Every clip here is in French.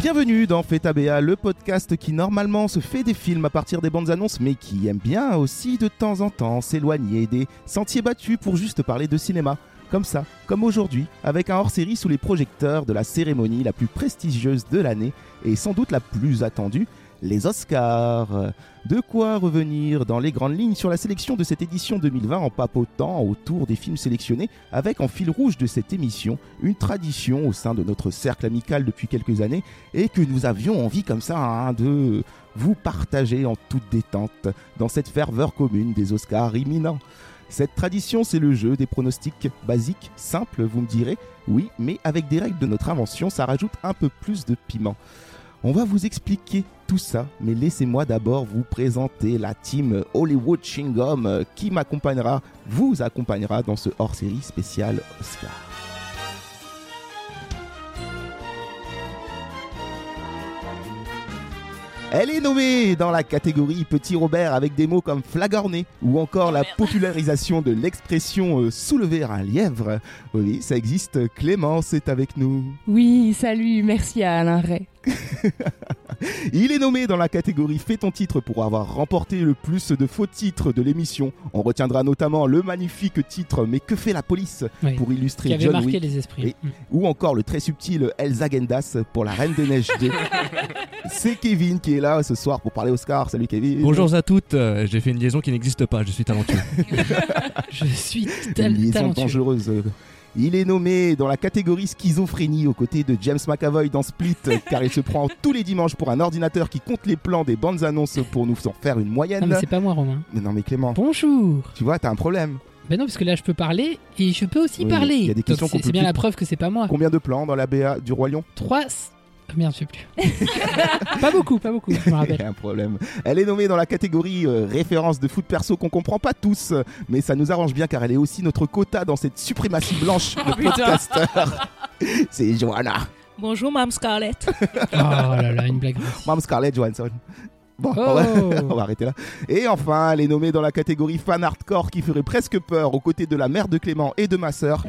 Bienvenue dans Feta Béa, le podcast qui normalement se fait des films à partir des bandes annonces, mais qui aime bien aussi de temps en temps s'éloigner des sentiers battus pour juste parler de cinéma. Comme ça, comme aujourd'hui, avec un hors-série sous les projecteurs de la cérémonie la plus prestigieuse de l'année et sans doute la plus attendue, les Oscars. De quoi revenir dans les grandes lignes sur la sélection de cette édition 2020 en papotant autour des films sélectionnés avec en fil rouge de cette émission une tradition au sein de notre cercle amical depuis quelques années et que nous avions envie comme ça hein, de vous partager en toute détente dans cette ferveur commune des Oscars imminents. Cette tradition, c'est le jeu des pronostics basiques, simples, vous me direz. Oui, mais avec des règles de notre invention, ça rajoute un peu plus de piment. On va vous expliquer tout ça, mais laissez-moi d'abord vous présenter la team Hollywood Chingom qui m'accompagnera, vous accompagnera dans ce hors-série spécial Oscar. Elle est nommée dans la catégorie Petit Robert avec des mots comme flagorné ou encore Oh, la popularisation de l'expression euh, soulever un lièvre. Oui, ça existe. Clémence est avec nous. Oui, salut, merci à Alain Ray. Il est nommé dans la catégorie Fais ton titre pour avoir remporté le plus de faux titres de l'émission. On retiendra notamment le magnifique titre Mais que fait la police Oui. pour illustrer qui avait John marqué Wick. les esprits. Oui. ou encore le très subtil Elsa Gendas pour La Reine des Neiges 2. C'est Kevin qui est là ce soir pour parler Oscar. Salut Kevin. Bonjour à toutes, euh, j'ai fait une liaison qui n'existe pas, je suis talentueux. Je suis Une tel- liaison talentueux. dangereuse. Il est nommé dans la catégorie schizophrénie aux côtés de James McAvoy dans Split, car il se prend tous les dimanches pour un ordinateur qui compte les plans des bandes annonces pour nous en faire une moyenne. Non mais c'est pas moi Romain. Mais non mais Clément, Bonjour. tu vois, t'as un problème. Ben non parce que là je peux parler et je peux aussi Oui, parler. il y a des Donc, questions qu'on c'est peut c'est bien plus- la preuve que c'est pas moi. Combien de plans dans la BA du Roi Lion Trois. Ah, Merde, je sais plus. pas beaucoup, pas beaucoup, je me Il y rappelle. a un problème. Elle est nommée dans la catégorie euh, référence de foot perso qu'on comprend pas tous, euh, mais ça nous arrange bien car elle est aussi notre quota dans cette suprématie blanche Oh, de podcasteurs. C'est Johanna, Bonjour, Mme Scarlett. Oh là là, une blague. Mam Scarlett Johansson. Bon, on, va, on Oh va arrêter là. Et enfin, elle est nommée dans la catégorie fan hardcore qui ferait presque peur aux côtés de la mère de Clément et de ma sœur.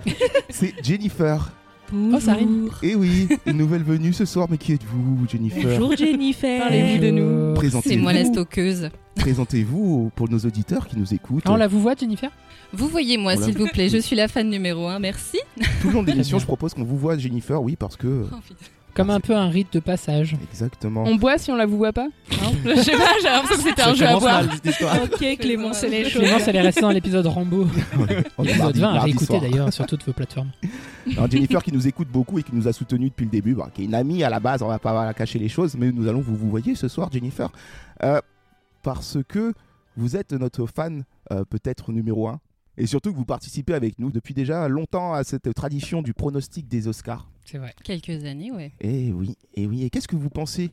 C'est Jennifer. Bonjour. ça rime. Et oui, une nouvelle venue ce soir, mais qui êtes-vous, Jennifer Bonjour, Jennifer. Parlez-vous de nous. C'est Présentez-vous moi la stockeuse. présentez-vous pour nos auditeurs qui nous écoutent. Ah, on la vous voit Jennifer Vous voyez moi Oula. s'il vous plaît, je suis la fan numéro 1, merci. Tout le long de l'émission, bien. je propose qu'on vous voit, Jennifer, oui, parce que. Oh. Comme un peu un rite de passage. Exactement. On boit si on la vous voit pas Non Je sais pas, j'ai l'impression que c'était un jeu à commence boire. mal, cette histoire. Ok, Clément, c'est les choses. Clémence, elle est restée dans l'épisode Rambo. On est L'épisode mardi- 20 à mardi réécouter soir. d'ailleurs sur toutes vos plateformes. Alors, Jennifer qui nous écoute beaucoup et qui nous a soutenu depuis le début, bah, qui est une amie à la base, on va pas la cacher les choses, mais nous allons vous, vous voyez ce soir, Jennifer, euh, parce que vous êtes notre fan euh, peut-être numéro un. Et surtout que vous participez avec nous depuis déjà longtemps à cette tradition du pronostic des Oscars. C'est vrai. Quelques années, ouais. Et oui, et oui. Et qu'est-ce que vous pensez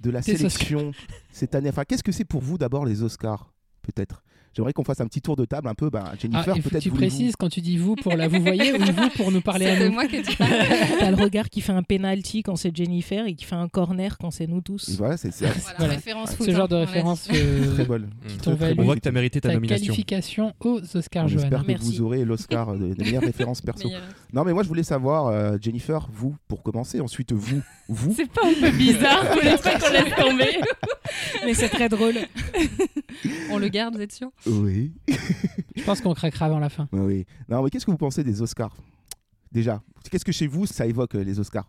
de la Des sélection cette année Enfin, qu'est-ce que c'est pour vous d'abord les Oscars, peut-être J'aimerais qu'on fasse un petit tour de table un peu. Ben, Ah, Jennifer, il faut que peut-être tu voulez-vous- précises quand tu dis vous pour la vous voyez ou vous pour nous parler à C'est de nous. moi que tu parles. T'as le regard qui fait un penalty quand c'est Jennifer et qui fait un corner quand c'est nous Et tous. Voilà, c'est c'est- Voilà, Voilà. référence foot, Ce genre hein, de on l'a dit. référence c'est euh, très bonne. Qui t'ont Très, très valu. On bonne. voit que t'as mérité ta ta nomination. qualification aux On Oscars, hein. J'espère Johanna. que Merci. vous aurez l'Oscar de, de meilleure référence perso. Meilleur. Non, mais moi je voulais savoir, euh, Jennifer, vous pour commencer, ensuite vous, vous. C'est pas un peu bizarre tous les trucs qu'on laisse tomber Mais c'est très drôle. On le garde, vous êtes sûr Oui. Je pense qu'on craquera avant la fin. Oui, oui. Non, mais qu'est-ce que vous pensez des Oscars Déjà, qu'est-ce que chez vous ça évoque euh, les Oscars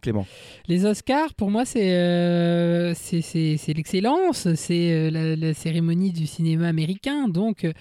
Clément. Les Oscars, pour moi, c'est euh, c'est- c'est c'est l'excellence, c'est euh, la, la cérémonie du cinéma américain, donc euh,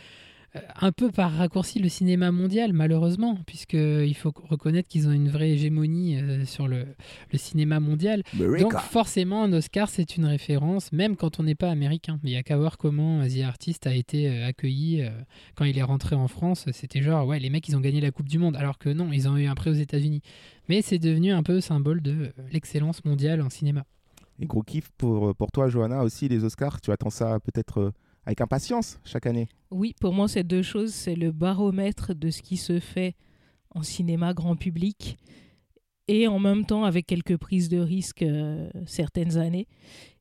un peu par raccourci le cinéma mondial, malheureusement, puisque euh, il faut reconnaître qu'ils ont une vraie hégémonie euh, sur le, le cinéma mondial. Donc forcément, un Oscar, c'est une référence, même quand on n'est pas américain. Il n'y a qu'à voir comment euh, The Artist a été euh, accueilli euh, quand il est rentré en France. C'était genre, ouais, les mecs, ils ont gagné la Coupe du Monde, alors que non, ils ont eu un prix aux États-Unis. Mais c'est devenu un peu symbole de euh, l'excellence mondiale en cinéma. Et gros kiff pour, pour toi, Johanna, aussi les Oscars. Tu attends ça peut-être euh, avec impatience chaque année. Oui, pour moi, ces deux choses, c'est le baromètre de ce qui se fait en cinéma grand public et en même temps avec quelques prises de risque euh, certaines années.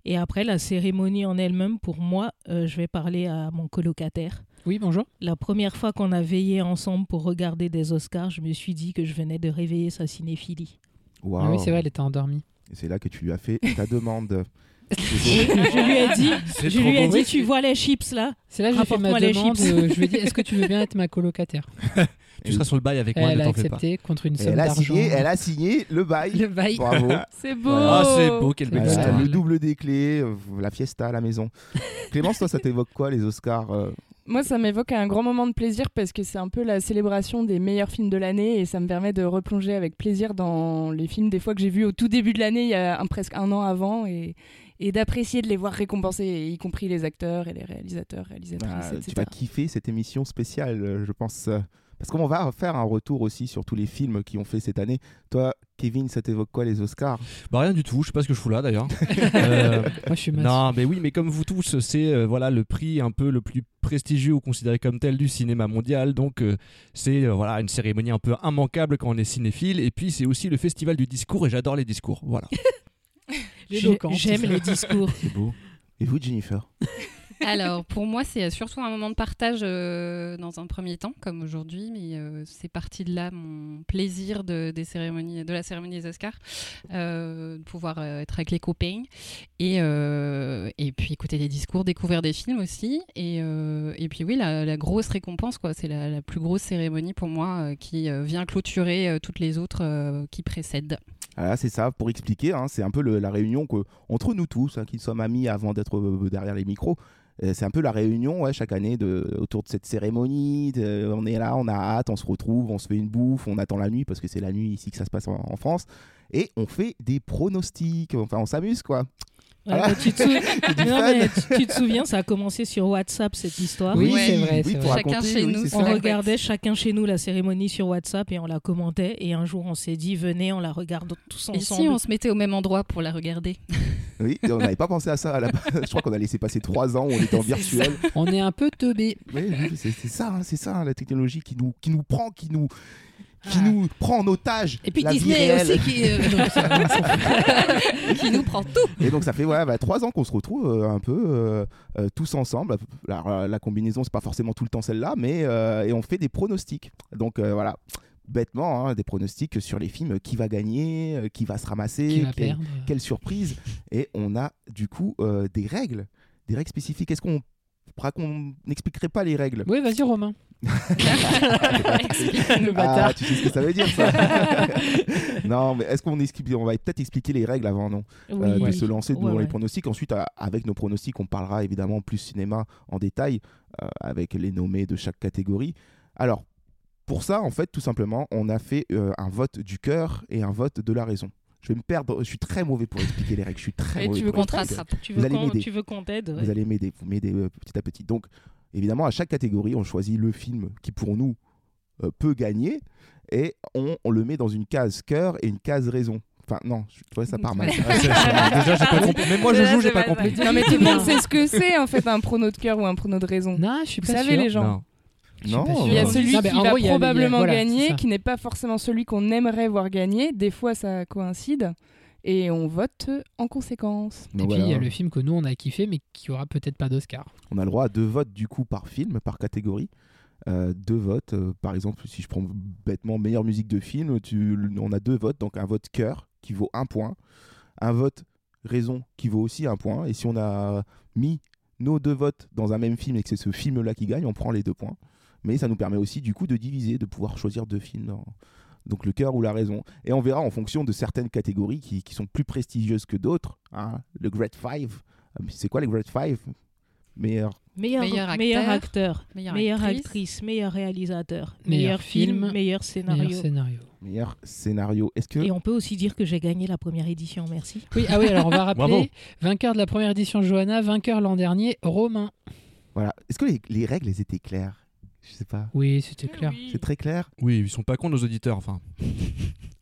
Et après, la cérémonie en elle-même, pour moi, euh, je vais parler à mon colocataire. Oui, bonjour. La première fois qu'on a veillé ensemble pour regarder des Oscars, je me suis dit que je venais de réveiller sa cinéphilie. Ah Waouh. oui, c'est vrai, elle était endormie. Et c'est là que tu lui as fait ta demande. je lui ai dit, C'est je trop lui ai mauvais. dit tu vois les chips là C'est là que j'ai fait ma Rapporte-moi les demande. chips. euh, je lui ai dit est-ce que tu veux bien être ma colocataire Tu seras sur le bail avec moi, Elle ne a t'en fais pas. accepté contre une Et somme elle, a d'argent. signé, elle a signé le bail. Le bail. Bravo. C'est beau. Voilà. Ah, Oh. c'est beau, quelle belle Voilà, histoire. le double des clés, euh, la fiesta à la maison. Clémence, toi, ça t'évoque quoi les Oscars euh Moi, ça m'évoque un grand moment de plaisir parce que c'est un peu la célébration des meilleurs films de l'année et ça me permet de replonger avec plaisir dans les films des fois que j'ai vus au tout début de l'année, il y a un- presque un an avant, et, et d'apprécier de les voir récompensés, y compris les acteurs et les réalisateurs, réalisatrices, Ah, Bah, etc. Tu vas kiffer cette émission spéciale, euh, je pense. euh, Parce qu'on va faire un retour aussi sur tous les films qui ont fait cette année. Toi, Kevin, ça t'évoque quoi les Oscars Bah, rien du tout, je sais pas ce que je fous là d'ailleurs. Euh, Moi, je suis mince. non, mais oui, mais comme vous tous, c'est euh, voilà le prix un peu le plus prestigieux ou considéré comme tel du cinéma mondial. Donc euh, c'est euh, voilà une cérémonie un peu immanquable quand on est cinéphile. Et puis c'est aussi le festival du discours et j'adore les discours. Voilà. J'ai- j'aime les discours C'est beau. Et vous, Jennifer Alors, pour moi, c'est euh, surtout un moment de partage euh, dans un premier temps, comme aujourd'hui, mais euh, c'est parti de là mon plaisir de, des cérémonies, de la cérémonie des Oscars, euh, de pouvoir euh, être avec les copains et, euh, et puis écouter des discours, découvrir des films aussi. Et, euh, et puis, oui, la, la grosse récompense, quoi, c'est la, la plus grosse cérémonie pour moi euh, qui euh, vient clôturer euh, toutes les autres euh, qui précèdent. Voilà, c'est ça, pour expliquer, hein, c'est un peu le- la réunion que, entre nous tous, hein, qui sommes amis avant d'être euh, derrière les micros. euh, C'est un peu la réunion ouais, chaque année de, autour de cette cérémonie. de- on est là, on a hâte, on se retrouve, on se fait une bouffe, on attend la nuit parce que c'est la nuit ici que ça se passe en, en France. Et on fait des pronostics. Enfin, on s'amuse quoi. Ouais, Ah. mais tu, te sou- C'est du Non, fun. mais tu- tu te souviens ça a commencé sur WhatsApp cette histoire Ah Oui, Ouais. c'est vrai. Oui, c'est pour vrai. Chacun raconter, chez oui, nous, c'est son On ça. Ouais. regardait chacun chez nous la cérémonie sur WhatsApp et on la commentait. Et un jour, on s'est dit, venez, on la regarde tous Et si ensemble. on se mettait au même endroit pour la regarder Oui, et on n'avait pas pensé à ça à la base. Je crois qu'on a laissé passer trois ans, on était en virtuel. On est un peu teubé. Oui, oui, c'est c'est ça, hein, c'est ça, hein, la technologie qui nous, qui nous prend, qui nous, qui Ah. nous prend en otage. Et puis la vie Disney réelle. aussi qui. euh, donc, ça- qui nous prend tout Et donc ça fait ouais, bah, trois ans qu'on se retrouve euh, un peu euh, euh, tous ensemble. Alors, euh, la combinaison, c'est pas forcément tout le temps celle-là, mais euh, et on fait des pronostics. Donc euh, voilà, bêtement, hein, des pronostics sur les films, qui va gagner, euh, qui va se ramasser, qui va quel- perdre. quelle surprise Et on a du coup euh, des règles, des règles spécifiques. Est-ce qu'on qu'on n'expliquerait pas les règles Oui, vas-y, Romain. Le Ah, bâtard. tu sais ce que ça veut dire ça Non, mais est-ce qu'on explique On va peut-être expliquer les règles avant, non Oui. Euh, De se lancer dans Ouais, les ouais. pronostics. Ensuite, à- avec nos pronostics, on parlera évidemment plus cinéma en détail, euh, avec les nommés de chaque catégorie. Alors, pour ça, en fait, tout simplement, on a fait euh, un vote du cœur et un vote de la raison. Je vais me perdre, je suis très mauvais pour expliquer les règles, je suis très Et mauvais tu veux pour qu'on te expliquer. rattrape. Tu Vous veux allez qu'on- m'aider. tu veux qu'on t'aide ouais. Vous allez m'aider, vous m'aidez euh, petit à petit. Donc, évidemment, à chaque catégorie, on choisit le film qui, pour nous, euh, peut gagner et on, on le met dans une case cœur et une case raison. Enfin, non, je trouvais ça part mal. Ah, c'est- Déjà, j'ai pas compris. Même moi, je joue, j'ai pas compris. Non, mais tout le monde sait ce que c'est en fait un prono de cœur ou un prono de raison. Non, je suis Vous pas savez, sûr. les gens. Non. non, euh, Il y a Non, celui mais qui en va gros, il y a- il y a- probablement voilà, c'est ça. gagner, qui n'est pas forcément celui qu'on aimerait voir gagner. Des fois, ça coïncide et on vote en conséquence. Et Donc puis il y a voilà. le film que nous on a kiffé mais qui aura peut-être pas d'Oscar. On a le droit à deux votes du coup par film, par catégorie. Euh, deux votes, euh, par exemple, si je prends bêtement meilleure musique de film, tu, on a deux votes, donc un vote cœur qui vaut un point, un vote raison qui vaut aussi un point, et si on a mis nos deux votes dans un même film et que c'est ce film-là qui gagne, on prend les deux points. Mais ça nous permet aussi du coup de diviser, de pouvoir choisir deux films, dans- donc le cœur ou la raison. Et on verra en fonction de certaines catégories qui, qui sont plus prestigieuses que d'autres, hein. le Great Five. Euh, C'est quoi les Great Five Meilleur Meilleur, Meilleur acteur. meilleur acteur, Meilleure, meilleure actrice. actrice, meilleur réalisateur, Meilleur meilleur, film, film, meilleur scénario. Meilleur scénario. Meilleur scénario. Est-ce que Et on peut aussi dire que j'ai gagné la première édition, merci. Oui, ah oui, alors on va Bravo. rappeler vainqueur de la première édition Johanna, vainqueur l'an dernier Romain. voilà, est-ce que les, les règles elles étaient claires Je sais pas. Eh Oui, c'était Ah clair. C'est très clair. Oui, ils sont pas cons nos auditeurs. Enfin,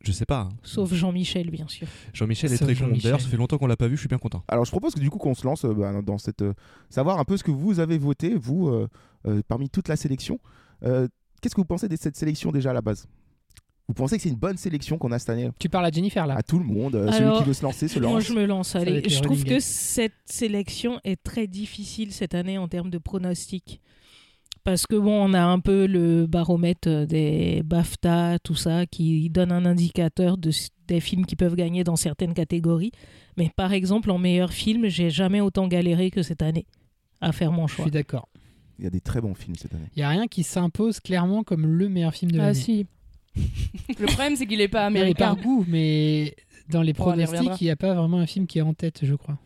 je sais pas. hein. Sauf Jean-Michel, bien sûr. Jean-Michel est Sauf très con. Jean-Michel. D'ailleurs, ça fait longtemps qu'on l'a pas vu. Je suis bien content. Alors je propose que du coup qu'on se lance euh, bah, dans cette euh, savoir un peu ce que vous avez voté vous euh, euh, parmi toute la sélection. Euh, Qu'est-ce que vous pensez de cette sélection déjà à la base Vous pensez que c'est une bonne sélection qu'on a cette année Tu parles à Jennifer là. À tout le monde, euh, celui Alors, qui veut se lancer se Moi, lance. je me lance. va Allez, être le je trouve running que gag. cette sélection est très difficile cette année en termes de pronostics. Parce que bon, on a un peu le baromètre des BAFTA, tout ça, qui donne un indicateur de, des films qui peuvent gagner dans certaines catégories. Mais par exemple, en meilleur film, j'ai jamais autant galéré que cette année à faire mon Je choix. suis d'accord. Il y a des très bons films cette année. Il n'y a rien qui s'impose clairement comme le meilleur film de Ah l'année. si. le problème, c'est qu'il est pas Il est américain. par goût, mais dans les Bon, on y pronostics, reviendra. il n'y a pas vraiment un film qui est en tête, je crois.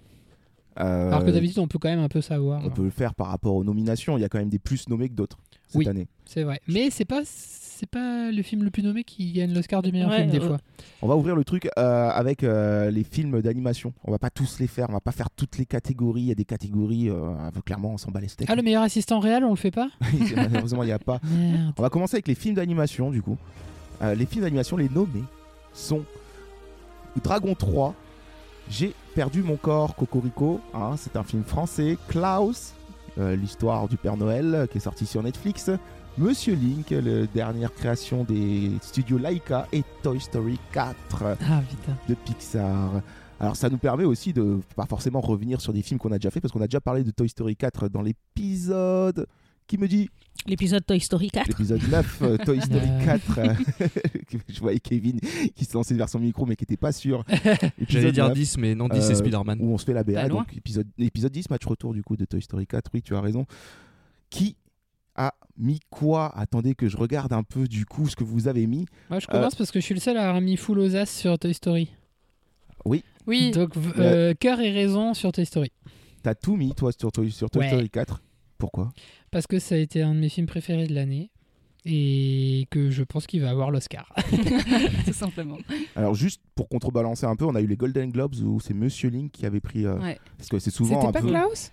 Euh, Alors que d'habitude, on peut quand même un peu savoir. on peut le faire par rapport aux nominations. Il y a quand même des plus nommés que d'autres cette Oui. année. C'est vrai. Mais c'est pas c'est pas le film le plus nommé qui gagne l'Oscar du meilleur Ouais, film des euh, fois. On va ouvrir le truc euh, avec euh, les films d'animation. On va pas tous les faire. On va pas faire toutes les catégories. Il y a des catégories. euh, clairement, on s'en bat les steaks. Ah le meilleur assistant réel, on le fait pas Malheureusement, il n'y a pas. Merde. On va commencer avec les films d'animation, du coup. Euh, les films d'animation, les nommés sont Dragon 3, J'ai perdu mon corps, Cocorico. hein, c'est un film français. Klaus, euh, l'histoire du Père Noël, euh, qui est sorti sur Netflix. Monsieur Link, la dernière création des studios Laika. Et Toy Story 4 euh, Ah putain. de Pixar. Alors, ça nous permet aussi de pas forcément revenir sur des films qu'on a déjà fait, parce qu'on a déjà parlé de Toy Story 4 dans l'épisode. Qui me dit L'épisode Toy Story 4. L'épisode 9, euh, Toy Story Euh. 4. euh, que je voyais Kevin qui se lançait vers son micro mais qui n'était pas sûr. J'allais Épisode dire 9, 10, mais non, 10 c'est euh, Spider-Man. Où on se fait la BA. Pas loin. Donc épisode, épisode 10, match retour du coup de Toy Story 4. Oui, tu as raison. Qui a mis quoi Attendez que je regarde un peu du coup ce que vous avez mis. Moi je commence parce que je suis le seul à avoir mis full aux as sur Toy Story. Oui. Donc v- euh, cœur et raison sur Toy Story. T'as tout mis toi sur Toy, sur Toy Ouais. Story 4. Pourquoi Parce que ça a été un de mes films préférés de l'année et que je pense qu'il va avoir l'Oscar. tout simplement. Alors juste pour contrebalancer un peu, on a eu les Golden Globes où c'est Monsieur Link qui avait pris... euh, Ouais. Parce que c'est souvent C'était un pas peu... Klaus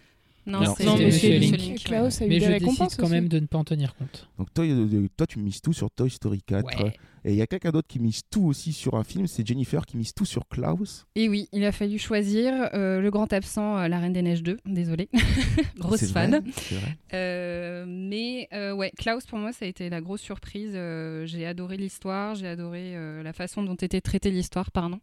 Non, Non, c'est non, c'est Monsieur Monsieur Link. Link, ouais. Klaus a eu Mais de je la décide récompense quand aussi. même de ne pas en tenir compte. Donc toi, euh, toi, tu mises tout sur Toy Story 4. Ouais. Et il y a quelqu'un d'autre qui mise tout aussi sur un film, c'est Jennifer qui mise tout sur Klaus. Et oui, il a fallu choisir euh, le grand absent, euh, La Reine des Neiges 2, désolé, C'est grosse vrai, fan. c'est vrai. Euh, mais euh, ouais, Klaus pour moi ça a été la grosse surprise. Euh, j'ai adoré l'histoire, j'ai adoré euh, la façon dont était traitée l'histoire, pardon.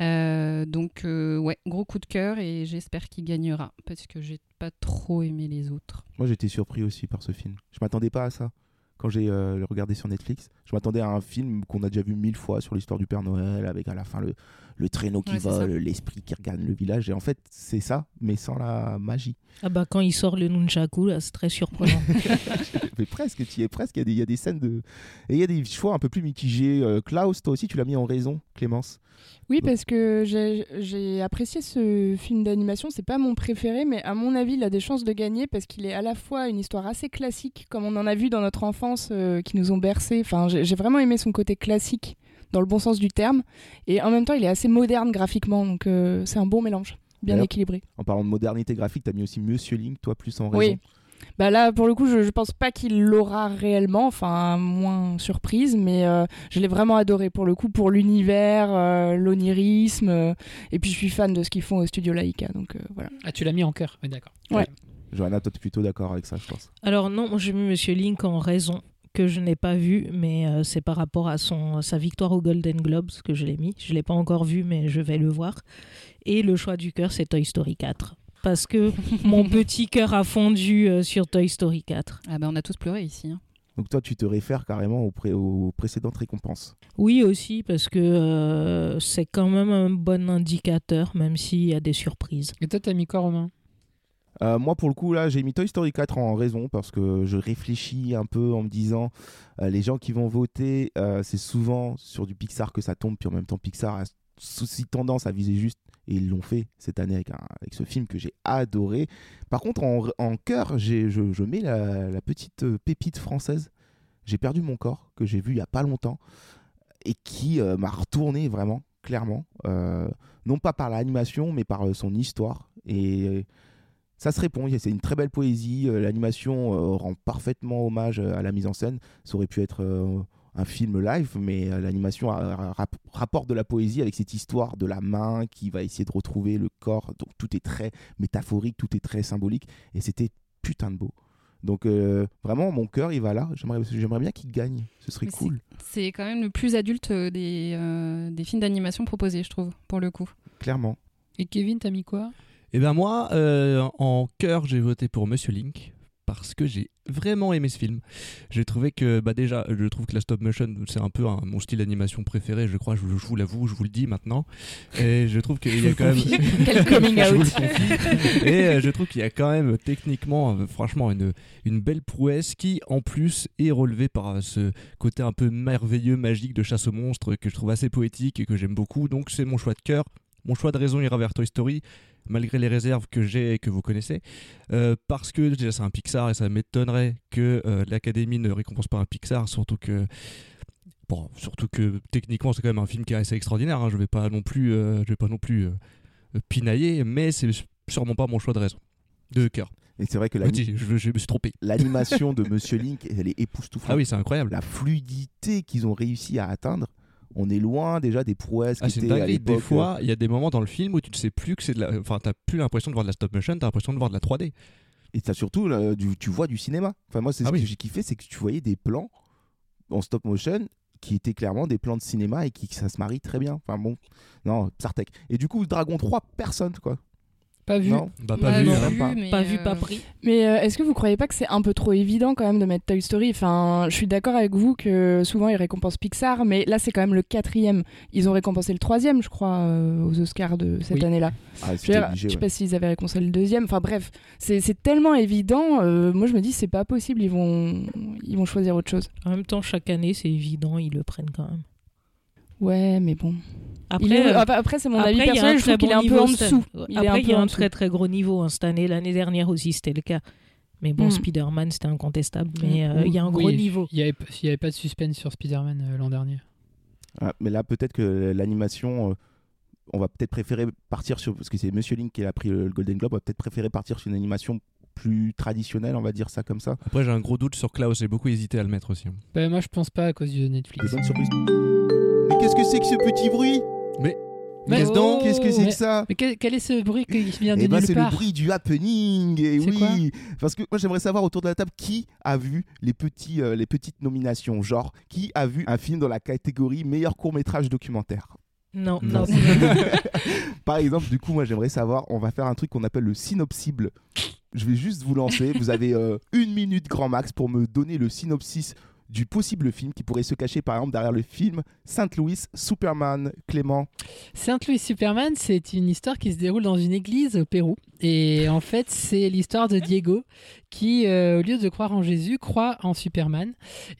Euh, donc euh, ouais, gros coup de cœur et j'espère qu'il gagnera parce que j'ai pas trop aimé les autres. Moi j'étais surpris aussi par ce film. Je m'attendais pas à ça. Quand j'ai euh, le regardé sur Netflix, je m'attendais à un film qu'on a déjà vu mille fois sur l'histoire du Père Noël, avec à la fin le, le traîneau qui Ouais, c'est ça. vole, l'esprit qui regarde le village. Et en fait, c'est ça, mais sans la magie. Ah bah quand il sort le nunchaku, là, c'est très surprenant. mais presque, tu y es presque. Il y a des- il y, a des scènes de. Et il y a des choix un peu plus mitigés. Euh, Klaus, toi aussi, tu l'as mis en raison, Clémence. Oui, Donc- parce que j'ai- j'ai apprécié ce film d'animation. C'est pas mon préféré, mais à mon avis, il a des chances de gagner parce qu'il est à la fois une histoire assez classique, comme on en a vu dans notre enfance, euh, qui nous ont bercés. Enfin, j'ai j'ai vraiment aimé son côté classique, dans le bon sens du terme. Et en même temps, il est assez moderne graphiquement, donc euh, c'est un bon mélange, bien D'ailleurs- équilibré. En parlant de modernité graphique, t'as mis aussi Monsieur Link, toi, plus en raison. Oui. Bah là, pour le coup, je, je pense pas qu'il l'aura réellement, enfin, moins surprise, mais euh, je l'ai vraiment adoré pour le coup, pour l'univers, euh, l'onirisme, euh, et puis je suis fan de ce qu'ils font au studio Laïka, donc euh, voilà. Ah tu l'as mis en cœur, oui d'accord. Johanna, toi, t'es plutôt d'accord avec ça, je pense. Alors non, moi, j'ai mis Monsieur Link en raison que je n'ai pas vu, mais euh, c'est par rapport à son, sa victoire aux Golden Globes que je l'ai mis. Je l'ai pas encore vu, mais je vais le voir. Et le choix du cœur, c'est Toy Story 4. Parce que mon petit cœur a fondu euh, sur Toy Story 4. Ah ben on a tous pleuré ici. hein. Donc toi, tu te réfères carrément aux, pré- aux précédentes récompenses. Oui aussi, parce que euh, c'est quand même un bon indicateur, même s'il y a des surprises. Et toi t'as mis quoi Romain Euh, moi, pour le coup, là, j'ai mis Toy Story 4 en raison parce que je réfléchis un peu en me disant, euh, les gens qui vont voter, euh, c'est souvent sur du Pixar que ça tombe, puis en même temps, Pixar a aussi tendance à viser juste, et ils l'ont fait cette année avec, un- avec ce film que j'ai adoré. Par contre, en, en cœur, j'ai- je, je mets la, la petite euh, pépite française, J'ai perdu mon corps, que j'ai vu il y a pas longtemps, et qui euh, m'a retourné vraiment, clairement, euh, non pas par l'animation, mais par euh, son histoire. Et euh, ça se répond, c'est une très belle poésie, euh, l'animation euh, rend parfaitement hommage euh, à la mise en scène, ça aurait pu être... euh, un film live, mais euh, l'animation a- a- rap- rapporte de la poésie avec cette histoire de la main qui va essayer de retrouver le corps. Donc tout est très métaphorique, tout est très symbolique. Et c'était putain de beau. Donc euh, vraiment, mon cœur, il va là. J'aimerais j'aimerais bien qu'il gagne. Ce serait Mais cool. C'est quand même le plus adulte euh, des, euh, des films d'animation proposés, je trouve, pour le coup. Clairement. Et Kevin t'as mis quoi Eh Et ben moi, euh, en cœur, j'ai voté pour Monsieur Link. parce que j'ai vraiment aimé ce film. J'ai trouvé que, bah déjà, je trouve que la stop motion, c'est un peu hein, mon style d'animation préféré, je crois, je, je vous l'avoue, je vous le dis maintenant. Et je trouve qu'il y a quand même. Quel coming Je vous le out confie. Et euh, je trouve qu'il y a quand même techniquement, euh, franchement, une, une belle prouesse qui, en plus, est relevée par euh, ce côté un peu merveilleux, magique de chasse aux monstres que je trouve assez poétique et que j'aime beaucoup. Donc, c'est mon choix de cœur. Mon choix de raison ira vers Toy Story, malgré les réserves que j'ai et que vous connaissez. Euh, parce que déjà, c'est un Pixar et ça m'étonnerait que euh, l'Académie ne récompense pas un Pixar, surtout que. Bon, surtout que techniquement c'est quand même un film qui est assez extraordinaire. hein. Je vais pas non plus, euh, je vais pas non plus euh, euh, pinailler, mais c'est sûrement pas mon choix de raison, de cœur. Et c'est vrai que la- Petit, je, je me suis trompé. l'animation de Monsieur Link, elle est époustouflante. Ah oui, c'est incroyable. La fluidité qu'ils ont réussi à atteindre, on est loin déjà des prouesses Ah, qui c'est une étaient à dinguerie. l'époque. euh, Des fois, il y a des moments dans le film où tu ne sais plus que c'est de la. Enfin, t'as plus l'impression de voir de la stop motion, t'as l'impression de voir de la 3D. Et t'as surtout, là, du- tu vois du cinéma. Enfin, moi, c'est Ah ce oui. que j'ai kiffé, c'est que tu voyais des plans en stop motion qui étaient clairement des plans de cinéma et qui ça se marie très bien. Enfin bon, non, Sartek. Et du coup, Dragon 3, personne quoi. Pas vu. Non, Bah, Bah, pas vu. non hein. même pas. mais, Pas vu, euh, pas pris. Mais euh, est-ce que vous croyez pas que c'est un peu trop évident quand même de mettre Toy Story Enfin, je suis d'accord avec vous que souvent ils récompensent Pixar, mais là c'est quand même le quatrième. Ils ont récompensé le troisième, je crois, euh, aux Oscars de cette Oui. année-là. Ah, Je, veux c'était dire, obligé. je sais ouais. pas s'ils avaient réconcilié le deuxième. Enfin bref, c'est c'est tellement évident. euh, moi, je me dis, c'est pas possible. Ils vont, ils vont choisir autre chose. En même temps, chaque année, c'est évident, ils le prennent quand même. Ouais, mais bon. Après, Il est- euh, Après, après, c'est mon après, il avis y a un personnel. Je très trouve qu'il bon est un peu niveau en cette- dessous. Ouais. Il est Après, un il peu y a en un dessous. très très gros niveau hein, cette année. L'année dernière aussi, c'était le cas. Mais bon, Mm. Spider-Man, c'était incontestable. Mais euh, il y a un gros Oui, niveau. Il n'y avait, il y avait pas de suspense sur Spider-Man euh, l'an dernier. Ah, mais là, peut-être que l'animation, euh, on va peut-être préférer partir sur. Parce que c'est Monsieur Link qui a pris le le Golden Globe, on va peut-être préférer partir sur une animation plus traditionnelle, on va dire ça comme ça. Après, j'ai un gros doute sur Klaus. J'ai beaucoup hésité à le mettre aussi. hein. Bah, moi, je pense pas à cause de Netflix. Des bonnes surprises. Mais qu'est-ce que c'est que ce petit bruit Mais- Qu'est-ce donc Oh Qu'est-ce que c'est Mais- que ça Mais quel, quel est ce bruit qui vient de Eh ben, nulle c'est le part bruit du happening. Et C'est quoi oui, parce que moi j'aimerais savoir autour de la table qui a vu les petits, euh, les petites nominations, genre qui a vu un film dans la catégorie meilleur court métrage documentaire. Non, Non. non. Par exemple, du coup, moi j'aimerais savoir, on va faire un truc qu'on appelle le synopsible. Je vais juste vous lancer. Vous avez euh, une minute grand max pour me donner le synopsis du possible film qui pourrait se cacher par exemple derrière le film Saint-Louis Superman Clément Saint-Louis Superman, c'est une histoire qui se déroule dans une église au Pérou. Et en fait, c'est l'histoire de Diego qui, euh, au lieu de croire en Jésus, croit en Superman.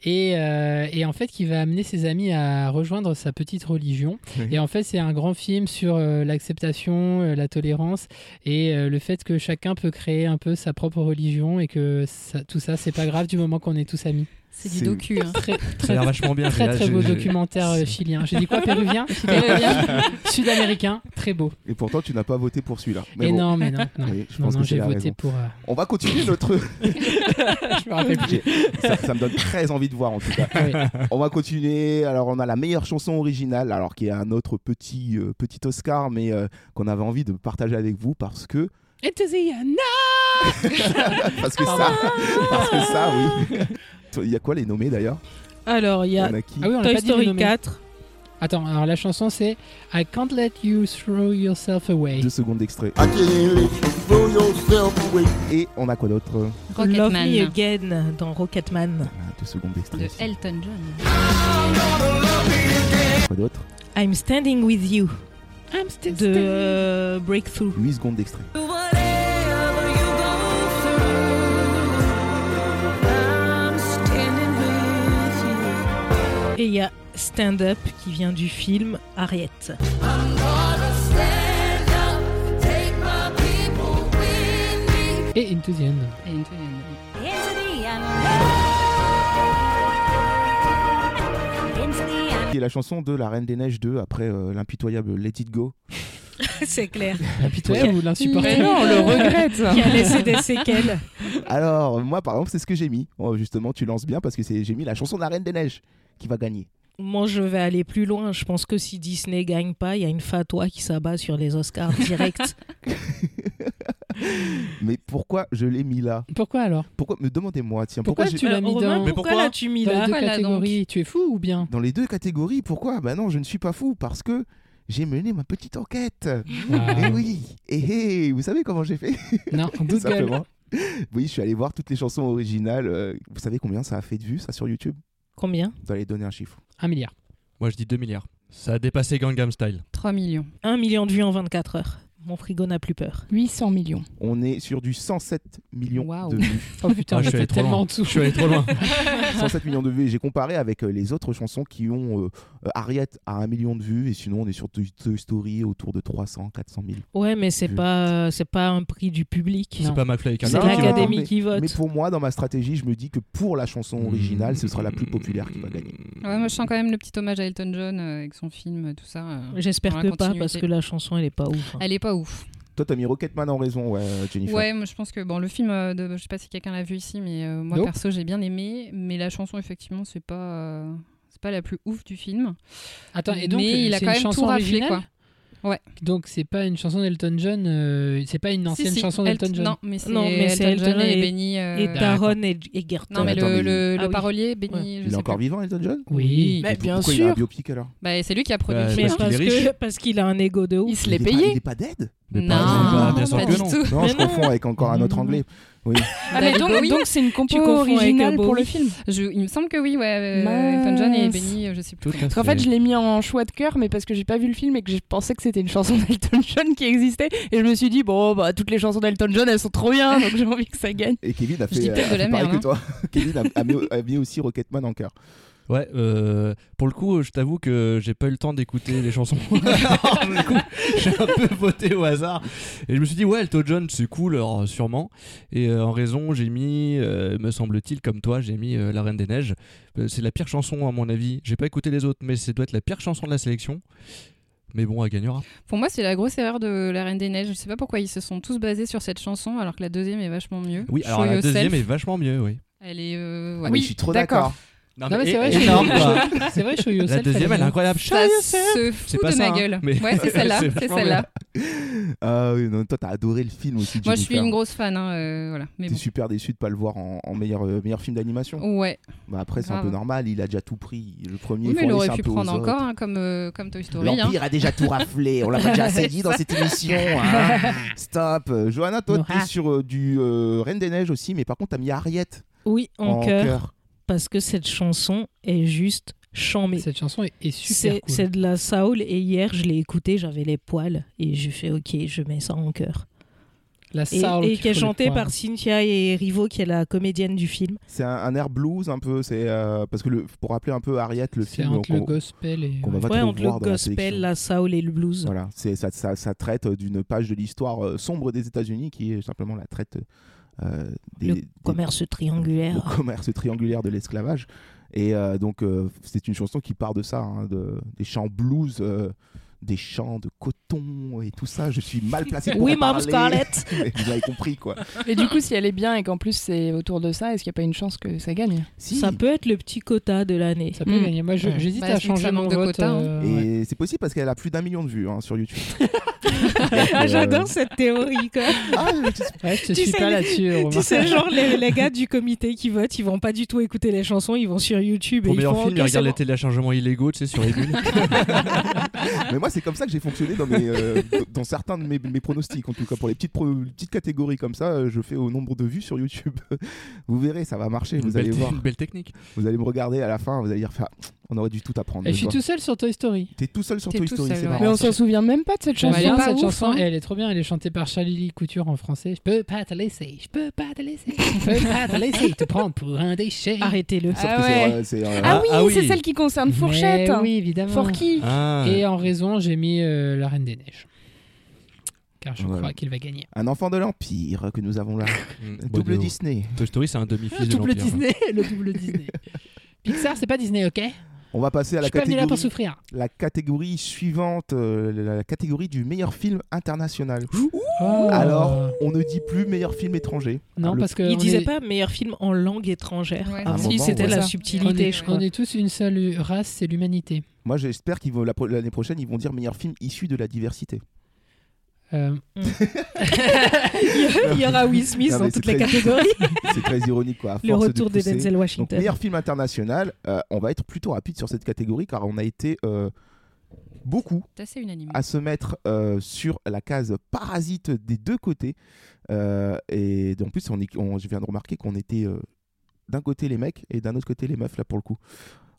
Et, euh, et en fait, qui va amener ses amis à rejoindre sa petite religion. Oui. Et en fait, c'est un grand film sur euh, l'acceptation, euh, la tolérance et euh, le fait que chacun peut créer un peu sa propre religion et que ça- tout ça, c'est pas grave du moment qu'on est tous amis. C'est du C'est- docu. hein. Très, Ça a très, l'air vachement bien. très, j'ai- très beau j'ai- documentaire euh, chilien. J'ai dit quoi Péruvien Péruvien Sud-américain, très beau. et pourtant tu n'as pas voté pour celui-là mais Et bon non, mais non, non. Oui, je Non, pense non, que c'est j'ai la voté raison. pour. euh, on va continuer notre je me rappelle plus. ça, ça me donne très envie de voir en tout cas. Oui. On va continuer. Alors on a la meilleure chanson originale, alors qui est un autre petit euh, petit Oscar, mais euh, qu'on avait envie de partager avec vous parce que Into the unknown. parce que ça parce que ça oui. Il y a quoi les nommés d'ailleurs Alors, il y Il y a en a qui Ah oui, on l'a Toy pas dit le Story nom, mais- 4. Attends, alors la chanson c'est I can't let you throw yourself away. Deux secondes d'extrait. I can't let you throw yourself away. Et on a quoi d'autre Love Rocketman Me Again dans Rocketman. Ah, Deux secondes d'extrait. de aussi. Elton John. Quoi d'autre I'm Standing With You I'm still de euh, Breakthrough. 8 secondes d'extrait. Et il y a Stand Up qui vient du film Harriet. Et Into the Unknown. Et Into the Unknown. Qui est la chanson de La Reine des Neiges 2 après euh, l'impitoyable Let It Go. C'est clair. Impitoyable ou Mais l'insupportable non, on le regrette. Qui a laissé des séquelles. Alors moi par exemple c'est ce que j'ai mis. Oh, justement tu lances bien parce que c'est j'ai mis la chanson de La Reine des Neiges qui va gagner. Moi, je vais aller plus loin. Je pense que si Disney gagne pas, il y a une fatwa qui s'abat sur les Oscars direct. Mais pourquoi je l'ai mis là Pourquoi alors Pourquoi Me demandez-moi, tiens, pourquoi, Pourquoi j'ai- tu l'as Euh, mis Romain, dans, Mais pourquoi pourquoi l'as-tu mis dans là les deux Voilà, donc. catégories Tu es fou ou bien dans les deux catégories Pourquoi Bah non, je ne suis pas fou parce que j'ai mené ma petite enquête. Ah, Eh oui, et vous savez comment j'ai fait Non, Tout Google. simplement. Oui, je suis allé voir toutes les chansons originales. euh, Vous savez combien ça a fait de vues, ça, sur YouTube Combien Vous allez donner un chiffre. Un milliard. Moi, je dis 2 milliards. Ça a dépassé Gangnam Style. 3 millions. 1 million de vues en 24 heures. Mon frigo n'a plus peur. 800 millions. On est sur du 107 millions Waouh. de vues. Oh putain, Ah, je suis j'étais allé trop tellement loin. en dessous. Je suis allé trop loin. 107 millions de vues. Et j'ai comparé avec euh, les autres chansons qui ont euh, euh, Harriet à 1 million de vues. Et sinon, on est sur Toy Toy Story autour de 300, 400 000. Ouais, mais c'est Vu. pas euh, c'est pas un prix du public. C'est pas McFly et C'est Non, Carlito qui vont- l'académie mais- qui vote. Mais pour moi, dans ma stratégie, je me dis que pour la chanson Mmh. originale, ce sera la plus populaire qui va gagner. Ouais, moi, je sens quand même le petit hommage à Elton John euh, avec son film, tout ça. euh. J'espère Dans que la pas continuité. parce que la chanson elle est pas ouf. hein. Elle est pas ouf. Toi, t'as mis Rocketman en raison, ouais, euh, Jennifer. Ouais, moi je pense que bon, le film, euh, de, je sais pas si quelqu'un l'a vu ici, mais euh, moi Nope. perso j'ai bien aimé, mais la chanson effectivement c'est pas euh, c'est pas la plus ouf du film. Attends, et donc Mais euh, il a c'est quand une même chanson tout raflé, originale. Ouais. Donc c'est pas une chanson d'Elton John, euh, c'est pas une ancienne Si, si, chanson d'Elton Elt- John. Non, mais c'est Non, mais c'est Elton, Elton John et, et- Benny. euh, Et Taron et, et Gerton. Non, mais Attends, le, le, Ah le oui. parolier, Benny, Ouais. je Il est sais encore plus. vivant, Elton John Oui. Mais Et bien pourquoi Il a un sûr. biopic alors Bah, c'est lui qui a produit Bah, le Mais film. parce qu'il parce est que- riche. parce qu'il a un ego de Il ouf. se l'est Il est pas- Il payé. est pas dead Mais Non, pas- bien sûr pas que du non. tout. Non, Mais je non. confonds avec encore un Mm. autre Non, non, anglais. Oui. Ah, mais David donc, Bowie. donc c'est une Tu compo confonds avec originale Bowie. pour le film. Je- il me semble que oui, ouais, euh, Mince. Elton John et Benny, euh, je sais plus. Tout à Parce qu'en fait, fait. je l'ai mis en choix de cœur, mais parce que j'ai pas vu le film et que je pensais que c'était une chanson d'Elton John qui existait. Et je me suis dit, bon, bah, toutes les chansons d'Elton John, elles sont trop bien, donc j'ai envie que ça gagne. Et Kevin a Je fait, dis euh, peut-être a de fait la pareil merde, hein. que toi. Kevin a, a mis, a mis aussi Rocketman en cœur. Ouais, euh, pour le coup, je t'avoue que j'ai pas eu le temps d'écouter les chansons. Pour le coup, j'ai un peu voté au hasard. Et je me suis dit, ouais, Elton John, c'est cool, alors, sûrement. Et euh, en raison, j'ai mis, euh, me semble-t-il, comme toi, j'ai mis euh, La Reine des Neiges. Euh, c'est la pire chanson, à mon avis. J'ai pas écouté les autres, mais ça doit être la pire chanson de la sélection. Mais bon, hein. elle gagnera. Pour moi, c'est la grosse erreur de La Reine des Neiges. Je sais pas pourquoi ils se sont tous basés sur cette chanson, alors que la deuxième est vachement mieux. Oui, alors Show la deuxième Yourself, est vachement mieux, oui. Elle est. euh, Ah, ouais. mais je suis trop d'accord. d'accord. Non, mais c'est vrai, é- je- énorme, quoi. Ah, C'est vrai, Show Yourself. La deuxième, elle elle est est incroyable. Ça se C'est fout pas de ça, ma hein, gueule. mais- Ouais, c'est celle-là. C'est C'est vachement celle-là. Ah oui, non, toi, t'as adoré le film aussi. Moi, je suis Jennifer. une grosse fan. hein, euh, voilà. Mais T'es bon. super déçu de pas le voir en, en meilleur, euh, meilleur film d'animation. Ouais. Bah après, c'est un Oh, Grave. peu normal, il a déjà tout pris. Le premier, Oui, il mais faut il en aurait laisser pu un peu aux prendre autres. encore, hein, comme, euh, comme Toy Story. hein. L'Empire a déjà tout raflé, on l'a pas déjà assez dit dans cette émission. hein. Stop. Euh, Johanna, toi, Non, t'es ah. sur euh, du euh, Reine des Neiges aussi, mais par contre, t'as mis Harriet Oui, en cœur. cœur. Parce que cette chanson est juste chambée. Cette chanson est, est C'est super cool. c'est de la Saoul et hier je l'ai écoutée, j'avais les poils et j'ai fait ok, je mets ça en cœur. La Et, Soul et qu'il qui est faut chantée croire. par Cynthia et Rivo qui est la comédienne du film. C'est un, un air blues un peu, c'est euh, parce que le, pour rappeler un peu Harriet, le C'est film entre euh, le qu'on- gospel et. qu'on va pas ouais, trop entre voir le dans la sélection. gospel, la Saoul et le blues. Voilà, c'est ça, ça, ça traite euh, d'une page de l'histoire euh, sombre des États-Unis qui est simplement la traite euh, des, Le des- commerce au triangulaire. commerce triangulaire de l'esclavage. Et euh, donc, euh, c'est une chanson qui part de ça, hein, de, des chants blues, euh, des chants de coton et tout ça. Je suis mal placé pour Oui, en Mom parler. Scarlett. Mais Vous avez compris, quoi. Mais du coup, si elle est bien et qu'en plus c'est autour de ça, est-ce qu'il n'y a pas une chance que ça gagne Si. Ça peut être le petit quota de l'année. Ça peut Mm. gagner. Moi, je- Ouais. j'hésite Bah, à c'est que ça changer mon manque de vote. quota, hein. euh, ouais. Et c'est possible parce qu'elle a plus d'un million de vues hein, sur YouTube. Ah, J'adore ça. cette théorie. Quoi. Ouais, je te Tu suis sais, pas les- là-dessus. Romain. Ah, tu sais, genre les, les gars du comité qui votent, ils vont pas du tout écouter les chansons, ils vont sur YouTube et Pour ils meilleur font. film, il ok, regarde c'est les bon. téléchargements illégaux, tu sais, sur les bulles. Mais moi, c'est comme ça que j'ai fonctionné dans, mes, euh, dans certains de mes, mes pronostics. En tout cas, pour les petites, pro- les petites catégories comme ça, euh, je fais au nombre de vues sur YouTube. Vous verrez, ça va marcher. Une Vous belle- allez voir. Une belle technique. Vous allez me regarder à la fin. Vous allez dire, Enfin, on aurait dû tout apprendre. Et de je suis toi. tout seul sur Toy Story. T'es tout seul sur T'es Toy tout Story, seul, c'est ouais. marrant. Mais on s'en souvient même pas de cette J'aime chanson. elle est bien pas cette ouf, chanson, hein. elle est trop bien, elle est chantée par Charlie Lee Couture en français. Je peux pas te laisser, je peux pas te laisser, je peux pas te laisser te prendre pour un déchet. Arrêtez-le. Sauf Ah que c'est, ouais. euh, c'est, euh, Ah, oui, Ah oui. c'est celle qui concerne Fourchette. Mais oui, évidemment. Forky. Ah. Et en raison, j'ai mis euh, La Reine des Neiges. Car je Voilà. crois qu'il va gagner. un enfant de l'Empire que nous avons là. Mm. Mmh. Double Bon, Disney. Toy Story, c'est un demi-fils Le de double hein. l'Empire. Disney, le double Disney. Pixar, c'est pas Disney, ok On va passer à Je la suis pas venu là pour catégorie, souffrir. la catégorie suivante, euh, la la catégorie du meilleur film international. Oh. Alors, on ne dit plus meilleur film étranger. non, le- parce que Il on disait est- pas meilleur film en langue étrangère. Ah, Ouais. À un si, moment, c'était ouais. la Ça. on subtilité, est- je crois. on est tous une seule race, c'est l'humanité. Moi, j'espère qu'ils vont la pro- l'année prochaine, ils vont dire meilleur film issu de la diversité. Euh, Il y aura Will Smith Non, mais dans c'est toutes les très- catégories. C'est très ironique, quoi. à Le force de retour de, pousser. Denzel Donc, Washington. meilleur film international, euh, on va être plutôt rapide sur cette catégorie car on a été euh, beaucoup C'est assez unanime. à se mettre euh, sur la case parasite des deux côtés. Euh, et en plus, on est- on- je viens de remarquer qu'on était euh, d'un côté les mecs et d'un autre côté les meufs, là pour le coup.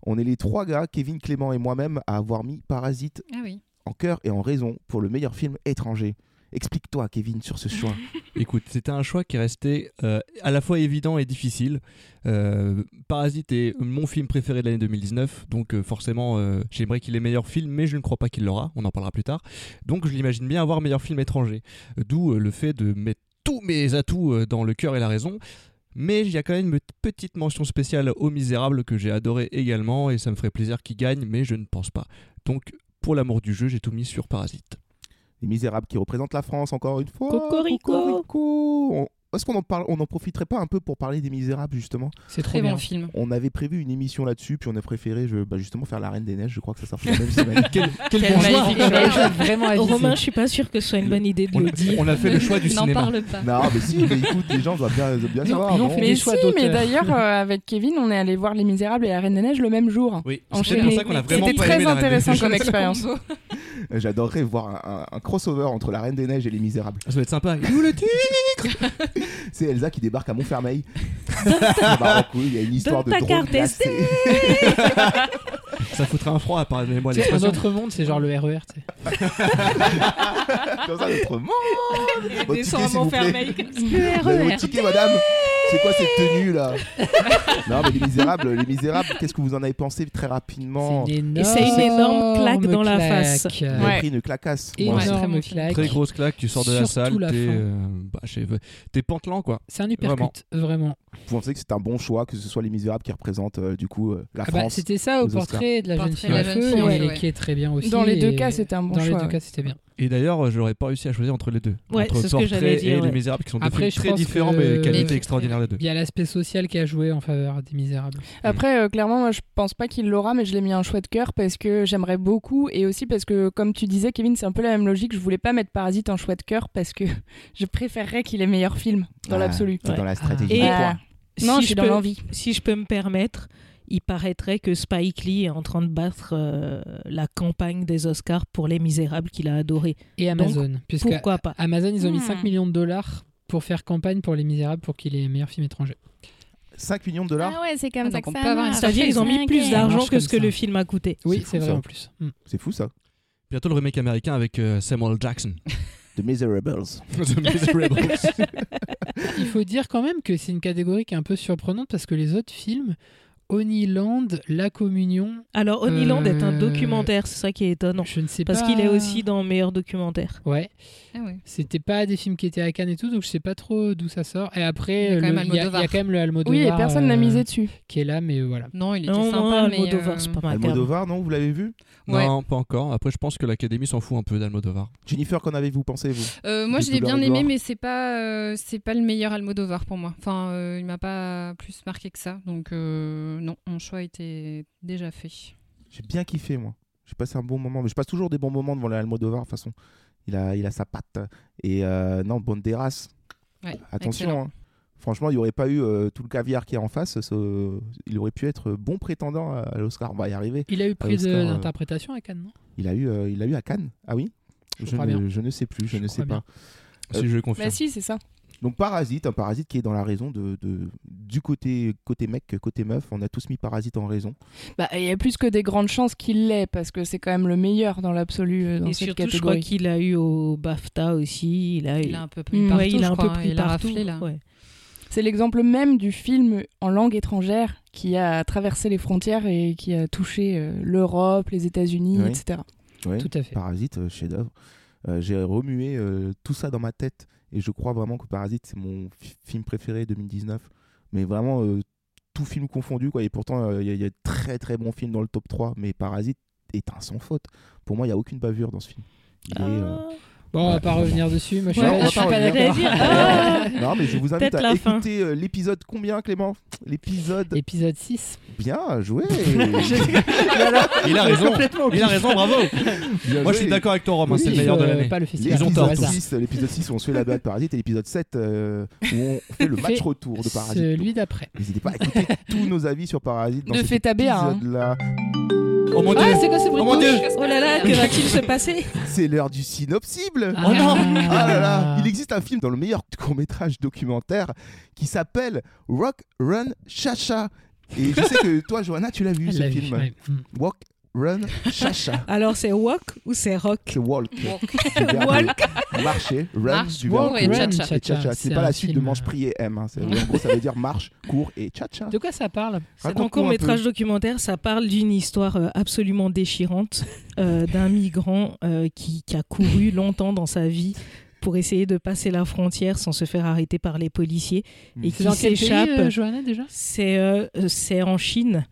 On est les trois gars, Kevin, Clément et moi-même, à avoir mis Parasite Ah oui. en cœur et en raison pour le meilleur film étranger. Explique-toi, Kevin, sur ce choix. Écoute, c'était un choix qui restait euh, à la fois évident et difficile. Euh, Parasite est mon film préféré de l'année 2019, donc euh, forcément euh, j'aimerais qu'il ait meilleur film, mais je ne crois pas qu'il l'aura, on en parlera plus tard. Donc je l'imagine bien avoir meilleur film étranger, d'où euh, le fait de mettre tous mes atouts euh, dans le cœur et la raison. Mais il y a quand même une petite mention spéciale aux Misérables que j'ai adoré également, et ça me ferait plaisir qu'il gagne, mais je ne pense pas. Donc pour l'amour du jeu, j'ai tout mis sur Parasite. les Misérables qui représentent la France encore une fois. Cocorico. Cocorico. On- Est-ce qu'on en parle On en profiterait pas un peu pour parler des Misérables justement C'est trop Très bien. bon film. On avait prévu une émission là-dessus, puis on a préféré je, bah, justement faire la Reine des Neiges. Je crois que ça sort la même semaine. Quel, quel Quel bon choix. magnifique On a choix. eu ça vraiment à Romain, visser. je suis pas sûr que ce soit une bonne idée de On le a, dire. on a fait le choix du N'en cinéma. parle pas. Non, mais si, mais écoute, les gens doivent bien, doivent bien Non, savoir. non, non fait Mais des si, choix d'auteur. mais d'ailleurs, euh, avec Kevin, on est allé voir Les Misérables et La Reine des Neiges le même jour. Oui, En c'est pour chaîne. ça qu'on a vraiment C'était pas aimé très la Reine des intéressant Neiges. comme expérience. Euh, J'adorerais voir un, un- un crossover entre la Reine des Neiges et les Misérables. Ça doit être sympa. Nous le tue C'est Elsa qui débarque à Montfermeil. Ça va en couille, il y a une histoire Donne ta de drone carte glacée. Ça foutrait un froid, pardonnez-moi Tu sais, un l'expression. autre monde, c'est genre le RER. tu sais. dans un autre monde. Votre ticket, Descends à s'il vous plaît. Montfermeil. Vous avez votre ticket, madame. C'est quoi cette tenue là Non, mais les Misérables, les Misérables. Qu'est-ce que vous en avez pensé très rapidement C'est une Et c'est une énorme claque dans la face. claque. Vous avez Ouais. pris une clacasse. Ouais, c'est Énorme vraiment claque. Très grosse claque, tu sors de la Surtout salle, la t'es fin. euh, bah, je sais pas, t'es pantelant quoi. C'est un hypercut, Vraiment. vraiment. Vous pensez que c'est un bon choix que ce soit les Misérables qui représentent euh, du coup euh, la Ah bah, France C'était ça au aux Oscars. portrait de la jeune Portrait fille de la à jeune feu, fille, et ouais. qui est très bien aussi. Dans les deux et- cas, c'était un bon Dans les choix. deux ouais. cas, c'était bien. Et d'ailleurs, euh, j'aurais pas réussi à choisir entre les deux. Ouais, entre c'est ce que Portrait j'allais dire, et Les ouais. Misérables qui sont deux Après, films je très pense différents que- mais qualité Mais- extraordinaire les deux. Il y a l'aspect social qui a joué en faveur des Misérables. Après, euh, clairement, moi, je pense pas qu'il l'aura, mais je l'ai mis un choix de cœur parce que j'aimerais beaucoup et aussi parce que, comme tu disais, Kevin, c'est un peu la même logique. Je voulais pas mettre Parasite en choix de cœur parce que je préférerais qu'il ait meilleur film dans Ah, l'absolu. t'es dans la stratégie. Et- des Ah. points. non, Si je suis dans peux- l'envie. Si je peux me permettre, il paraîtrait que Spike Lee est en train de battre euh, la campagne des Oscars pour Les Misérables qu'il a adoré. Et Amazon. puisque Pourquoi pas Amazon, ils ont mis Hmm. 5 millions de dollars pour faire campagne pour Les Misérables pour qu'il ait meilleur film étranger. 5 millions de dollars, ouais, c'est comme Ah, ça donc que on ça peut avoir une marche. C'est-à-dire ils ont mis plus Ok. d'argent marche que ce que comme ça. le film a coûté. Oui, fou, c'est vrai ça. en plus. Hmm. c'est fou ça. Bientôt le remake américain avec euh, Samuel Jackson. The Miserables. The Miserables. Il faut dire quand même que c'est une catégorie qui est un peu surprenante parce que les autres films, Honeyland, La Communion, Alors, Honeyland est un Euh, documentaire, c'est ça qui est étonnant. je ne sais Parce pas. qu'il est aussi dans Meilleur documentaire. Ouais, Ah oui. c'était pas des films qui étaient à Cannes et tout, donc je sais pas trop d'où ça sort. Et Il y a après, quand le- même il y, a- il y Almodovar. a quand même le Almodovar. Oui, et personne n'a euh, misé dessus. Qui est là, mais voilà. Non, il était Non, sympa, non, mais. Almodovar, euh, c'est pas mal. quand même. Almodovar, non Vous l'avez vu Ouais. Non, pas encore. Après, je pense que l'Académie s'en fout un peu d'Almodovar. Jennifer, qu'en avez-vous pensé vous Euh, moi, Du je l'ai bien Dolores aimé, Edward. mais c'est pas, euh, c'est pas le meilleur Almodovar pour moi. Enfin, euh, il m'a pas plus marqué que ça. Donc, euh, non, mon choix était déjà fait. J'ai bien kiffé moi. J'ai passé un bon moment. Mais je passe toujours des bons moments devant les Almodovar de toute façon. Il a, il a sa patte. Et euh, non, Banderas, Ouais, excellent. attention. hein. Franchement, il n'y aurait pas eu euh, tout le caviar qu'il y a en face. ce- Il aurait pu être bon prétendant à, à l'Oscar. On va y arriver. Il a eu prix Oscar, de- euh, d'interprétation à Cannes, non Il a eu, euh, il a eu à Cannes. Ah oui Je je crois ne, bien. je ne sais plus, je, Je ne sais crois pas. Euh, Si je le confirme. Bah si, c'est ça. Donc Parasite, un Parasite qui est dans la raison de, de- du côté côté mec, que côté meuf. On a tous mis Parasite en raison. Bah, il y a plus que des grandes chances qu'il l'ait parce que c'est quand même le meilleur dans l'absolu euh, dans Et cette surtout, je crois catégorie. qu'il a eu au BAFTA aussi. Il a, eu- Il a un peu pris Mm. partout. Ouais, il a je un crois, peu hein. pris Il a partout. raflé, là. ouais. C'est l'exemple même du film en langue étrangère qui a traversé les frontières et qui a touché euh, l'Europe, les États-Unis, Oui. etc. Ouais. Tout à fait. Parasite, euh, chef-d'œuvre. Euh, j'ai remué euh, tout ça dans ma tête et je crois vraiment que Parasite, c'est mon fi- film préféré 2019. Mais vraiment, euh, tout film confondu. Quoi. Et pourtant, euh, il y, a- il y a de très très bons films dans le top 3. Mais Parasite est un sans faute. Pour moi, il n'y a aucune bavure dans ce film. Il est, euh, Ah. Bon, on va pas revenir dessus. Moi, je suis Ouais, pas- on va je suis pas pas revenir. d'accord. J'allais dire, Non, mais je vous invite Ah. Peut-être à la fin. écouter euh, l'épisode combien, Clément L'épisode. Épisode 6. Bien joué Il a Ah, raison. Il a raison, bravo. Bien Moi, je joué. suis d'accord avec toi, Romain. Oui, c'est le il meilleur de Euh, l'année. Pas le L'épisode festival. Ils ont tort, tous. 6, L'épisode 6 où on se fait la blague de Parasite et l'épisode 7 euh, où on fait le match Fait retour de Parasite. Celui d'après. N'hésitez pas à écouter tous nos avis sur Parasite dans De cet Feta Béa, hein. épisode-là. Oh mon dieu Ah, c'est quoi ce bruit Oh mon de Dieu. bouche Oh là là, que va-t-il se passer C'est l'heure du synopsible Oh non Ah là là, il existe un film dans le meilleur court-métrage documentaire qui s'appelle Rock Run Chacha. Et je sais que toi, Johanna, tu l'as vu ce film. Walk Run Chacha. Alors, c'est walk ou c'est rock C'est walk. Du verbe Walk Marcher, run, Marche, du verbe cours et run cha-cha. et cha-cha. C'est pas la suite de Mange, pris Prier, aime. hein. C'est- En gros, ça veut dire marche, cours et cha-cha. De quoi ça parle C'est Raconte-nous un un court métrage peu. documentaire, ça parle d'une histoire euh, absolument déchirante euh, d'un migrant euh, qui, qui a couru longtemps dans sa vie pour essayer de passer la frontière sans se faire arrêter par les policiers Hmm. et C'est qui dans quel pays, s'échappe. euh, Johanna, déjà C'est euh, euh, c'est en Chine.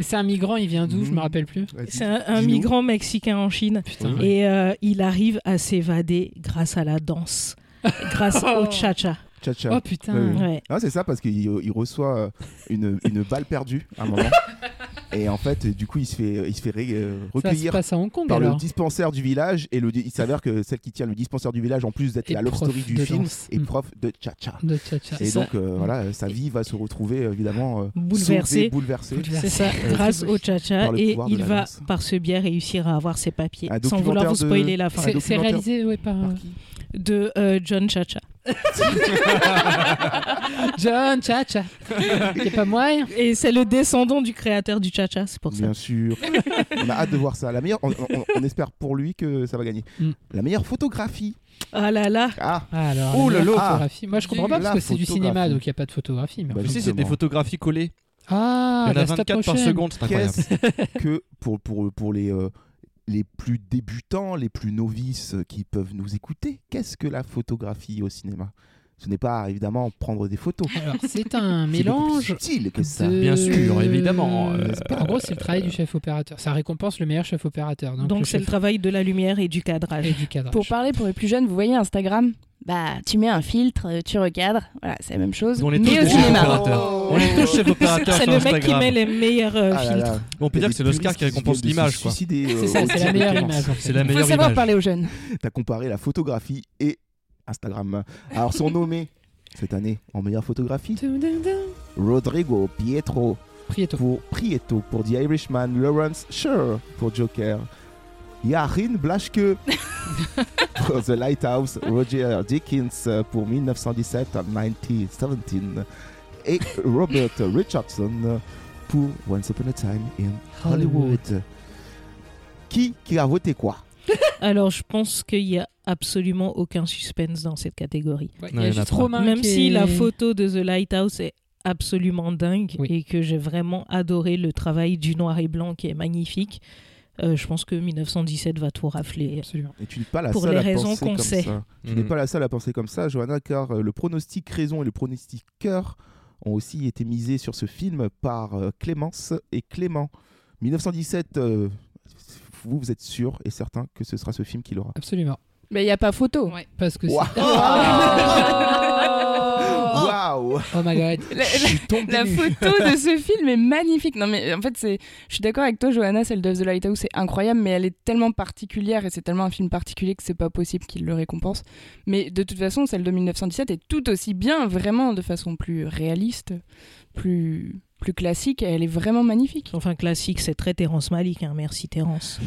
C'est un migrant, il vient d'où Je me rappelle plus. C'est un, un Dis-nous. migrant mexicain en Chine. Putain. Et euh, il arrive à s'évader grâce à la danse, grâce au cha-cha. Cha-cha. Oh putain. Euh, Ouais. Ah, c'est ça, parce qu'il il reçoit euh, une, une balle perdue à un moment. Et en fait, du coup, il se fait, il se fait ré- euh, Ça se recueillir passe à Hong Kong par le alors. dispensaire du village. Et le, di- il s'avère que celle qui tient le dispensaire du village, en plus d'être Est la love prof story du de film, danse. est Mm. prof de cha-cha. De cha-cha. Et C'est donc, euh, voilà, euh, sa vie va se retrouver euh, évidemment euh, Bouleversée. sauvée, bouleversée. C'est ça, grâce au cha-cha. Euh, Par le Et pouvoir de il la va, danse. Ah, par ce biais, réussir à avoir ses papiers. Un Sans vouloir documentaire vous de- spoiler la fin. C'est- C'est c'est réalisé ouais, par Par qui De euh, John Cha-Cha. John Cha-Cha. Il pas hein. moyen. Et c'est le descendant du créateur du cha-cha, c'est pour ça. Bien sûr. on a hâte de voir ça. La meilleure, on, on- on espère pour lui que ça va gagner. Mm. La meilleure photographie. Ah là là Ah, Alors, Oh la là là. photographie. Moi je comprends pas La parce que c'est du photographie. cinéma donc il n'y a pas de photographie. mais- Bah, Tu sais, c'est justement. des photographies collées. Ah, Il y en a la stop 24 par motion. seconde, c'est incroyable. qu'est-ce que pour, pour, pour les, euh, les plus débutants, les plus novices euh, qui peuvent nous écouter, qu'est-ce que la photographie au cinéma Ce n'est pas évidemment prendre des photos. Alors, c'est un C'est beaucoup plus mélange. subtil que ça. de- Bien sûr, évidemment, euh, n'est-ce pas En gros, c'est le travail du chef opérateur. Ça récompense le meilleur chef opérateur. Donc, Donc c'est le chef travail de la lumière et du cadrage. et du cadrage. Pour parler pour les plus jeunes, vous voyez Instagram Bah, tu mets un filtre, euh, tu recadres, voilà, c'est la même chose. On est tous mais au des hein. chefs cinéma. opérateurs. On est tous chefs opérateurs C'est sur le mec qui Instagram. met les meilleurs euh, Ah là là. filtres. On peut Il y a des dire que c'est l'Oscar puristes qui viennent récompense de se l'image, quoi. suicider, euh, C'est ça, au Oh, c'est tir la de meilleure clémence. image. en fait. C'est la Il faut meilleure savoir image. parler aux jeunes. T'as comparé la photographie et Instagram. Alors sont nommés cette année en meilleure photographie Rodrigo Pietro Prieto. pour Prieto, pour The Irishman, Lawrence Sher pour Joker, Yarin Blaschke pour The Lighthouse, Roger Dickens pour 1917 1917 et Robert Richardson pour Once Upon a Time in Hollywood. Qui, qui a voté quoi Alors je pense qu'il y a absolument aucun suspense dans cette catégorie. Ouais, Non, il y a il y en a juste pas. Romain Même qui si est- la photo de The Lighthouse est absolument dingue Oui. et que j'ai vraiment adoré le travail du noir et blanc qui est magnifique, euh, je pense que 1917 va tout rafler. Absolument. Et tu n'es pas la Pour seule les à raisons penser qu'on comme sait. ça. Tu Mm. n'es pas la seule à penser comme ça, Johanna, car euh, le pronostic raison et le pronostic cœur ont aussi été misés sur ce film par euh, Clémence et Clément. 1917, euh, vous, vous êtes sûr et certain que ce sera ce film qui l'aura. Absolument. Mais il n'y a pas photo. Ouais. Parce que Waouh c'est- Waouh Oh my god. Ah. La, la- Je suis tombé la nu. photo de ce film est magnifique. Non, mais en fait, c'est, je suis d'accord avec toi, Johanna, celle de The Lighthouse, c'est incroyable, mais elle est tellement particulière et c'est tellement un film particulier que c'est pas possible qu'il le récompense. Mais de toute façon, celle de 1917 est tout aussi bien, vraiment de façon plus réaliste, plus, plus classique, et elle est vraiment magnifique. Enfin classique, c'est très Terrence Malick, hein. merci Terrence.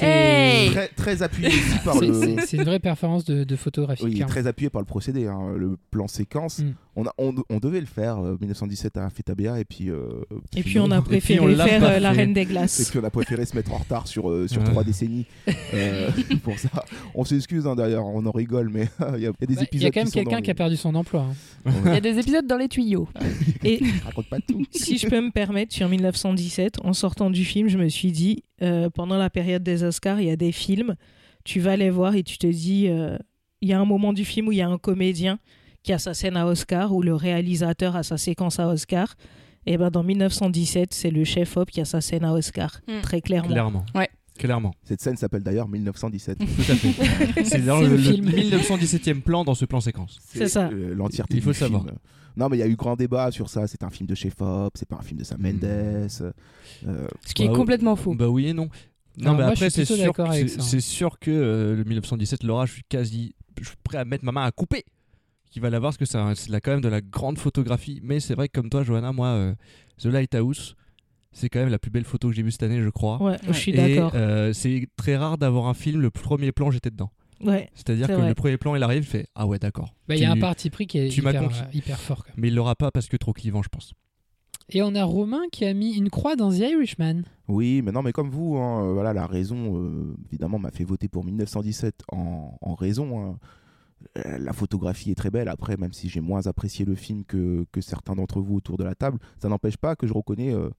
Hey Très, très appuyé aussi par C'est- le... C'est c'est une vraie performance de, de photographie. Oui, clairement. très appuyé par le procédé, hein, le plan séquence. Mm. On, a- on, on devait le faire, euh, 1917 à Fetabia, et puis... euh, Et puis on a puis, préféré on l'a faire pas euh, La fait. Reine des Et Glaces. puis on a préféré se mettre en retard sur, euh, sur Ouais. trois décennies euh, pour ça. On s'excuse hein, d'ailleurs, on en rigole, mais il y, a il y a des Bah, Il épisodes. y a quand même qui sont quelqu'un dans qui a les- perdu son emploi. hein. Il y a des épisodes dans les tuyaux. Et Je raconte pas tout. si je peux me permettre, sur 1917, en sortant du film, je me suis dit, euh, pendant la période des Oscars, il y a des films, tu vas les voir et tu te dis, euh, il y a un moment du film où il y a un comédien qui a sa scène à Oscar, ou le réalisateur a sa séquence à Oscar. Et ben dans 1917, c'est le chef-op qui a sa scène à Oscar, Mm. très clairement. Clairement. Ouais. Clairement. Cette scène s'appelle d'ailleurs 1917. Tout à fait. C'est dans C'est le, le le film. 1917e plan dans ce plan séquence. C'est ça. euh, L'entièreté Il faut du film. savoir. Non, mais il y a eu grand débat sur ça. C'est un film de chef-op, c'est pas un film de Hmm. Sam Mendes. Euh, Ce qui est Bah, complètement faux. Bah oui et non. Non, Non, mais moi, après je suis c'est plutôt sûr, d'accord que avec c'est- ça. c'est sûr que euh, le 1917 Laura, je suis quasi, je suis prêt à mettre ma main à couper qui va l'avoir parce que ça- c'est là quand même de la grande photographie. Mais c'est vrai que comme toi, Johanna, moi, euh, The Lighthouse, c'est quand même la plus belle photo que j'ai vue cette année, je crois. Ouais, je suis euh, Et d'accord. euh, c'est très rare d'avoir un film, le premier plan, j'étais dedans. Ouais. C'est-à-dire C'est que vrai. le premier plan, il arrive, il fait Ah ouais, d'accord. Bah, Il y a un Tu- parti pris qui est tu m'as hyper, conquis. euh, hyper fort. quoi. Mais il l'aura pas parce que trop clivant, je pense. Et on a Romain qui a mis une croix dans The Irishman. Oui, mais non, mais comme vous, hein, euh, voilà, la raison, euh, évidemment, m'a fait voter pour 1917 en, en raison. hein. Euh, La photographie est très belle. Après, même si j'ai moins apprécié le film que, que certains d'entre vous autour de la table, ça n'empêche pas que je reconnais euh,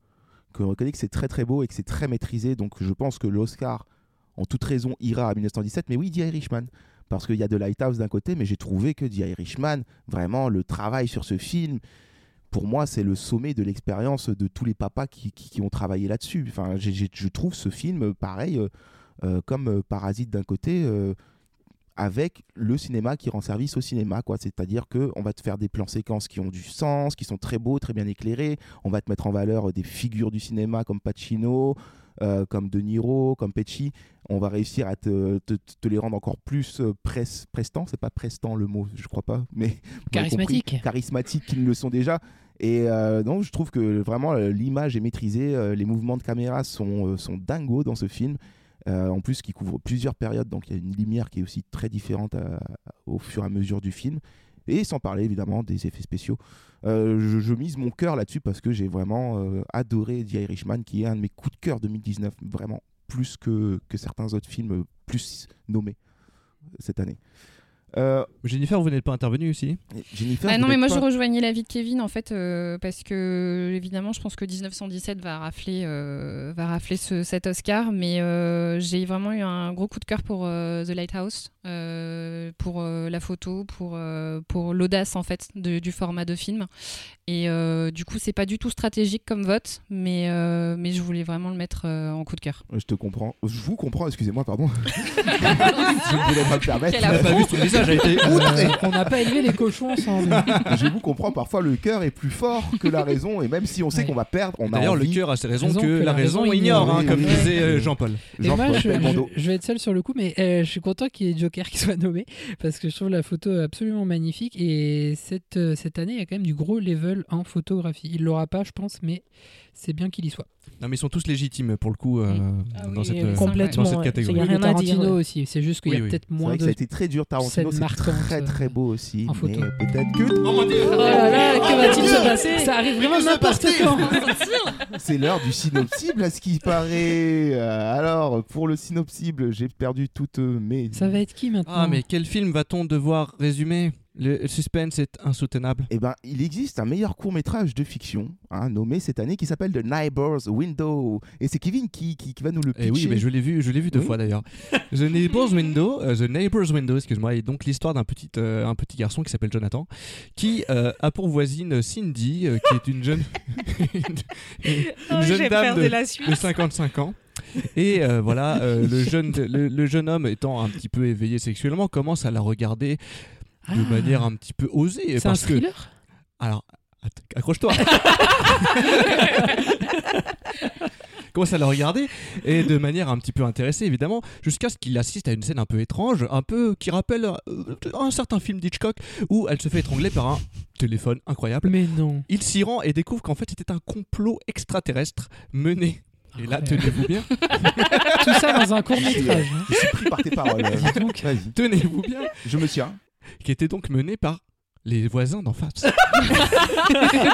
que, je reconnais que c'est très très beau et que c'est très maîtrisé. Donc, je pense que l'Oscar, en toute raison, ira à 1917. Mais oui, The Irishman. Parce qu'il y a The Lighthouse d'un côté, mais j'ai trouvé que The Irishman, vraiment, le travail sur ce film, pour moi, c'est le sommet de l'expérience de tous les papas qui, qui- qui ont travaillé là-dessus. Enfin, j'ai- j'ai- je trouve ce film euh, pareil, euh, euh, comme euh, Parasite d'un côté, euh, avec le cinéma qui rend service au cinéma. quoi. C'est-à-dire que on va te faire des plans séquences qui ont du sens, qui sont très beaux, très bien éclairés. On va te mettre en valeur euh, des figures du cinéma comme Pacino, euh, comme De Niro, comme Pesci. On va réussir à te, te- te les rendre encore plus euh, pres- prestants. C'est pas prestant le mot, je crois pas, mais vous avez compris, Charismatique. charismatiques qu'ils ne le sont déjà. Et euh, donc, je trouve que vraiment euh, l'image est maîtrisée, euh, les mouvements de caméra sont, euh, sont dingos dans ce film. Euh, en plus, qui couvre plusieurs périodes, donc il y a une lumière qui est aussi très différente à- au fur et à mesure du film. Et sans parler évidemment des effets spéciaux. Euh, je, je mise mon cœur là-dessus parce que j'ai vraiment euh, adoré The Irishman, qui est un de mes coups de cœur 2019, vraiment plus que, que certains autres films euh, plus nommés cette année. Euh, Jennifer, vous n'êtes pas intervenue aussi Bah Jennifer, Ah non, vous mais n'êtes moi pas- je rejoignais l'avis de Kevin en fait euh, parce que évidemment je pense que 1917 va rafler euh, va rafler ce- cet Oscar, mais euh, j'ai vraiment eu un gros coup de cœur pour euh, The Lighthouse, euh, pour euh, la photo, pour euh, pour l'audace en fait de- du format de film. Et euh, du coup c'est pas du tout stratégique comme vote, mais euh, mais je voulais vraiment le mettre euh, en coup de cœur. Je te comprends. Je vous comprends, excusez-moi, pardon. je ne voulais pas me permettre. Quelle affront. pas vu son visage, elle était Euh, on n'a pas élevé les cochons ensemble. Je vous comprends, parfois le cœur est plus fort que la raison, et même si on sait Ouais. qu'on va perdre, on a D'ailleurs, le envie. cœur a ses raisons Raison que la raison ignore, hein, Oui, comme oui. disait euh, Oui. Jean-Paul. Et moi, je, Jean-Paul Belmondo. je- je vais être seul sur le coup, mais euh, je suis content qu'il y ait Joker qui soit nommé parce que je trouve la photo absolument magnifique. Et cette, euh, cette année, il y a quand même du gros level en photographie. Il l'aura pas, je pense, mais c'est bien qu'il y soit. Non, mais ils sont tous légitimes pour le coup euh, Ah dans oui, cette, oui, euh, complètement, dans cette ouais. catégorie. Y a Et rien le à dire, Tarantino ouais. aussi. C'est juste qu'il y a Oui, oui. peut-être C'est moins vrai que de. ça a été très dur, Tarantino, c'est scènes marquantes, très euh, très beau aussi. en mais photo. peut-être que Oh euh, là là, que va-t-il se passer Ça arrive vraiment n'importe quand. c'est l'heure du synopsible à ce qui paraît. Euh, Alors, pour le synopsible, j'ai perdu toutes mes. Ça va être qui maintenant Ah, mais quel film va-t-on devoir résumer Le suspense est insoutenable. Eh ben, il existe un meilleur court-métrage de fiction, hein, nommé cette année, qui s'appelle The Neighbor's Window. Et c'est Kevin qui, qui, qui va nous le pitcher. Et Eh oui, mais je l'ai vu, je l'ai vu deux Oui. fois d'ailleurs. The Neighbor's Window, euh, The Neighbor's Window, excuse-moi, est donc l'histoire d'un petit, euh, un petit garçon qui s'appelle Jonathan, qui euh, a pour voisine Cindy, euh, qui est une jeune, Oh, une jeune dame de, de 55 ans. Et euh, voilà, euh, le, jeune, le, le jeune homme étant un petit peu éveillé sexuellement commence à la regarder de Ah, manière un petit peu osée. C'est un Parce que, thriller alors, att- accroche-toi. commence à le regarder et de manière un petit peu intéressée évidemment jusqu'à ce qu'il assiste à une scène un peu étrange un peu qui rappelle euh, un certain film d'Hitchcock où elle se fait étrangler par un téléphone incroyable Mais non. il s'y rend et découvre qu'en fait c'était un complot extraterrestre mené et là tenez-vous bien Tout ça dans un court métrage. hein. Je suis pris par tes paroles. euh. Dis donc. Vas-y, tenez-vous bien je me tiens. qui était donc mené par les voisins d'en face.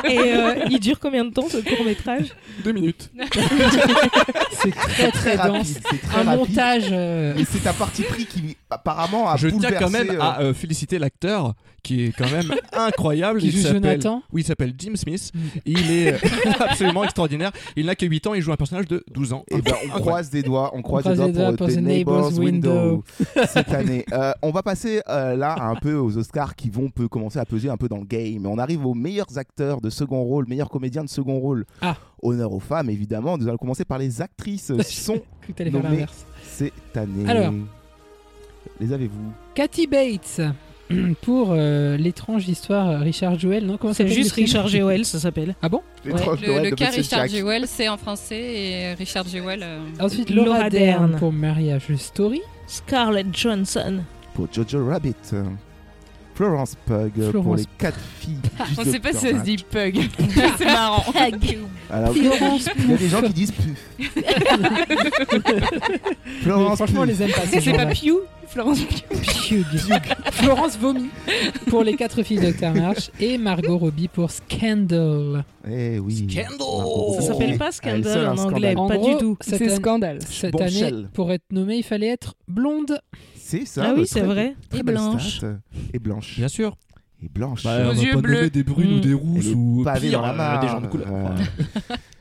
Et euh, il dure combien de temps ce court métrage Deux minutes. C'est très très Très rapide, dense. c'est très Un rapide. montage. euh, Et c'est un parti pris qui apparemment a Je tiens bouleversé, quand même euh, à euh, féliciter l'acteur qui est quand même incroyable. qui il joue s'appelle Jonathan. Oui, il s'appelle Jim Smith. Mm. Il est euh, absolument extraordinaire. Il n'a que 8 ans, il joue un personnage de 12 ans. Eh ben, on croise des doigts, on croise, croise des les doigts pour, The Neighbor's, Window cette année. Euh, on va passer euh, là un peu aux Oscars qui vont peu, commencer à peser un peu dans le game. On arrive aux meilleurs acteurs de second rôle, meilleurs comédiens de second rôle. Ah. Honneur aux femmes, évidemment. Nous allons commencer par les actrices sont Je crois que t'allais faire nommé. l'inverse. cette année. Alors. Les avez-vous Cathy Bates pour euh, l'étrange histoire Richard Jewell, non Comment C'est s'appelle juste le film Richard Jewell, ça s'appelle. Ah bon Les Ouais. tranches Le, d'Orel le de cas Monsieur Richard Jack. Jewell, c'est en français et Richard Jewell. euh, Ah, Ensuite Laura, Laura Dern, Dern. pour Marriage Story. Scarlett Johnson. Pour Jojo Rabbit. Florence Pug euh, pour Florence les quatre filles. plus On de sait pas si bah. 45. ça se dit pug. c'est marrant. Alors, Florence il y a des Pug. gens qui disent puf. Mais Florence franchement, on Pug. les aime pas. ces C'est gens-là. pas Piu Florence Piu. Pug. Florence vomit pour les quatre filles Dr. March et Margot Robbie pour Scandal. Eh oui. Scandal. Margot Ça Robbie. s'appelle À Oh. pas elle Scandal seule, en un scandale. anglais. En Pas gros, du tout. Cette, C'est année, scandale. cette Bon, année, Shell. pour être nommée, il fallait être blonde. C'est ça. Ah euh, oui, très c'est be- vrai. très Et belle blanche. stat. Et blanche. Bien sûr. Et blanche. Aux Bah, on va yeux pas bleus. nommer des brunes ou Mm. des rousses Elle est ou pavée pire, dans la euh, mare. des gens de couleur. Euh,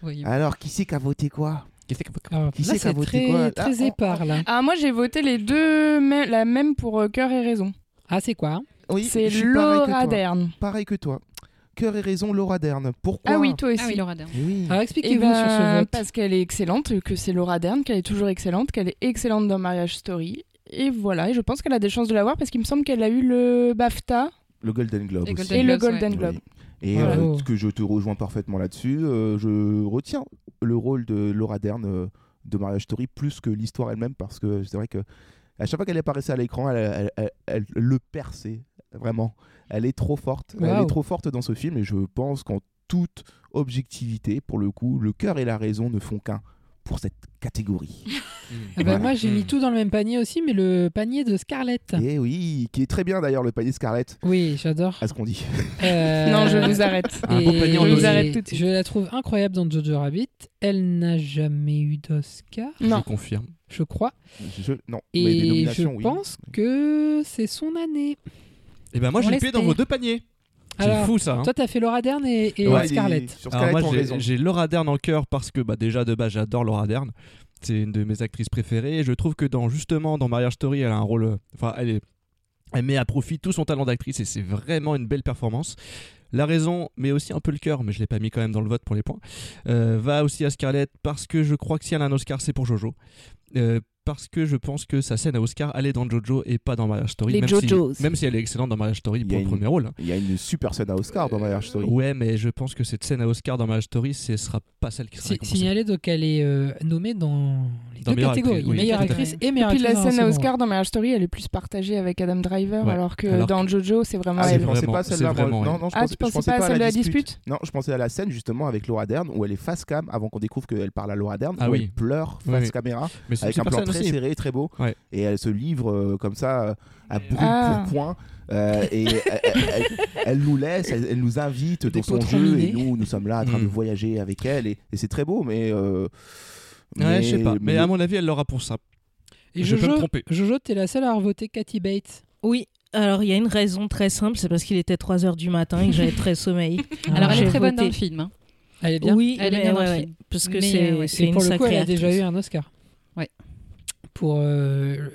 Oui. Alors, qui c'est qui a voté quoi Alors, Qui là, c'est qui a c'est voté très, quoi oh. Là, très on- épars, là. Ah, moi j'ai voté les deux, mais- la même pour euh, Cœur et Raison. Ah, c'est quoi Oui, c'est je suis pareil que Laura toi. Dern. Pareil que toi. Cœur et raison, Laura Dern. Pourquoi Ah oui, toi aussi. Ah oui, Laura Dern. Eh oui. Alors, Eh expliquez-vous ben, sur ce vote. Parce qu'elle est excellente, que c'est Laura Dern, qu'elle est toujours excellente, qu'elle est excellente dans Marriage Story. Et voilà, et je pense qu'elle a des chances de l'avoir parce qu'il me semble qu'elle a eu le BAFTA Le Golden Globe Le aussi. Golden et le Globes, Golden ouais. Globe. Oui. Et Voilà. euh, que je te rejoins parfaitement là-dessus. euh, je retiens le rôle de Laura Dern euh, de Marriage Story plus que l'histoire elle-même parce que c'est vrai que à chaque fois qu'elle apparaissait à l'écran, elle, elle- elle- elle le perçait vraiment. Elle est trop forte. Elle Waouh. est trop forte dans ce film et je pense qu'en toute objectivité, pour le coup, le cœur et la raison ne font qu'un pour cette catégorie. Ah bah, Voilà. Moi, j'ai Hmm. mis tout dans le même panier aussi, mais le panier de Scarlett. et oui, qui est très bien d'ailleurs le panier Scarlett, Oui, j'adore. Ah. à ce qu'on dit. Euh, Non, je vous arrête. Un beau et- panier en Je vous osier. arrête tout de suite. Je la trouve incroyable dans Jojo Rabbit. Elle n'a jamais eu d'Oscar, Je Non. confirme. je crois. Je- non, mais des Et je nominations, oui. pense que c'est son année. Et ben moi On j'ai payé dans l'espère. vos deux paniers. C'est Alors, fou ça. hein. toi, t'as fait Laura Dern et, et Ouais, Scarlett. il- Sur Alors Scarlett, moi en j'ai- raison. j'ai Laura Dern en cœur parce que bah, déjà de base j'adore Laura Dern. C'est une de mes actrices préférées. Et je trouve que dans justement dans Marriage Story elle a un rôle. euh, Enfin elle est. Elle met à profit tout son talent d'actrice et c'est vraiment une belle performance. La raison, mais aussi un peu le cœur, mais je l'ai pas mis quand même dans le vote pour les points, euh, va aussi à Scarlett parce que je crois que si elle a un Oscar, c'est pour Jojo. Euh, parce que je pense que sa scène à Oscar, elle est dans Jojo et pas dans Marriage Story. Les même, si- Jojos. même si elle est excellente dans Marriage Story Il y pour a le une- premier rôle. hein. Il y a une super scène à Oscar dans Marriage Story. Ouais, mais je pense que cette scène à Oscar dans Marriage Story, ce sera pas celle qui sera Si- récompensée. Signalé, donc elle est euh, nommée dans les Dans deux meilleure catégories, actrice, oui. meilleure Tout à fait. actrice et Et meilleure puis actrice. la dans un scène à second rôle. Oscar dans Marriage Story, elle est plus partagée avec Adam Driver, Ouais. alors que Alors dans Jojo, c'est vraiment Ah, c'est je elle. vrai. pensais vraiment- pas à c'est celle-là. moi. vraiment Non, elle. non, je, Ah, pensais, tu je pensais pensais pas à celle de la dispute Non, je pensais à la scène justement avec Laura Dern où elle est face cam avant qu'on découvre qu'elle parle à Laura Dern, Ah où oui. elle pleure Oui, face oui. caméra Mais c'est avec un une plan personne très aussi. serré, très beau, Ouais. et elle se livre euh, comme ça euh, à brûle Ah. pour point. euh, et elle, elle- elle nous laisse, elle, elle nous invite Des dans son pots jeu, et terminés. nous, nous sommes là en train de Mm. voyager avec elle, et, et c'est très beau, mais. euh, Ouais, je sais pas. Mais le- à mon avis, elle l'aura pour ça. Et Je peux me Jojo, tromper. Jojo t'es la seule à voter Cathy Bates. Oui, alors il y a une raison très simple, c'est parce qu'il était 3h du matin et que j'avais très sommeil. Alors elle Ah, J'ai est très bonne voté. dans le film. hein. Ah, Elle est bien. Oui, Elle est mais bien dans ouais, le ouais, film. parce que Mais, c'est euh, ouais. c'est et une pour le sacrée coup, elle a actrice. déjà eu un Oscar. Ouais. Pour euh,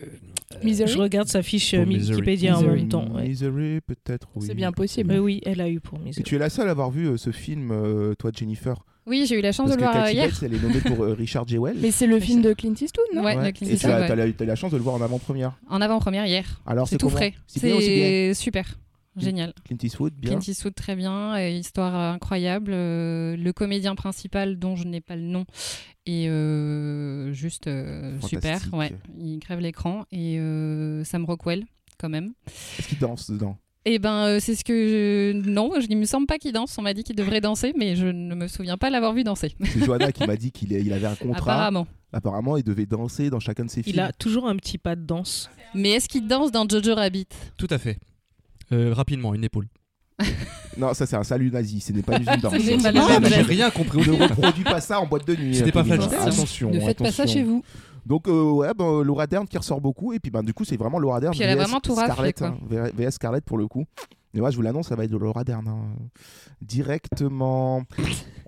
Misery. Je regarde sa fiche Pour euh, Misery. Wikipédia en Misery. même temps. ouais. Misery, peut-être, oui. C'est bien Mais possible. oui, elle a eu pour Et Misery. tu es la seule à avoir vu euh, ce film, euh, toi, Jennifer. Oui, j'ai eu la chance Parce de que le voir euh, Cathy hier. Bates, elle est nommée pour euh, Richard Jewell. Mais c'est le Mais film ça- de Clint Eastwood, non Ouais, le Clint Et tu Eastwood, as, ouais. t'as la- t'as la chance de le voir en avant-première. En avant-première hier. Alors C'est tout comment frais. C'est bien ou c'est bien C'est super. Génial. Clint Eastwood, bien. Clint Eastwood, très bien. euh, histoire euh, incroyable. euh, le comédien principal, dont je n'ai pas le nom, est euh, juste euh, super. Fantastique. Ouais. Il crève l'écran. Et euh, Sam Rockwell, quand même. Est-ce qu'il danse dedans Eh ben, euh, c'est ce que je... Non, je... il me semble pas qu'il danse. On m'a dit qu'il devrait danser, mais je ne me souviens pas l'avoir vu danser. C'est Johanna qui m'a dit qu'il est- il avait un contrat. Apparemment. Apparemment. il devait danser dans chacun de ses films. Il a toujours un petit pas de danse. Mais est-ce qu'il danse dans Jojo Rabbit Tout à fait. Euh, rapidement, une épaule. Non, ça c'est un salut nazi, ce n'est pas du film danse. n'est pas le Ah, même mais j'ai geste. rien compris au Ne début. reproduis pas ça en boîte de nuit. C'était pas Kevin. Flashdance. Attention. Ne faites pas ça attention. chez vous. Donc, euh, ouais, ben, Laura Dern qui ressort beaucoup. Et puis, ben, du coup, c'est vraiment Laura Dern. Puis elle a VS vraiment tout raflé, Scarlett, quoi. hein, VS VS Scarlett pour le coup. Et moi, je vous l'annonce, ça va être de Laura Dern. hein. Directement.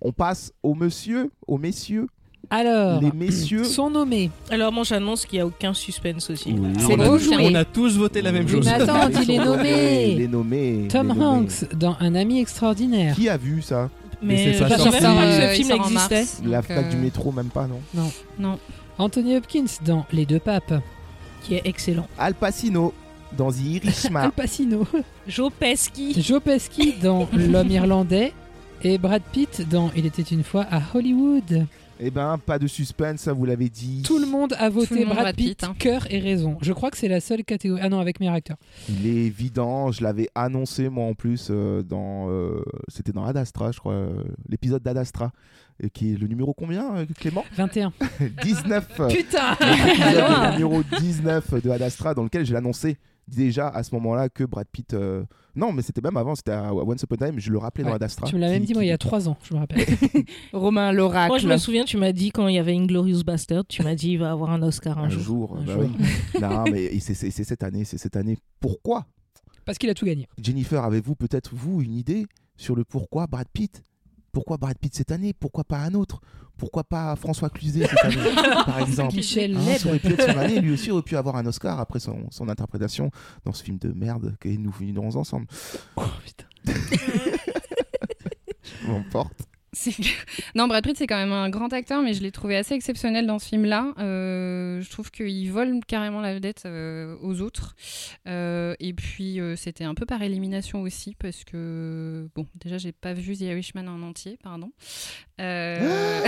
On passe aux messieurs. Aux messieurs. Alors, Les messieurs. sont nommés. Alors moi j'annonce qu'il n'y a aucun suspense aussi. Oui. C'est on, beau a, joué. on a tous voté la même Oui, chose. Mais attends, Ils sont il est nommé. Il est nommé. Tom il est nommé. Hanks dans Un ami extraordinaire. Qui a vu ça Mais Mais c'est je pas ne sorti. savais Ah, même pas que Euh, ce il film sort en mars, existait. donc, La plaque euh, du métro, même pas, non Anthony Hopkins dans Les deux papes. Qui est excellent. Al Pacino dans The Irishman. Al Pacino. Joe Pesci. Joe Pesci dans L'homme irlandais. Et Brad Pitt dans Il était une fois à Hollywood. Eh ben, pas de suspense, ça vous l'avez dit. Tout le monde a voté le monde Brad vote Pitt, Pitt, hein. cœur et raison. Je crois que c'est la seule catégorie. Ah non, avec meilleur acteur. Il est évident, je l'avais annoncé moi en plus euh, dans. euh, C'était dans Adastra, je crois, euh, l'épisode d'Adastra, euh, qui est le numéro combien, euh, Clément 21. 19 euh, Putain Ah, L'épisode numéro 19 de Adastra, dans lequel j'ai annoncé déjà à ce moment-là que Brad Pitt. euh, Non, mais c'était même avant, c'était à Once Upon a Time, je le rappelais dans Ouais, Adastra. Tu me l'as qui- même dit, moi, il y a qui- 3 ans, je me rappelle. Romain l'oracle. Moi, je me souviens, tu m'as dit quand il y avait Inglorious Bastard, tu m'as dit il va avoir un Oscar un, Un jour. jour, Un bah jour. oui. non, mais c'est c'est- c'est cette année, c'est cette année. Pourquoi Parce qu'il a tout gagné. Jennifer, avez-vous peut-être, vous, une idée sur le pourquoi Brad Pitt Pourquoi Brad Pitt cette année Pourquoi pas un autre Pourquoi pas François Cluzet cette année, par exemple Michel Hein, Leb. ça aurait pu être son année. Lui aussi aurait pu avoir un Oscar après son, son interprétation dans ce film de merde que nous venons ensemble. Oh, putain. Je m'emporte. C'est- Non, Brad Pitt, c'est quand même un grand acteur, mais je l'ai trouvé assez exceptionnel dans ce film-là. Euh, je trouve qu'il vole carrément la vedette euh, aux autres. Euh, et puis, euh, c'était un peu par élimination aussi, parce que, bon, déjà, j'ai pas vu The Irishman en entier, pardon. Euh,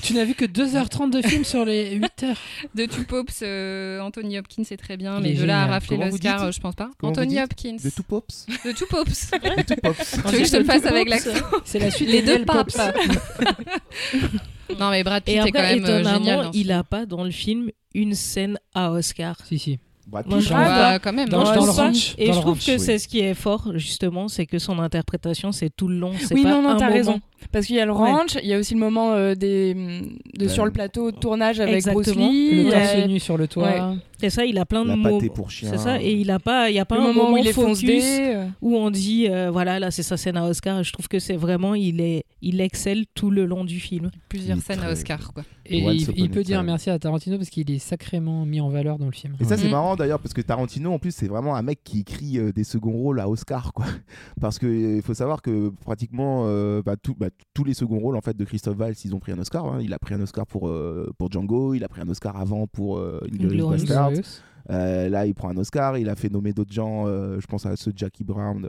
Tu n'as vu que 2h30 de film sur les 8h. de Two Popes, euh, Anthony Hopkins est très bien, Il mais est de là à génial. rafler Comment vous l'Oscar, dites euh, je pense pas. Comment vous Anthony dites Hopkins. De tout pops De Two Popes. De tout pops Tu veux que je te le fasse avec l'accent C'est la suite Les de deux Noël papes. Pops. Non, mais Brad Pitt Et est quand après, même euh, génial. hein. étonnamment, dans ce il a pas dans le film une scène à Oscar. Si, si. Brad Moi, Pitt, je- film. Ah, Bah, quand même. Dans- Moi, dans je le trouve- ranch, Et dans je le trouve ranch, que oui. c'est ce qui est fort, justement, c'est que son interprétation, c'est tout le long. c'est Oui, pas non, non, un t'as moment. raison. Parce qu'il y a le Ouais. ranch, il y a aussi le moment euh, des, de Ben, sur le plateau de tournage avec Bruce exactement. Lee. Le il y a- torse nu sur le toit. C'est ça, il a plein de la mots. pâtée pour chien. euh, C'est ça, et il a pas, il y a pas le un moment où il est focus foncé. où on dit, euh, voilà, là, c'est sa scène à Oscar. Et je trouve que c'est vraiment, il est, il excelle tout le long du film. plusieurs Il est scènes à très- Oscar, quoi. Et Once il, Upon il a peut dire Time. merci à Tarantino parce qu'il est sacrément mis en valeur dans le film. Et ça, c'est Mm. marrant d'ailleurs, parce que Tarantino, en plus, c'est vraiment un mec qui écrit euh, des seconds rôles à Oscar, quoi. Parce qu'il faut savoir que pratiquement euh, bah, tout- bah, tous les seconds rôles en fait, de Christophe Valls, ils ont pris un Oscar. hein. Il a pris un Oscar pour, euh, pour Django, il a pris un Oscar avant pour euh, Inglourious Inglourious Basterds. Glorious. Euh, là, il prend un Oscar, il a fait nommer d'autres gens, euh, je pense à ce Jackie Brown.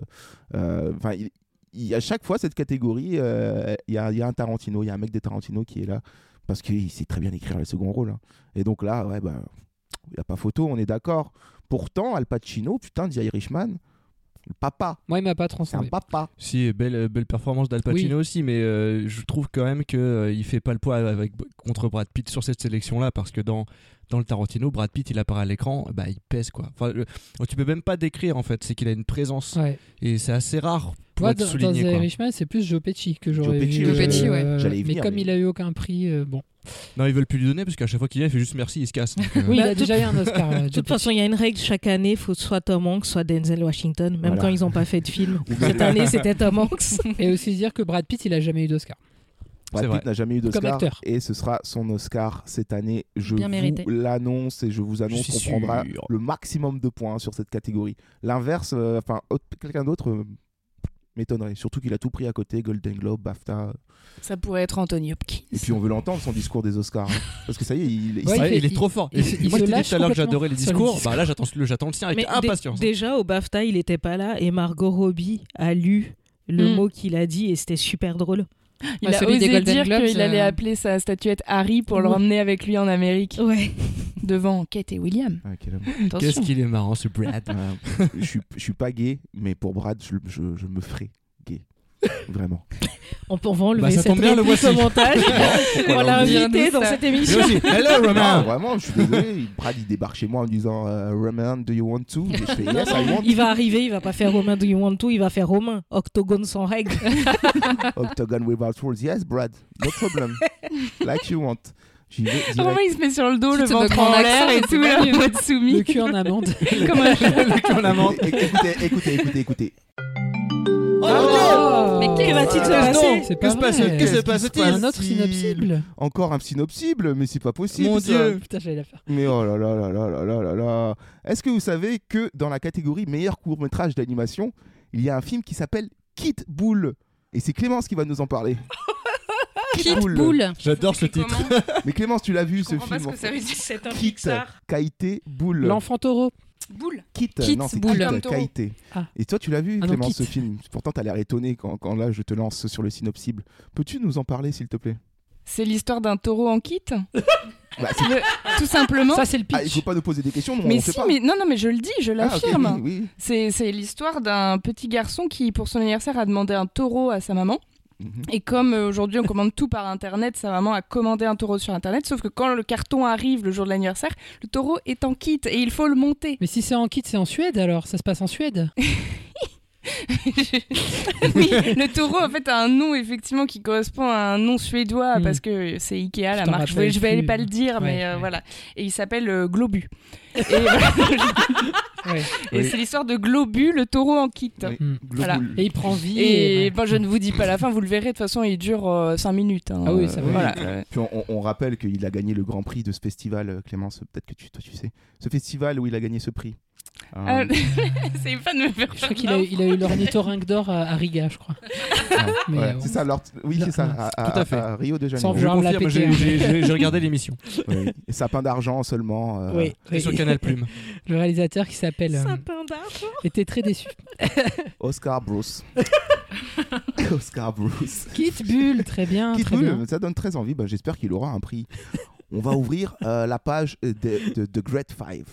Euh, Enfin, il- il- à chaque fois, cette catégorie, euh, il y, a, il y a un Tarantino, il y a un mec des Tarantino qui est là, parce qu'il sait très bien écrire les seconds rôles. hein. Et donc là, ouais, bah, il n'y a pas photo, on est d'accord. Pourtant, Al Pacino, putain, The Irishman, le papa, Moi, il m'a pas c'est un transcendé. papa. Si, belle, euh, belle performance d'Al Pacino aussi, mais euh, je trouve quand même qu'il il fait pas le poids avec, contre Brad Pitt sur cette sélection-là, parce que dans, dans le Tarantino, Brad Pitt, il apparaît à l'écran, bah, il pèse quoi. Enfin, le- tu peux même pas décrire en fait, c'est qu'il a une présence, Ouais. et c'est assez rare pour Moi, être dans, dans souligné. The quoi. Irishman, c'est plus Joe Pesci que j'aurais Pesci, vu. Joe Pesci, ouais. Euh, J'allais y mais venir, comme mais- il a eu aucun prix, euh, bon. Non, ils veulent plus lui donner, parce qu'à chaque fois qu'il vient, il fait juste merci, il se casse. Donc, euh, Bah, Oui, il a toute- déjà eu un Oscar. euh, De Joe toute façon, il y a une règle chaque année, il faut soit Tom Hanks, soit Denzel Washington, même Voilà. quand ils n'ont pas fait de film. Cette année, c'était Tom Hanks. Pesci. Et aussi dire que Brad Pitt, il a jamais eu d'Oscar. Brad vrai. Pitt n'a jamais eu Comme d'Oscar acteur. et ce sera son Oscar cette année. Je Bien vous mérité. l'annonce et je vous annonce suis qu'on prendra sûr. le maximum de points sur cette catégorie. L'inverse, euh, enfin autre- quelqu'un d'autre euh, m'étonnerait. Surtout qu'il a tout pris à côté, Golden Globe, BAFTA. Ça pourrait être Anthony Hopkins. Et puis on veut l'entendre son discours des Oscars, hein. parce que ça y est, il, il- Ouais, Ouais, il fait- il est il- trop fort. il- Et il moi, se je t'ai dit lâche tout à l'heure que j'adorais les complètement sur le discours. discours. Bah là, j'attends le j'attends le sien avec Mais dé- impatience. déjà, au BAFTA, il n'était pas là et Margot Robbie a lu le Mm. mot qu'il a dit et c'était super drôle. Il Bah, a celui des osé Golden dire Globes, qu'il allait euh, appeler sa statuette Harry pour le Ouais. ramener avec lui en Oh. Amérique Ouais. devant Kate et William. Ah, quel homme. Qu'est-ce Attention. qu'il est marrant ce Brad. Ouais, je, suis, je suis pas gay, mais pour Brad, je, je- je me ferai gay, vraiment. On, peut- on va enlever Bah, ça cette tombe bien, le réplique au voici. montage. Pourquoi on l'a l'enlever invité Viens-nous dans ça. cette Et émission. aussi, hello Non, Romain. vraiment, je suis désolé. Brad, il débarque chez moi en me disant euh, Roman, do you want to Et Je fais yes, I want. Il va arriver, il va pas faire Romain Do You Want To, il va faire Romain, Octogone sans règle. Octagon without rules. Yes, Brad, no problem. like you want. J'y vais direct. Comment il se met sur le dos, Tu le te moques ventre mon en accent, l'air et c'est tout, pas là, en bien. mode soumis Le cul en amande. comme un Écoutez, écoutez, écoutez, écoutez. Oh Mais Que va-t-il se passer C'est Que pas se passe- vrai. que se Qu'est-ce qui passe-t-il Un autre synopsible Encore un synopsible, mais c'est pas possible. Mon ça. Dieu. Putain, j'allais la faire. Mais oh là là là là là là là là. Est-ce que vous savez que dans la catégorie meilleur court métrage d'animation, il y a un film qui s'appelle Kit Bull et c'est Clémence qui va nous en parler. Kit Bull. J'adore ce titre. Mais Clémence, tu l'as vu Je ce comprends film pas ce que ça veut dire. C'est un Kit, Kaité Bull. L'enfant taureau. boule. Kit, Kit non, c'est Bull. Kit, Comme taureau. Kaité. Ah. Et toi, tu l'as vu, Ah non, Clémence, Kit. ce film. Pourtant, t'as l'air étonné quand, quand là, je te lance sur le synopsible. Peux-tu nous en parler, s'il te plaît C'est l'histoire d'un taureau en kit, Bah, c'est- Le- tout simplement. Ça, c'est le Ah, il faut pitch. pas nous poser des questions, nous, on mais sait si, pas. mais non, non, mais je le dis, je Ah, ok, l'affirme. oui, oui. C'est c'est l'histoire d'un petit garçon qui, pour son anniversaire, a demandé un taureau à sa maman. Mhm. Et comme euh, aujourd'hui on commande tout par internet, sa maman a commandé un taureau sur internet. Sauf que quand le carton arrive le jour de l'anniversaire, le taureau est en kit et il faut le monter. Mais si c'est en kit, c'est en Suède alors, ça se passe en Suède. oui, le taureau en fait a un nom effectivement qui correspond à un nom suédois Mm. parce que c'est Ikea la t'en marque. Je vais, rappelle je vais plus. pas le dire, Ouais, mais euh, ouais. voilà. Et il s'appelle euh, Globu. Et, voilà. Ouais. Et Oui. c'est l'histoire de Globu, le taureau en kit. Oui. Hmm. Voilà. Globule. Et il prend vie. Et ouais. bon, je ne vous dis pas la fin, vous le verrez. De toute façon, il dure 5 minutes. hein. Ah oui, ça Euh, va. voilà. Puis on, on- on rappelle qu'il a gagné le grand prix de ce festival, euh, Clémence, peut-être que tu, toi tu sais. Ce festival où il a gagné ce prix. Euh, Mmh. Ah, c'est pas de me faire. Je crois qu'il a, il a eu l'ornithorynque d'or à, à Riga, je crois. Euh, Mais ouais, bon. C'est ça, l'or- oui, c'est ça, à, à- Tout à fait. à Rio de Janeiro. Sans Je vouloir me la confirme, péter, j'ai- hein. j'ai j'ai- j'ai regardé l'émission. Oui. Et sapin d'argent seulement. euh, Oui, Et oui. sur Canal Plume. Le réalisateur qui s'appelle euh, Sapin d'argent. était très déçu. Oscar Bruce. Oscar Bruce. Kit Bull, très bien, Qui Ah, très nous- bien. ça donne très envie. Bah, J'espère qu'il aura un prix. On va ouvrir euh, la page euh, de, de, de Great Five.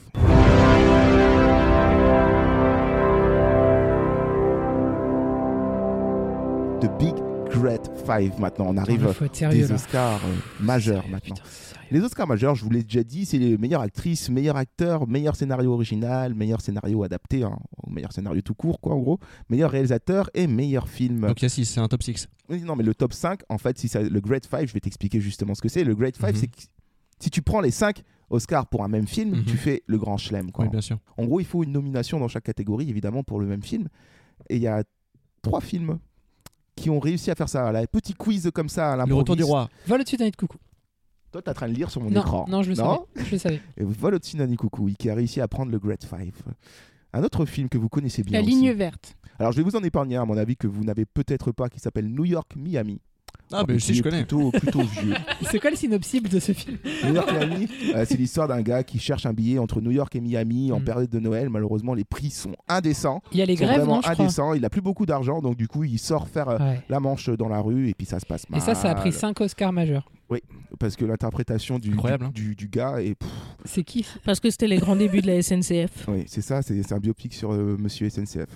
The Big Great Five maintenant. On arrive Il Ah, faut être sérieux des là. Oscars euh, majeurs Sérieux, maintenant. putain, c'est sérieux. Les Oscars majeurs, je vous l'ai déjà dit, c'est les meilleures actrices, meilleurs acteurs, meilleur scénario original, meilleur scénario adapté, hein, ou meilleur scénario tout court, quoi, en gros, meilleur réalisateur et meilleur film. Donc il y a 6, c'est un top 6. Oui, Non, mais le top 5, en fait, si ça, le Great 5, je vais t'expliquer justement ce que c'est. Le Great 5, Mhm. c'est que si tu prends les 5 Oscars pour un même film, Mhm. tu fais le grand chelem. quoi. Oui, bien sûr. En gros, il faut une nomination dans chaque catégorie, évidemment, pour le même film. Et il y a trois films qui ont réussi à faire ça. Là, petit quiz comme ça à Le l'improviste. retour du roi. Vole au-dessus d'un nid de coucou. Toi, t'es en train de lire sur mon non, écran. non, je le savais. Non Je le savais. Et Volodine Anikoukoui qui a réussi à prendre le Great Five. Un autre film que vous connaissez bien. La aussi. ligne verte. Alors je vais vous en épargner un, à mon avis que vous n'avez peut-être pas, qui s'appelle New York Miami. Ah, mais mais si qui je est connais. Plutôt, plutôt vieux. C'est quoi le synopsible de ce film New York Miami, euh, c'est l'histoire d'un gars qui cherche un billet entre New York et Miami en Mm. période de Noël. Malheureusement, les prix sont indécents. Il y a les Ils sont grèves, vraiment non, je crois. indécents. Il n'a plus beaucoup d'argent, donc du coup, il sort faire euh, Ouais. la manche dans la rue et puis ça se passe mal. Et ça, ça a pris 5 Oscars majeurs. Parce que l'interprétation du, Incroyable, hein. du, du gars est C'est qui Parce que c'était les grands débuts de la SNCF. Oui, c'est ça, c'est c'est un biopic sur euh, Monsieur SNCF.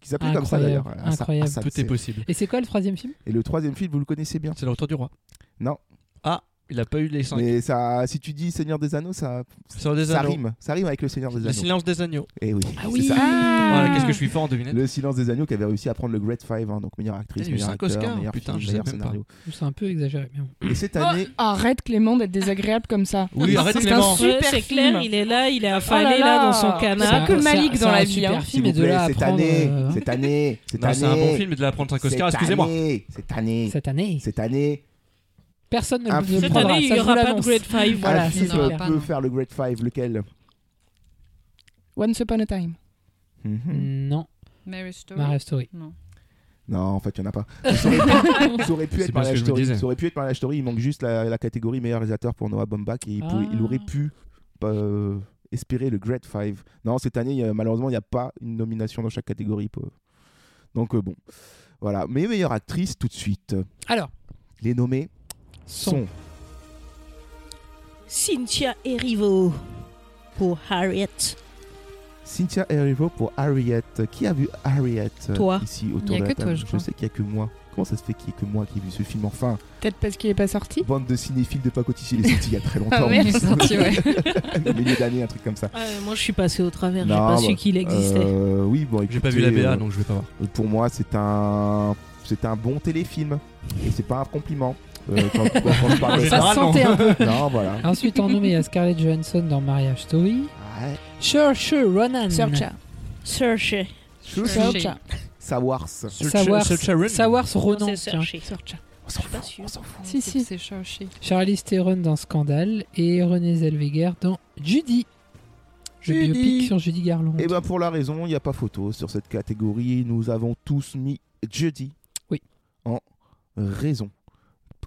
Qui s'appelle comme ça Incroyable, d'ailleurs. Ah, ça- incroyable. ah, ça, Tout c'est- est possible. Et c'est quoi le troisième film Et le troisième film, vous le connaissez bien. C'est le retour du roi. Non. Ah, il a pas eu les 5. Mais ça, si tu dis Seigneur des Anneaux, ça, Sur des ça anneaux. rime. Ça rime avec le Seigneur des Le Anneaux. silence des agneaux. Et Ah Ah oui, c'est ça. Voilà, qu'est-ce que je suis fort en devinette. Le silence des agneaux qui avait réussi à prendre le Great Five, hein, donc meilleure actrice, Il y a eu meilleur cinq acteur, Oscars, meilleur putain, film, je meilleur savais même scénario. C'est un peu exagéré, mais bon. Et cette année, arrête Clément d'être désagréable comme ça. Oui, arrête c'est Clément. un super c'est film. clair, il est là, il est affalé Oh là là, là. dans son C'est pas canard. que Malik dans la vie, C'est un hein. super s'il film, vous et de plaît, là à cette prendre, année, euh, cette année, cette Non, année, c'est un bon film, mais de la prendre 5 cette Oscars, excusez-moi. année, Cette année, cette année. cette année, Personne ne Un le ne le Cette prendra. année, il ça, n'y je aura vous pas de l'annonce. Mm. Great Five. Voilà, un c'est film clair. peut Non. faire le Great Five, lequel Once Upon a Time. Mhm. Non, Mary Story. Marvel Story. Non. Non, en fait, il n'y en a pas. Ça aurait pu- ça aurait pu être C'est bien ce que Marriage je me Story. disais. Ça aurait pu être Marriage Story. Il manque juste la, la catégorie meilleur réalisateur pour Noah Baumbach et il, pouvait- il Ah. aurait pu euh, espérer le Great Five. Non, cette année, il y a- malheureusement, il n'y a pas une nomination dans chaque catégorie. pour- Donc, euh, bon. Voilà. Mais meilleure actrice, tout de suite. Alors, Les nommés son. sont Cynthia Erivo pour Harriet. Cynthia Erivo pour Harriet. Qui a vu Harriet euh, Toi. ici autour Il y a de la que table toi, je crois. sais qu'il n'y a que moi. Comment ça se fait qu'il n'y ait que moi qui ai vu ce film Enfin, Peut-être parce qu'il est pas sorti. bande de cinéphiles de Pacotici, il est sorti il y a très longtemps. Il est sorti, Ah ouais. Au milieu d'année, un truc comme ça. Ah, moi, je suis passé au travers, j'ai Non, pas bah, su qu'il existait. Euh, oui, bon, J'ai pas vu la écoutez, BA, euh, donc je vais pas voir. Pour moi, c'est un, c'est un bon téléfilm. Et c'est pas un compliment. Euh, quand, quand- quand je parle de Ça ça. Général, non. sentait un peu. Non, voilà. Ensuite, on nomme il y a Scarlett Johansson dans Marriage Story. Ouais. Saoirse Ronan. Searcher. Searcher. Je sais Searcher. Searcher. savoir Saoirse- Saoirse Ronan. Saoirse Ronan. C'est tiens. Searcher. On s'en suis pas fout, sûre. on s'en fout. Si, si. C'est cherché. Charlize Theron dans Scandale. Et Renée Zellweger dans Judy. Le Judy. biopic sur Judy Garland. Et ben pour la raison, il n'y a pas photo sur cette catégorie. Nous avons tous mis jeudi. Oui. En raison.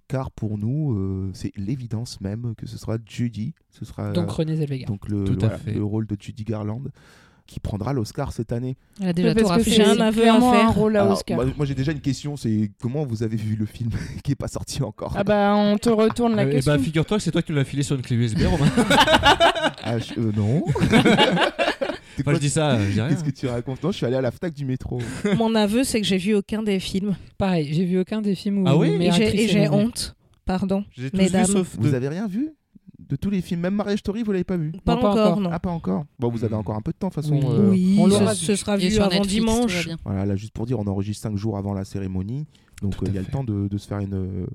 Car pour nous, euh, c'est l'évidence même que ce sera jeudi. Ce sera Euh, Donc Renée Zellweger. Donc le, Tout le- à voilà, fait. le rôle de Judy Garland. qui prendra l'Oscar cette année. Elle a déjà Parce tout que raflé. c'est J'ai un aveu à clairement un faire. rôle à Alors, Oscar. moi, bah, moi, j'ai déjà une question, c'est comment vous avez vu le film qui est pas sorti encore Ah bah on te retourne la Euh, eh question. ben, figure-toi que c'est toi qui nous l'as filé sur une clé USB, Romain. Ah, je- euh, Non. C'est Enfin, quoi- je dis ça, euh, je dis rien. Qu'est-ce que tu racontes Non, je suis allé à la FNAC du métro. Mon aveu, c'est que j'ai vu aucun des films. Pareil, j'ai vu aucun des films où. Ah oui où Et Mère j'ai- Actrice et est j'ai nommée. honte. Pardon. Je les ai tous Mesdames. vus, sauf Vous deux. avez rien vu de tous les films Même Marriage Story, vous l'avez pas vu Pas, pas encore, encore. non. Ah, pas encore Bon, vous Hmm. avez encore un peu de temps, de toute façon. Oui. euh, oui, on ce, l'aura ce sera Et vu sur avant Netflix, tout va dimanche. bien. Voilà, là, juste pour dire, on enregistre 5 jours avant la cérémonie, donc Tout à euh, il y a fait. le temps de, de se faire une, euh,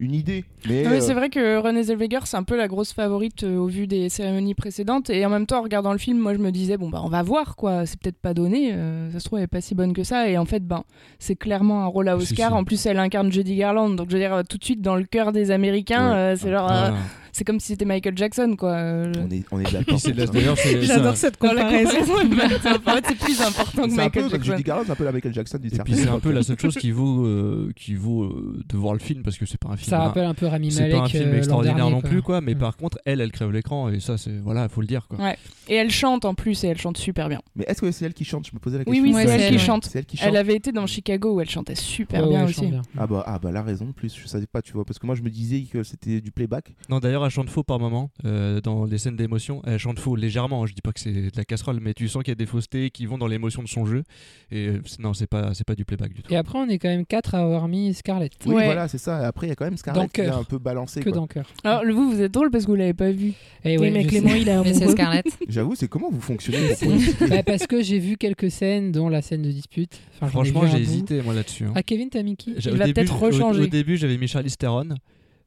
une idée. Mais, Ah euh, Oui, c'est vrai que Renée Zellweger, c'est un peu la grosse favorite euh, au vu des cérémonies précédentes. Et en même temps, en regardant le film, moi, je me disais, bon, bah, on va voir, quoi. C'est peut-être pas donné. euh, ça se trouve, elle est pas si bonne que ça. Et en fait, ben, c'est clairement un rôle à Si, Oscar. si. En plus, elle incarne Judy Garland. Donc, je veux dire, euh, tout de suite, dans le cœur des Américains, Ouais. euh, c'est genre, euh, Ah. c'est comme si c'était Michael Jackson, quoi. Euh, on est, on est Puis d'accord. c'est- pour ça. D'ailleurs, c'est- c'est un- J'adore cette dans la comparaison. comparaison, elle m'a- en fait, c'est plus important que C'est un peu, Michael comme Jackson. Judy Garland, c'est un peu la Michael Jackson d'une Et puis certaine c'est un époque. peu la seule chose qui vaut, euh, qui vaut euh, de voir le film parce que c'est pas un film. Ça hein. rappelle un peu Rami c'est pas un Malek. euh, film l'an extraordinaire dernier, non plus quoi, mais Mm. par contre elle elle crève l'écran et ça c'est voilà faut le dire quoi. Ouais. Et elle chante en plus, et elle chante super bien. Mais est-ce que c'est elle qui chante Je me posais la Oui, question. oui, Ouais, c'est elle, c'est qui elle, chante. C'est elle qui chante. Elle avait été dans Chicago où elle chantait super Ouais, bien ouais, je aussi. sens bien. Ah bah, ah bah la raison de plus, je savais pas, tu vois, parce que moi je me disais que c'était du playback. Non d'ailleurs elle chante faux par moment euh, dans les scènes d'émotion, elle chante faux légèrement, hein, je dis pas que c'est de la casserole mais tu sens qu'il y a des faussetés qui vont dans l'émotion de son jeu et euh, c'est- non c'est pas c'est pas du playback du tout. Et après, on est quand même quatre à avoir mis Scarlett. Oui, Ouais. voilà, c'est ça. Et Après, il y a quand même Scarlett qui a Cœur. un peu balancé. Que quoi. dans cœur. Eh Alors, le- vous, vous êtes drôle parce que vous l'avez pas vu. Et Oui, mais Clément, Ah, il est Mais c'est amoureux. Scarlett. J'avoue, c'est comment vous fonctionnez pour C'est- politiquer Bah, parce que j'ai vu quelques scènes, dont la scène de dispute. Enfin, j'en ai Franchement vu un j'ai bout. hésité moi là-dessus. hein. Ah, Kevin, t'as mis qui J'ai- Il au va début, peut-être au- rechanger. Au, début j'avais mis Charlize Theron.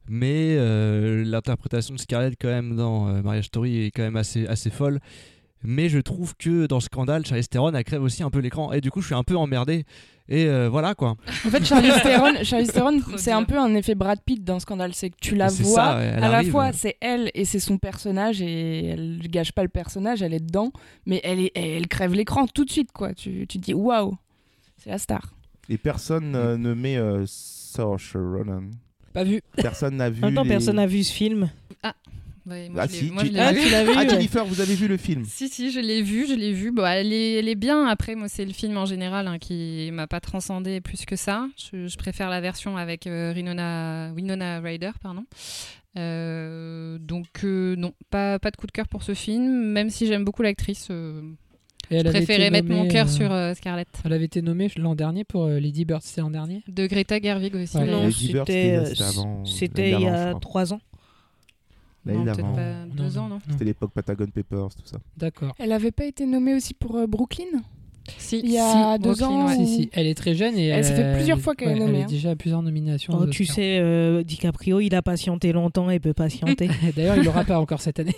Mais euh, l'interprétation de Scarlett quand même dans euh, Marriage Story est quand même assez, assez folle. Mais je trouve que dans Scandale, Charlize Theron elle crève aussi un peu l'écran. Et du coup je suis un peu emmerdé. Et euh, voilà quoi. En fait, Charlize Theron, Charlize Theron, Trop c'est dur. un peu un effet Brad Pitt dans Scandale. C'est que tu la C'est vois, ça, ouais, elle à la arrive. fois c'est elle et c'est son personnage et elle gâche pas le personnage, elle est dedans, mais elle, est, elle crève l'écran tout de suite quoi. Tu, tu te dis waouh, c'est la star. Et personne euh, ne met euh, Saoirse Ronan. Pas vu. Personne n'a vu. En même temps, les- personne n'a vu ce film. Ouais, moi, Ah, je si, l'ai- moi, tu- je l'ai Ah, vu. tu l'as vu Ah, ouais. Jennifer, vous avez vu le film Si, si, je l'ai vu, je l'ai vu. Bon, elle est, elle est bien. Après, moi, c'est le film en général hein, qui m'a pas transcendé plus que ça. Je, je préfère la version avec euh, Rinona- Winona Ryder, pardon. Euh, donc, euh, non, pas, pas de coup de cœur pour ce film, même si j'aime beaucoup l'actrice. euh, Et je elle avait préférais été mettre mon nommée, cœur euh, sur euh, Scarlett. Elle avait été nommée l'an dernier pour euh, Lady Bird, c'était l'an dernier De Greta Gerwig aussi. Ouais. d'ailleurs. Non, Les Divers, c'était c'était- euh, c'était avant- c'était l'année il y d'avant, je a crois. trois ans. L'année Non, peut-être d'avant. pas deux ans, non C'était l'époque Patagon Papers, tout ça. D'accord. Elle avait pas été nommée aussi pour euh, Brooklyn Si, Il y a si, deux Brooklyn, ans, ouais. Si, si, elle est très jeune et Elle, ça fait euh, plusieurs fois qu'elle est ouais, nommée, Elle hein. est déjà à plusieurs nominations. Oh, aux tu Oscars. sais, euh, DiCaprio, il a patienté longtemps et peut patienter. D'ailleurs, il l'aura pas encore cette année.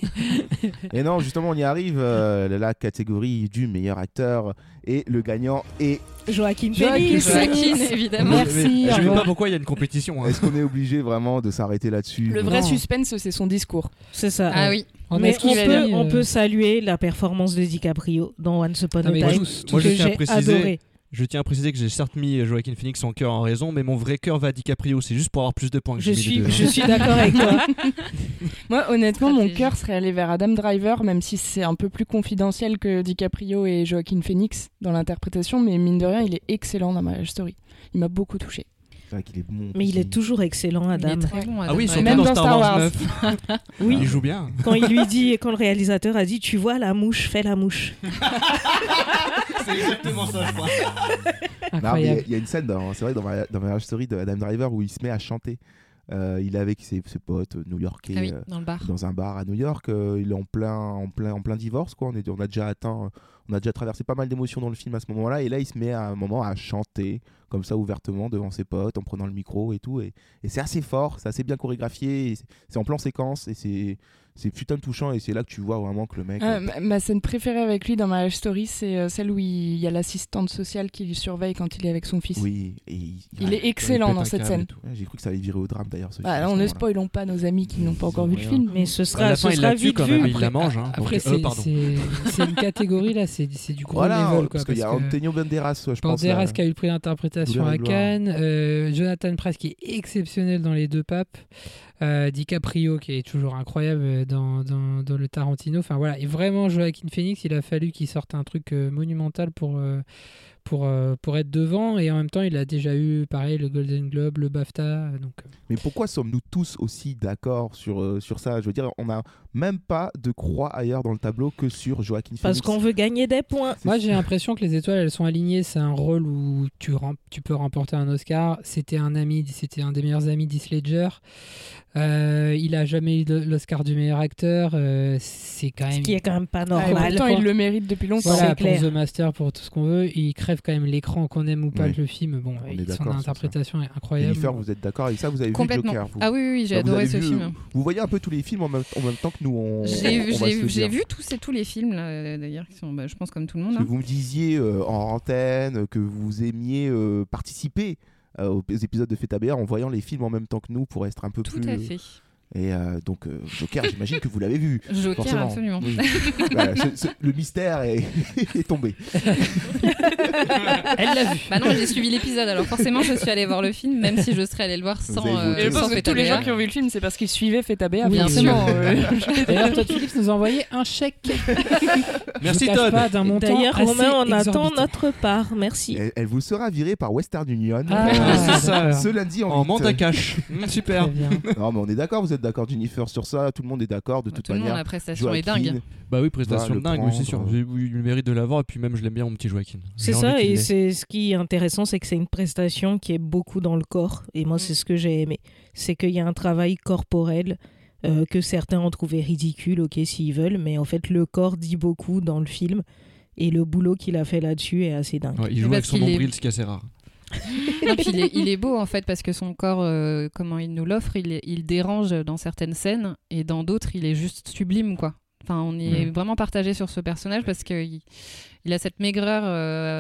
Et non, justement, on y arrive. euh, la catégorie du meilleur acteur. Et le gagnant est. Joaquin Joaquin Phoenix. Joaquin, évidemment. Mais- Merci, mais au Je sais revoir. pas pourquoi il y a une compétition. hein. Est-ce qu'on est obligé vraiment de s'arrêter là-dessus Le Non. vrai Non. suspense, c'est son discours. C'est ça. Ah oui, On a mais ce on qu'il a peut, dit, on euh, peut saluer la performance de DiCaprio dans Once Upon Ah, a mais Time. tous, tous Moi, que je tiens à j'ai préciser- adoré. Je tiens à préciser que j'ai certes mis Joaquin Phoenix en cœur en raison, mais mon vrai cœur va à DiCaprio. C'est juste pour avoir plus de points que Je j'ai mis les suis, deux, je hein. suis d'accord avec toi. Moi, honnêtement, mon Stratégie. cœur serait allé vers Adam Driver, même si c'est un peu plus confidentiel que DiCaprio et Joaquin Phoenix dans l'interprétation, mais mine de rien, il est excellent dans Marriage Story. Il m'a beaucoup touché. C'est vrai qu'il est bon. Mais il est toujours excellent, Adam. il est très bon. Ah Adam oui, surtout Driver. Même dans hein, dans Star Star Wars Wars. 9. Oui. Il joue bien. Quand il lui dit, quand le réalisateur a dit, tu vois la mouche, fais la mouche. C'est exactement ça, je crois. Non, mais euh, il y a- Incroyable. il y, a une scène, dans- c'est vrai, dans Mar- dans Marriage Story de Adam Driver où il se met à chanter. Euh, il est avec ses, ses potes euh, new-yorkais Ah oui, euh, dans le bar. dans un bar à New York. euh, il est en plein, en plein, en plein divorce. Quoi. On, est, on a déjà atteint, on a déjà traversé pas mal d'émotions dans le film à ce moment-là. Et là, il se met à un moment à chanter comme ça ouvertement devant ses potes en prenant le micro et tout. Et, et c'est assez fort, c'est assez bien chorégraphié. et c'est- C'est en plan séquence et c'est c'est putain de touchant. Et c'est là que tu vois vraiment que le mec. Ah, euh, ma, ma scène préférée avec lui dans Marriage Story, c'est euh, celle où il y a l'assistante sociale qui le surveille quand il est avec son fils. oui, et il, Il est Il excellent pète dans un cette câble et scène. tout. Ouais, J'ai cru que ça allait virer au drame d'ailleurs. ce film, à Bah, ce on ne moment-là. spoilons pas nos amis qui n'ont pas encore vu le Rien. film. Mais ce À sera, la fin, ce il sera la tue vite quand vu. même, il la mange. hein. Après, Donc, euh, c'est pardon. c'est- c'est une catégorie là, c'est c'est du gros Voilà, level. Quoi, parce qu'il y a que Antonio Banderas, je pense. Banderas là. qui a eu le prix d'interprétation Citation Douleur et à gloire. Cannes. euh, Jonathan Price qui est exceptionnel dans Les Deux Papes. euh, DiCaprio qui est toujours incroyable dans, dans, dans le Tarantino. Enfin voilà. Et vraiment, Joaquin Phoenix, il a fallu qu'il sorte un truc euh, monumental pour, euh, pour, euh, pour être devant. Et en même temps, il a déjà eu, pareil, le Golden Globe, le BAFTA. Donc, euh, Mais pourquoi sommes-nous tous aussi d'accord sur, euh, sur ça Je veux dire, on n'a même pas de croix ailleurs dans le tableau que sur Joaquin Phoenix. Parce qu'on veut gagner des points. C'est Moi, sûr. j'ai l'impression que les étoiles, elles sont alignées. C'est un rôle où tu, rem- tu peux remporter un Oscar. C'était un ami, c'était un des meilleurs amis d'Heath Ledger. Euh, il a jamais eu de- l'Oscar du meilleur acteur. Euh, c'est quand Ce même. qui est quand même pas Ah, et normal. pourtant, il le mérite depuis longtemps. Voilà, c'est pour clair. The Master, pour tout ce qu'on veut, il crève quand même l'écran qu'on aime ou pas Oui. le film. Bon, On euh, est son d'accord sur ça. interprétation est incroyable. Jennifer, vous êtes d'accord avec ça Vous avez vu Complètement. Joker vous Ah oui, oui, oui, j'ai Bah, vous adoré avez ce vu- film. Vous voyez un peu tous les films en même, en même temps que nous. On, J'ai on va se j'ai- le j'ai dire. vu tous, et tous les films, là, d'ailleurs, qui sont, bah, je pense, comme tout le monde. Parce hein. que vous me disiez euh, en antenne que vous aimiez euh, participer euh, aux épisodes de Fête ABR en voyant les films en même temps que nous pour être un peu Tout plus. à fait. Et euh, donc, euh, Joker, j'imagine que vous l'avez vu. Joker, Forcément. absolument. Oui. Voilà, ce- ce- le mystère est, est tombé. Elle l'a vu. Bah non, j'ai suivi l'épisode, alors forcément, je suis allée voir le film, même si je serais allée le voir Vous sans. avez euh, voté. Et je sans pense que fête tous les ABR. gens qui ont vu le film, c'est parce qu'ils suivaient Fête ABA, Oui, bien forcément. sûr. euh, D'ailleurs, toi, Philippe nous envoyait un chèque. Je Merci vous cache Todd. pas, d'un montant D'ailleurs, assez Romain, on attend exorbitant. notre part. Merci. Elle, elle vous sera virée par Western Union. Euh, Ah, c'est ça. Ce lundi en En huit. mande à cash. Mm, super. Très bien. Non, mais on est d'accord, vous êtes d'accord, Jennifer, sur ça. Tout le monde est d'accord, de Bah, toute tout le monde, manière. la prestation est Joaquin, dingue. Bah oui, prestation Va le dingue, prendre. c'est sûr. J'ai eu le mérite de l'avoir et puis même je l'aime bien mon petit Joaquin. C'est J'ai envie ça, qu'il et l'ait. c'est ce qui est intéressant, c'est que c'est une prestation qui est beaucoup dans le corps. Et moi, c'est ce que j'ai aimé. C'est qu'il y a un travail corporel euh, que certains ont trouvé ridicule, ok, s'ils veulent, mais en fait, le corps dit beaucoup dans le film. Et le boulot qu'il a fait là-dessus est assez dingue. Ouais, il Mais joue parce avec son qu'il est- nombril, ce qui est assez rare. Non, puis il, est, il est beau en fait parce que son corps, euh, comment il nous l'offre, il, est- il dérange dans certaines scènes et dans d'autres, il est juste sublime quoi. Enfin, on est Mm. vraiment partagé sur ce personnage parce qu'il il a cette maigreur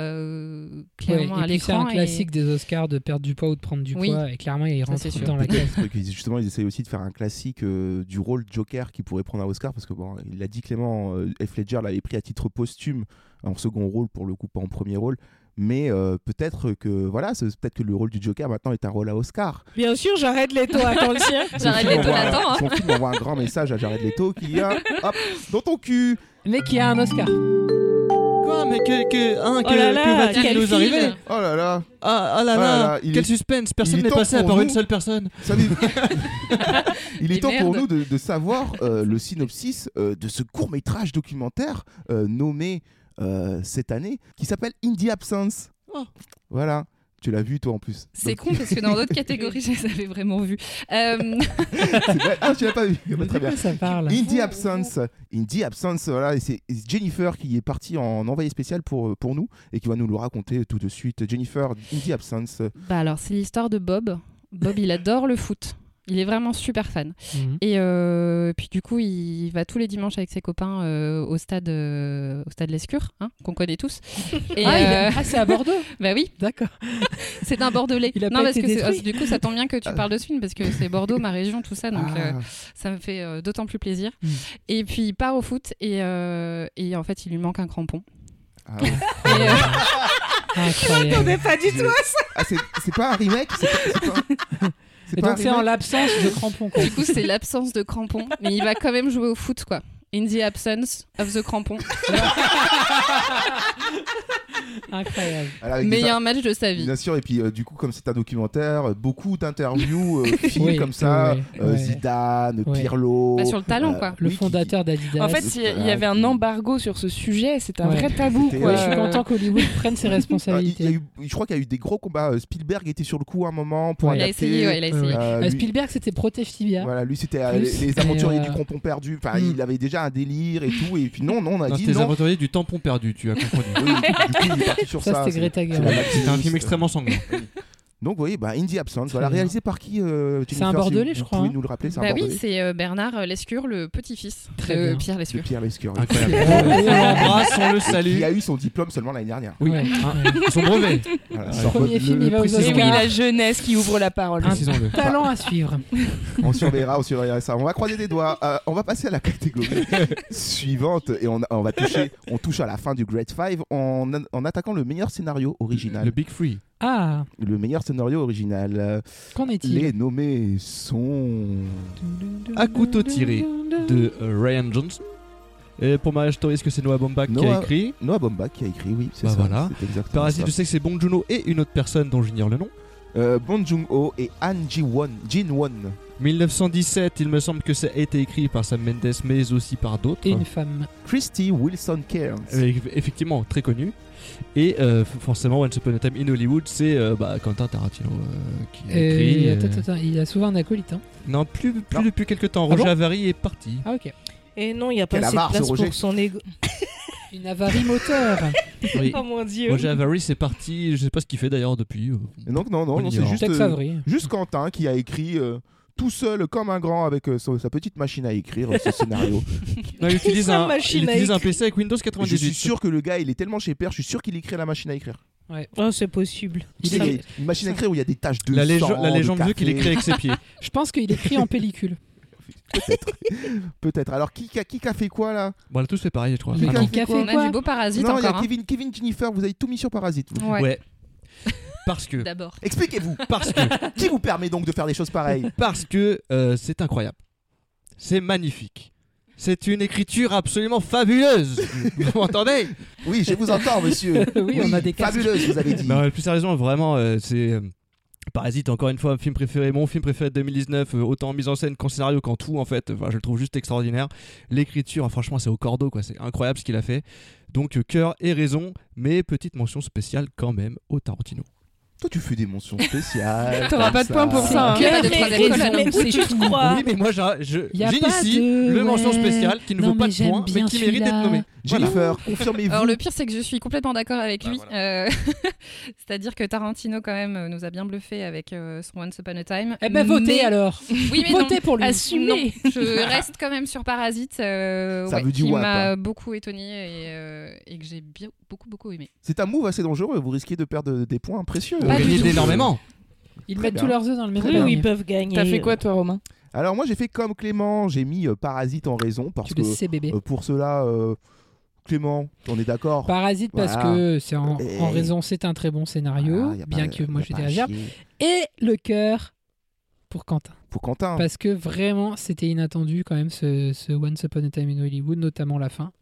euh, Ouais, clairement et à puis c'est l'écran. un et- classique des Oscars de perdre du poids ou de prendre du Oui. poids. Et clairement, il rentre c'est sûr. dans la Peut-être, case. parce que justement, ils essayent aussi de faire un classique euh, du rôle Joker qui pourrait prendre un Oscar parce que bon, il l'a dit Clément euh, F. Ledger l'avait pris à titre posthume en second rôle pour le coup pas en premier rôle, mais euh, peut-être que voilà, c'est- peut-être que le rôle du Joker maintenant est un rôle à Oscar. Bien sûr, j'arrête les taux à quand le sien. Jared film Leto envoie- l'attend, hein. Son film envoie un grand message à Jared Leto qui vient hop dans ton cul. Mais qui a un Oscar. Quoi, mais que, que, hein, que, Oh là là, que va-t-il quel nous film. arriver Oh là là, ah, ah là Ah là, là là, il quel est- suspense, il personne est n'est temps passé à pour part nous. une seule personne. savez-vous Il est Mais temps pour nous merde. de, de savoir euh, le synopsis euh, de ce court métrage documentaire euh, nommé euh, cette année qui s'appelle Indie Absence. Oh. Voilà, tu l'as vu toi en plus. C'est Donc- con parce que dans d'autres catégories, je les avais vraiment vus. Euh, c'est vrai. Ah, tu l'as pas vu. Bah, De très bien. quoi ça parle Indie Absence, Indie Absence, voilà, et c'est et c'est Jennifer qui est partie en envoyé spécial pour, pour nous et qui va nous le raconter tout de suite. Jennifer, Indie Absence, bah alors, c'est l'histoire de Bob. Bob, il adore le foot. Il est vraiment super fan. Mhm. Et euh, puis du coup, il va tous les dimanches avec ses copains euh, au stade, euh, au stade Lescure, hein, qu'on connaît tous. Et, Ah, il a- euh, ah, c'est à Bordeaux bah oui, D'accord. c'est un Bordelais. Il a non, pas parce été que c'est- détruit. Ah. du coup, ça tombe bien que tu parles de ce film parce que c'est Bordeaux, ma région, tout ça. Donc Ah, euh, ça me fait euh, d'autant plus plaisir. Mm. Et puis il part au foot et, euh, et en fait, il lui manque un crampon. ah ouais. Et, euh, Incroyable. pas du Je- Ah, c'est c'est pas un remake, c'est pas- c'est pas- c'est Et pas un donc c'est en remake l'absence de crampons. quoi. du coup, c'est l'absence de crampon, mais il va quand même jouer au foot, quoi. In the absence of the crampon. Incroyable. Voilà, avec des Meilleur match de sa vie. Bien sûr, et puis euh, du coup, comme c'est un documentaire, euh, beaucoup d'interviews, euh, films Oui, comme ça, ouais, euh, ouais. Zidane, Ouais. Pirlo. Bah, sur le talent, euh, quoi. Le oui, qui- fondateur d'Adidas. En fait, il y a- il y avait un embargo sur ce sujet, c'est un Ouais. vrai tabou. C'était- quoi. Ouais, je suis content qu'Hollywood prenne Ah, il- ses il y a responsabilités. eu- je crois qu'il y a eu des gros combats. Euh, Spielberg était sur le coup à un moment pour Ouais. Il a adapter. essayé, ouais, il a essayé. Ouais, ouais. Euh, Euh, lui- Spielberg, c'était Protège Tibia. Voilà, lui c'était euh, Plus, les, les et, aventuriers euh, du crampon perdu. Enfin, hmm. il avait déjà un délire et tout. Et puis non, non, on a Bah, Non, dit c'était les non. aventuriers du tampon perdu, tu as confondu. Oui, du coup, il est parti sur ça. Ça, c'était c'est- Greta c'est la Gerwig. maxi- C'était un film extrêmement sanglant. Donc, vous voyez, bah, Indie Absence, Très voilà, bien. réalisé par qui euh, C'est Jennifer, un si Bordelais, vous- je vous crois, pouvez hein. nous le rappeler, c'est un Bah oui, Bordelais. c'est euh, Bernard Lescure, le petit-fils Très de bien. Pierre Lescure. C'est Pierre Lescure. Incroyable. Ouais. on l'embrasse, on le Il salue. a eu son diplôme seulement l'année dernière. Oui, Ouais. hein, son brevet. Voilà, Ouais. c'est un Premier peu- film, il va aux Et précisons. oui, Oscars. la jeunesse qui ouvre la parole. Précisons-le. Talent à suivre. On surveillera, on surveillera ça. On va croiser des doigts. Euh, on va passer à la catégorie suivante et on, on va toucher. On touche à la fin du Grade 5 en, en attaquant le meilleur scénario original. Le Big Free. Ah, Le meilleur scénario original. Euh, qu'en est-il Les nommés sont. À couteau tiré de euh, Ryan Johnson. Et pour Marriage Story, est-ce que c'est Noah Baumbach qui a Noah- écrit Noah Baumbach qui a écrit, oui, c'est Bah ça. voilà. c'est exactement Parasite, ça. je sais que c'est Bong Joon-ho et une autre personne dont j'ignore le nom. Euh, Bong Joon-ho et Han Ji-won. Jin-won. 1917, il me semble que ça a été écrit par Sam Mendes, mais aussi par d'autres. Et une femme. Christy Wilson Cairns. Euh, eff- Effectivement, très connu. Et euh, f- forcément, Once Upon a Time in Hollywood, c'est euh, bah, Quentin Tarantino euh, qui a écrit. Euh, euh, attends, attends, attends, il y a souvent un acolyte. hein. Non, plus, plus Non. depuis quelques temps. Ah Roger bon Avary est parti. Ah, ok. Et non, il n'y a pas Quelle assez avare, de ce place Roger. pour son ego. Une avarie moteur. Oui. Oh mon dieu. Roger Avary, c'est parti. Je sais pas ce qu'il fait d'ailleurs depuis. euh, Et Donc, non, non, On non, c'est ignore. juste, Tex euh, Avery. juste Quentin qui a écrit euh, tout seul comme un grand avec euh, son- sa petite machine à écrire euh, ce scénario. Non, il utilise, Sa un, machine il à utilise un écrire. PC avec Windows je 98. suis sûr que le gars, il est tellement chez Père, je suis sûr qu'il écrit à la machine à écrire. Oh, c'est possible. Il Il y a écrit- une machine à écrire où il y a des taches de La, lége- sang, la de légende veut café. qu'il écrit avec ses pieds. Je pense qu'il écrit en pellicule. Peut-être. Alors, qui, qui, qui a fait quoi là Bon, on a tous fait pareil, je crois. Qui Mais a quand- fait qui a quoi On fait a quoi du beau parasite Non, il y a encore. hein. Kevin, Kevin Jennifer, vous avez tout mis sur Parasite. vous. Ouais. Ouais. Parce que, D'abord. Expliquez-vous, parce que, qui vous permet donc de faire des choses pareilles parce que euh, c'est incroyable. C'est magnifique. C'est une écriture absolument fabuleuse. Vous m'entendez Oui, je vous entends, monsieur. oui, on a des casques. fabuleuse, vous avez dit. Non, mais plus sérieusement, vraiment, euh, c'est. euh, Parasite, encore une fois, film préféré, mon film préféré de 2019, euh, autant en mise en scène qu'en scénario qu'en tout, en fait. Enfin, je le trouve juste extraordinaire. L'écriture, ah, franchement, c'est au cordeau, quoi. C'est incroyable ce qu'il a fait. Donc, euh, cœur et raison, mais petite mention spéciale quand même au Tarantino. Toi, tu fais des mentions spéciales. T'auras comme pas de points pour C'est- ça, hein. Il y a pas de troisième raison, colonne, mais hein. où tu te crois Oui, mais moi, j'a- je- Y a j'ai pas ici de- le mention ouais. spéciale qui ne Non, vaut pas mais de j'aime points, mais bien qui mérite d'être celui-là. nommé. Voilà. Jennifer, confirmez-vous. Alors le pire c'est que je suis complètement d'accord avec Bah, lui. Euh, C'est-à-dire que Tarantino quand même euh, nous a bien bluffé avec euh, son Once Upon a Time. Eh ben, votez Mais- alors. Oui mais non. votez pour lui. Assumez Non, je reste quand même sur Parasite, euh, Ça ouais, veut du qui WAP, m'a beaucoup étonné et, euh, et que j'ai bien, beaucoup beaucoup aimé. C'est un move assez dangereux, vous risquez de perdre des points précieux. Vous Pas du gagnez tout. énormément. Ils Très mettent bien. tous leurs œufs dans le même Très panier. bien. Eux, ils peuvent gagner. T'as fait quoi toi Romain Alors moi, j'ai fait comme Clément, j'ai mis euh, Parasite en raison parce Tu que le sais, bébé. euh, pour cela, euh, Clément, on est d'accord. Parasite parce Voilà. que c'est en, Et- en raison, c'est un très bon scénario, Voilà, Ah, y a pas- bien que y a moi pas j'ai à des réserves. chier. Oh. Et le cœur pour Quentin. Pour Quentin. Parce que vraiment, c'était inattendu quand même ce, ce Once Upon a Time in Hollywood, notamment la fin.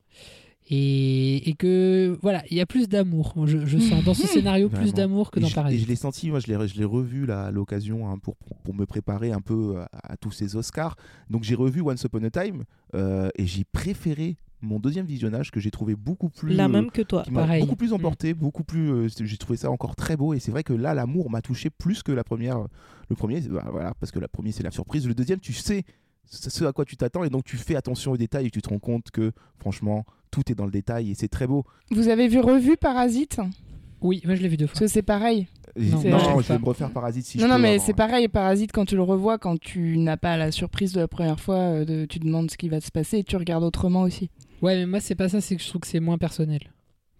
Et, et que voilà, il y a plus d'amour. Je, je sens dans ce scénario plus Vraiment. d'amour que Et dans je- et je Parasite. l'ai senti, moi je l'ai, je l'ai revu là, à l'occasion hein, pour, pour me préparer un peu euh, à, à tous ces Oscars. Donc j'ai revu Once Upon a Time euh, et j'ai préféré mon deuxième visionnage que j'ai trouvé beaucoup plus. euh, La même que toi. qui m'a Pareil. beaucoup Mm. plus emporté, beaucoup plus. euh, c'est- j'ai trouvé ça encore très beau et c'est vrai que là, l'amour m'a touché plus que la première. euh, Le premier, c'est- bah, voilà, parce que la première c'est la surprise. Le deuxième, tu sais ce ce à quoi tu t'attends et donc tu fais attention aux détails et tu te rends compte que franchement, tout est dans le détail et c'est très beau. Vous avez vu Revue Parasite Oui, moi je l'ai vu deux fois. Parce que c'est pareil. Et- Non, Non, c'est vrai. je vais me refaire Parasite si je non, non, peux mais avant, c'est hein. pareil, Parasite, quand tu le revois, quand tu n'as pas la surprise de la première fois, euh, de- tu demandes ce qui va se passer et tu regardes autrement aussi. Ouais, mais moi c'est pas ça, c'est que je trouve que c'est moins personnel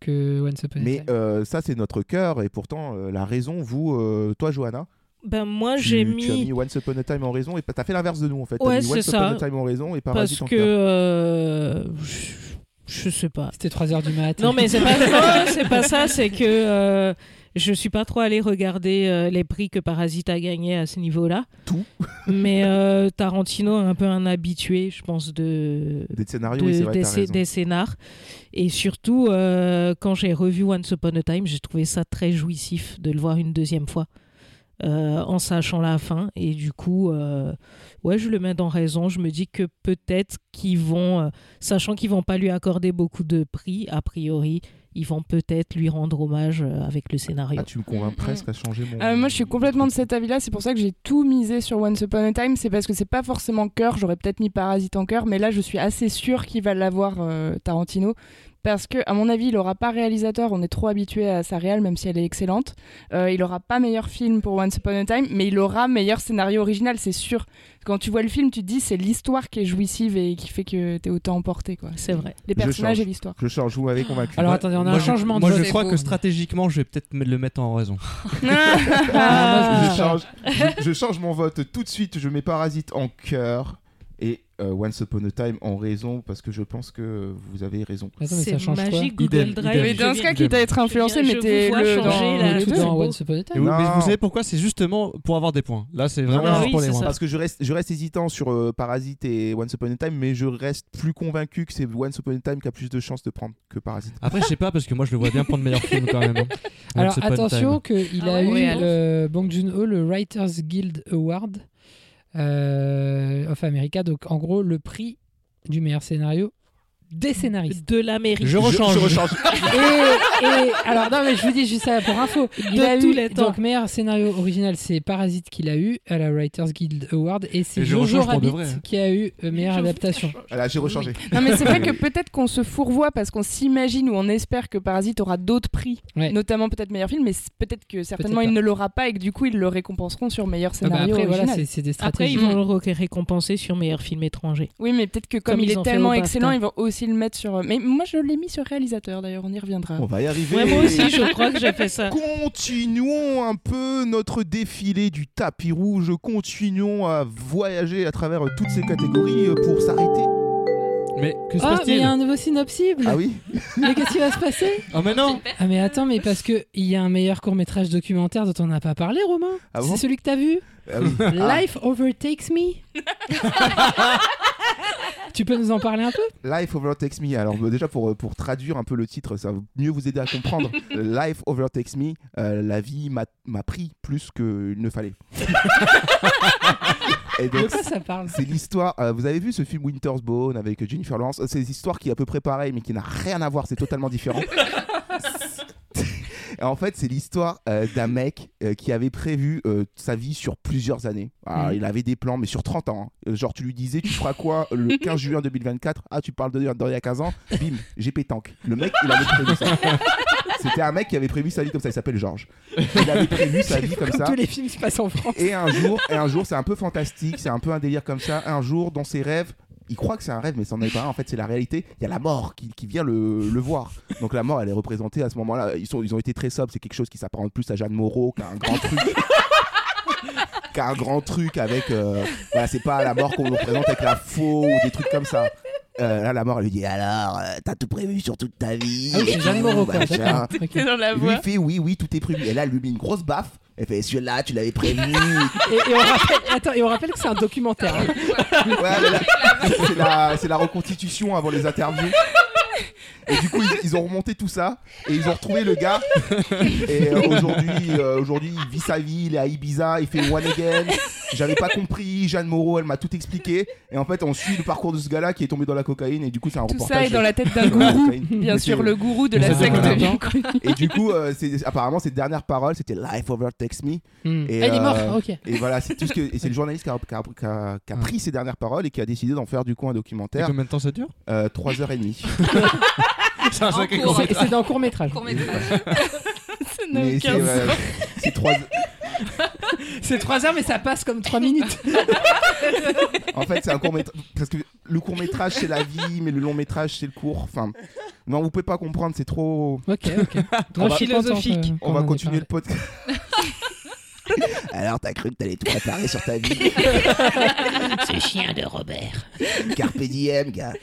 que Once Upon a Mais Time. euh, ça, c'est notre cœur, et pourtant, euh, la raison, vous, euh, toi, Johanna, Ben moi tu, j'ai tu as mis mis Once Upon a Time en raison, et pa- t'as fait l'inverse de nous, en fait. t'as Ouais, mis c'est Once ça. Upon a Time en raison et Parasite parce en que cœur. euh, je- je sais pas. C'était 3h du mat. Non, mais c'est pas ça, c'est pas ça, c'est que euh, je suis pas trop allée regarder euh, les prix que Parasite a gagné à ce niveau-là. Tout. Mais euh, Tarantino est un peu un habitué, je pense, de, Des scénarios, de- oui, c'est vrai, des, t'as scé- raison. des scénars. Et surtout, euh, quand j'ai revu Once Upon a Time, j'ai trouvé ça très jouissif de le voir une deuxième fois. euh, en sachant la fin et du coup euh, ouais je le mets dans raison je me dis que peut-être qu'ils vont euh, sachant qu'ils vont pas lui accorder beaucoup de prix a priori ils vont peut-être lui rendre hommage euh, avec le scénario Ah, tu me convaincs Mm, presque à changer mon. Euh, moi, je suis complètement de cet avis-là, c'est pour ça que j'ai tout misé sur Once Upon a Time. C'est parce que c'est pas forcément cœur, j'aurais peut-être mis Parasite en cœur, mais là, je suis assez sûre qu'il va l'avoir, euh, Tarantino. Parce que, à mon avis, il aura pas réalisateur, on est trop habitué à sa réal, même si elle est excellente. Euh, il aura pas meilleur film pour Once Upon a Time, mais il aura meilleur scénario original, c'est sûr. Quand tu vois le film, tu te dis c'est l'histoire qui est jouissive et qui fait que t'es autant emporté, quoi. c'est vrai Les Je personnages change. et l'histoire. Je change, vous m'avez convaincu. Alors Moi- attendez, on a moi, un je- changement Moi, de je vote. C'est crois beau. que stratégiquement, je vais peut-être me- le mettre en raison. Je Ah. change, je, je change mon vote tout de suite, je mets Parasite en cœur et euh, Once Upon a Time en raison parce que je pense que vous avez raison. Attends, mais C'est ça change magique quoi Google Idem, Drive. idem. Mais je dans ce viens- cas, quitte à être influencé, je vous mettez-le vois dans, changer, là. les Tout deux. dans beau. Once Upon a Et Time. vous, mais Non. vous savez pourquoi C'est justement pour avoir des points. Là, c'est vraiment Ah juste oui, pour les c'est points. ça. Parce que je reste, je reste hésitant sur euh, Parasite et Once Upon a Time, mais je reste plus convaincu que c'est Once Upon a Time qui a plus de chances de prendre que Parasite. Après, je sais pas, parce que moi, je le vois bien prendre meilleur film quand même. hein. Alors Once Upon a Time. attention qu'il Ah a ouais, eu ouais, le Bang Joon-ho, le Writers Guild Award euh, of America, donc en gros le prix du meilleur scénario des scénaristes. De l'Amérique. Je rechange. Je, rechange. et, et- alors non mais je vous dis juste ça pour info. Il De a tous eu les temps. donc meilleur scénario original c'est Parasite qu'il a eu à la Writers Guild Award et c'est Et je Jojo rechange pour de Rabbit vrai, hein. qui a eu euh, meilleure Je- adaptation. Oh, Voilà, j'ai rechangé. Non mais c'est vrai que peut-être qu'on se fourvoie parce qu'on s'imagine ou on espère que Parasite aura d'autres prix, Ouais. notamment peut-être meilleur film, mais c- peut-être que certainement Peut-être il ne l'aura pas et que du coup ils le récompenseront sur meilleur Ah bah scénario après voilà original. c'est c'est des Après, stratégies. ils vont le ré- récompenser sur meilleur film étranger. oui mais peut-être que comme, Comme il ils est ont fait au tellement BAFTA. excellent, ils vont aussi le mettre sur. Mais moi je l'ai mis sur réalisateur d'ailleurs, on y reviendra. On va y arriver. Ouais, moi aussi, je crois que j'ai fait ça. Continuons un peu notre défilé du tapis rouge. Continuons à voyager à travers toutes ces catégories euh, pour s'arrêter. Mais que se Oh mais il passe-t-il y a un nouveau synopsible. Ah oui Mais qu'est-ce qui va se passer Oh, mais non Ah mais attends, mais parce que il y a un meilleur court métrage documentaire dont on n'a pas parlé, Romain. Ah bon c'est celui que t'as vu. Ah oui. Life overtakes me. tu peux nous en parler un peu Life Overtakes Me. Alors bah, déjà pour, euh, pour traduire un peu le titre, ça va mieux vous aider à comprendre. Life Overtakes Me, euh, la vie m'a m'a pris plus qu'il ne fallait. Et De donc quoi ça parle c'est l'histoire, euh, vous avez vu ce film Winter's Bone avec Jennifer Lawrence C'est l'histoire qui est à peu près pareille mais qui n'a rien à voir, c'est totalement différent. Et en fait, c'est l'histoire euh, d'un mec euh, qui avait prévu euh, sa vie sur plusieurs années. Ah, Mhm. Il avait des plans, mais sur 30 ans. hein. Euh, Genre, tu lui disais, tu feras quoi le 15 juin 2024 Ah, tu parles de de- d'il y a 15 ans Bim, j'ai pétanque. Le mec, il avait prévu ça. C'était un mec qui avait prévu sa vie comme ça, il s'appelle Georges. Il avait prévu sa vie comme ça. Tous les films qui passent en France. Et un jour, et un jour, c'est un peu fantastique, c'est un peu un délire comme ça. Un jour, dans ses rêves, il croit que c'est un rêve, mais c'en est pas un. En fait, c'est la réalité. Il y a la mort qui, qui vient le, le voir. Donc la mort, elle est représentée à ce moment-là. Ils, sont, ils ont été très sobres. C'est quelque chose qui s'apparente plus à Jeanne Moreau qu'à un grand truc. qu'à un grand truc avec. euh, voilà, c'est pas la mort qu'on nous présente avec la faux ou des trucs comme ça. Euh, là, la mort, elle lui dit Alors, euh, t'as tout prévu sur toute ta vie. Ah bah, oui, c'est Jeanne Moreau, quoi. Machin. D'accord. Ok. C'est dans la Lui, il fait Oui, oui, tout est prévu. Et là, elle lui met une grosse baffe. Elle fait Celui-là, tu l'avais prévu. Et, et on rappelle, attends, et on rappelle que c'est un documentaire. hein. Ouais, mais là, c'est la, c'est la reconstitution avant les interviews. Et du coup, ils, ils ont remonté tout ça et ils ont retrouvé le gars. Et euh, aujourd'hui, euh, aujourd'hui, il vit sa vie, il est à Ibiza, il fait One Again. J'avais pas compris, Jeanne Moreau, elle m'a tout expliqué. Et en fait, on suit le parcours de ce gars-là qui est tombé dans la cocaïne. Et du coup, c'est un Tout reportage. ça est dans la tête d'un sur la gourou, cocaïne. bien Mais sûr c'est- le gourou de Mais ça la dure secte. combien de bien temps connu. Et du coup, euh, c'est, apparemment, ses dernières paroles, c'était Life overtakes me. Hmm. Et, Ah, il est mort. euh, Ok. Et voilà, c'est tout ce que. Et c'est le journaliste qui a, qui a- qui a- qui a pris ses dernières paroles et qui a décidé d'en faire du coup un Et documentaire. combien de temps ça dure Euh, 3h30. C'est un Ah, sacré En cours. cours. C'est c'est dans court métrage. Court-métrage. Ça n'a Mais c'est aucun euh, sens. c'est trois. C'est 3 heures, mais ça passe comme 3 minutes. En fait, c'est un court métrage. Parce que le court métrage, c'est la vie, mais le long métrage, c'est le court. Enfin, non, vous pouvez pas comprendre, c'est trop. Ok, ok. On va- bah, philosophique. On va continuer le podcast. Alors, t'as cru que t'allais tout préparer sur ta vie Ce chien de Robert. Carpe diem, gars.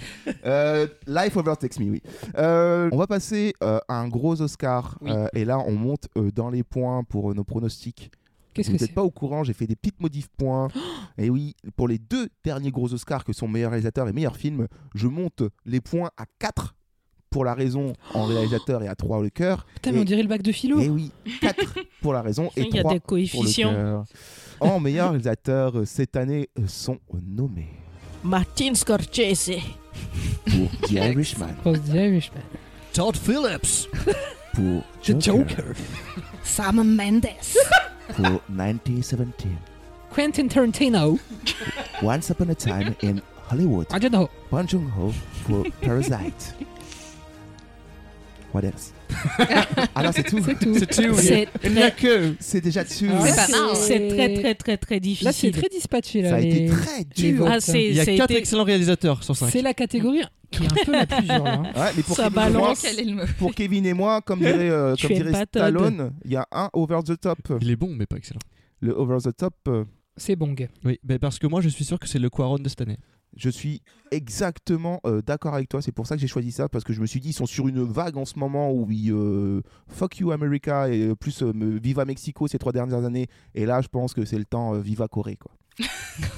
Euh, Life overtakes me, oui. Euh, on va passer euh, à un gros Oscar. Oui. Euh, et là, on monte euh, dans les points pour euh, nos pronostics. Qu'est-ce vous que n'êtes c'est pas au courant, j'ai fait des petites modifs points. et oui, pour les deux derniers gros Oscars que sont meilleur réalisateur et meilleur film, je monte les points à 4 pour la raison en réalisateur et à 3 le cœur. Putain, mais on dirait le bac de philo. Et oui, 4 pour la raison et Il y a 3 des pour le coefficients. cœur. En meilleur réalisateur, euh, cette année euh, sont nommés Martin Scorsese. pour The Irishman, Oh, The Irishman. Todd Phillips. pour The Joker, Sam Mendes. pour 1917, Quentin Tarantino. Once Upon a Time in Hollywood, I don't know. Bong Joon-ho pour Parasite. What else Ah non, c'est tout. C'est tout. C'est tout. oui. C'est Il n'y a très, Ah que. Ah, C'est déjà dessus. Alors là, C'est pas mal. c'est très, très, très, très Là, c'est difficile. très dispatché. Là, Ça a les- été très les dur. votes. Ah, c'est- Il y a ça a 4 été- excellents réalisateurs sur 5. C'est la catégorie qui est un peu la plus dure. là, hein. Ouais, mais pour, Ça Kevin et moi, balance. Quel est le mot pour Kevin et moi, comme dirait, euh, Tu comme aimes dirait pas Todd. Stallone, il y a un over the top. Il est bon, mais pas excellent. Le over the top, euh, C'est bong. Oui, mais parce que moi, je suis sûr que c'est le Quaron de cette année. Je suis exactement euh, d'accord avec toi. C'est pour ça que j'ai choisi ça parce que je me suis dit ils sont sur une vague en ce moment où ils euh, fuck you America et euh, plus euh, me- Viva Mexico ces trois dernières années. Et là, je pense que c'est le temps euh, Viva Corée quoi.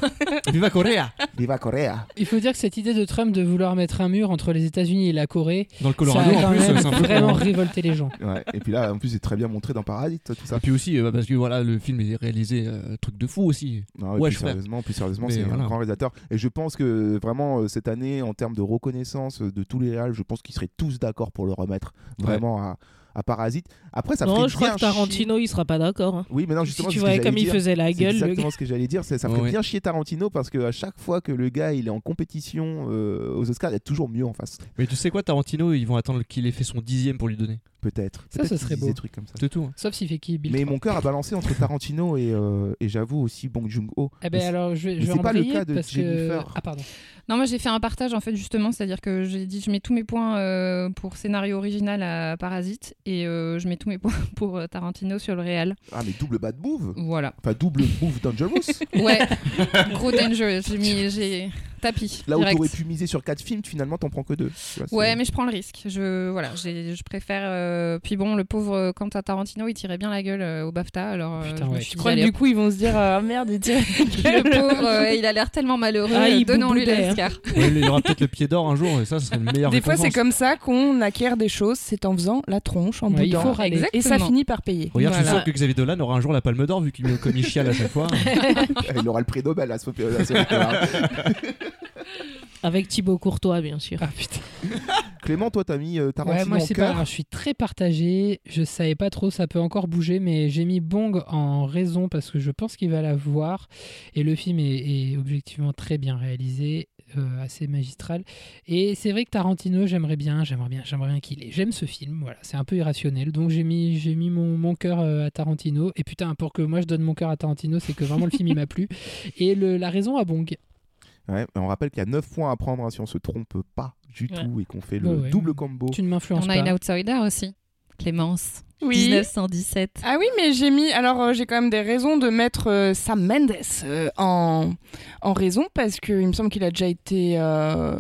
Viva Correa Viva Correa. Il faut dire que cette idée de Trump de vouloir mettre un mur entre les États-Unis et la Corée, Dans ça le Colorado, a quand en plus, même c'est un peu vraiment révolté les gens. Ouais. Et puis là, en plus, c'est très bien montré dans Parasite tout ça. Et puis aussi, euh, parce que voilà, le film est réalisé euh, truc de fou aussi. Non, Ouais, plus, je ferais. sérieusement, plus sérieusement, Mais c'est voilà. un grand réalisateur. Et je pense que vraiment euh, cette année, en termes de reconnaissance euh, de tous les réals, je pense qu'ils seraient tous d'accord pour le remettre vraiment à, à Parasite. Après, ça ferait non, je crois bien que Tarantino, il sera pas d'accord. hein. chier- Oui, mais non, si justement, tu c'est ce que voyais comme j'allais il dire. faisait la C'est gueule, le exactement ce que j'allais dire, ça, ça ferait Ouais. bien chier Tarantino parce que à chaque fois que le gars il est en compétition euh, aux Oscars, il est toujours mieux en face. Mais tu sais quoi, Tarantino, ils vont attendre qu'il ait fait son dixième pour lui donner. Peut-être. Ça, Peut-être ce qu'ils serait disent beau. Des trucs comme ça. C'est tout. hein. Sauf s'il fait qui Bill Mais Trump. mon cœur a balancé entre Tarantino et, euh, et j'avoue aussi Bong Joon-ho. Eh ben Mais alors, je vais, mais je vais c'est pas le embrayer cas de parce Jennifer. que... Ah pardon. Non, moi j'ai fait un partage en fait justement, c'est-à-dire que j'ai dit je mets tous mes points euh, pour scénario original à Parasite et euh, je mets tous mes points pour euh, Tarantino sur le réel. Ah, mais double bad move Voilà. Enfin, double move dangerous Ouais. Gros dangerous. J'ai mis j'ai tapis. Là où direct. tu aurais pu miser sur 4 films, finalement, t'en prends que 2. Ouais, mais je prends le risque. Je voilà, j'ai- je préfère. euh, Puis bon, le pauvre euh, Quentin Tarantino, il tirait bien la gueule euh, au Bafta, alors. euh, Putain, je me ouais. suis Je dit, crois que allez, du coup, ils vont se dire Ah merde, il tire. Le pauvre, euh, il a l'air tellement malheureux. Ah, il Donnons-lui bouboudait, l'Oscar. Ouais, il aura peut-être le pied d'or un jour, et ça, ce serait le meilleur euh. Des fois, c'est comme ça qu'on acquiert des choses, c'est en faisant la tronche, en Ouais, il boudant. faut râler. Et ça Exactement. finit par payer. Regarde, je suis Voilà. sûr que Xavier Dolan aura un jour la palme d'or vu qu'il comme il chiale à chaque fois. Il aura le prix Nobel à ce à ce moment-là. Avec Thibaut Courtois, bien sûr. Ah putain. Clément, toi, t'as mis euh, Tarantino Ouais, moi, en c'est pas. cœur. alors, je suis très partagé. Je savais pas trop. Ça peut encore bouger, mais j'ai mis Bong en raison parce que je pense qu'il va la voir. Et le film est, est objectivement très bien réalisé, euh, assez magistral. Et c'est vrai que Tarantino, j'aimerais bien, j'aimerais bien, j'aimerais bien qu'il ait. J'aime ce film. Voilà, c'est un peu irrationnel. Donc j'ai mis, j'ai mis mon, mon cœur euh, à Tarantino. Et putain, pour que moi je donne mon cœur à Tarantino, c'est que vraiment le film il m'a plu. Et le- la raison à Bong. Ouais, mais on rappelle qu'il y a 9 points à prendre hein, si on se trompe pas du Ouais. tout et qu'on fait le Bah Ouais, ouais. double combo. Tu ne m'influences On pas. a une outsider aussi. Clémence. Oui. 1917. Ah oui, mais j'ai mis. Alors, euh, j'ai quand même des raisons de mettre euh, Sam Mendes euh, en, en raison parce qu'il me semble qu'il a déjà été. euh,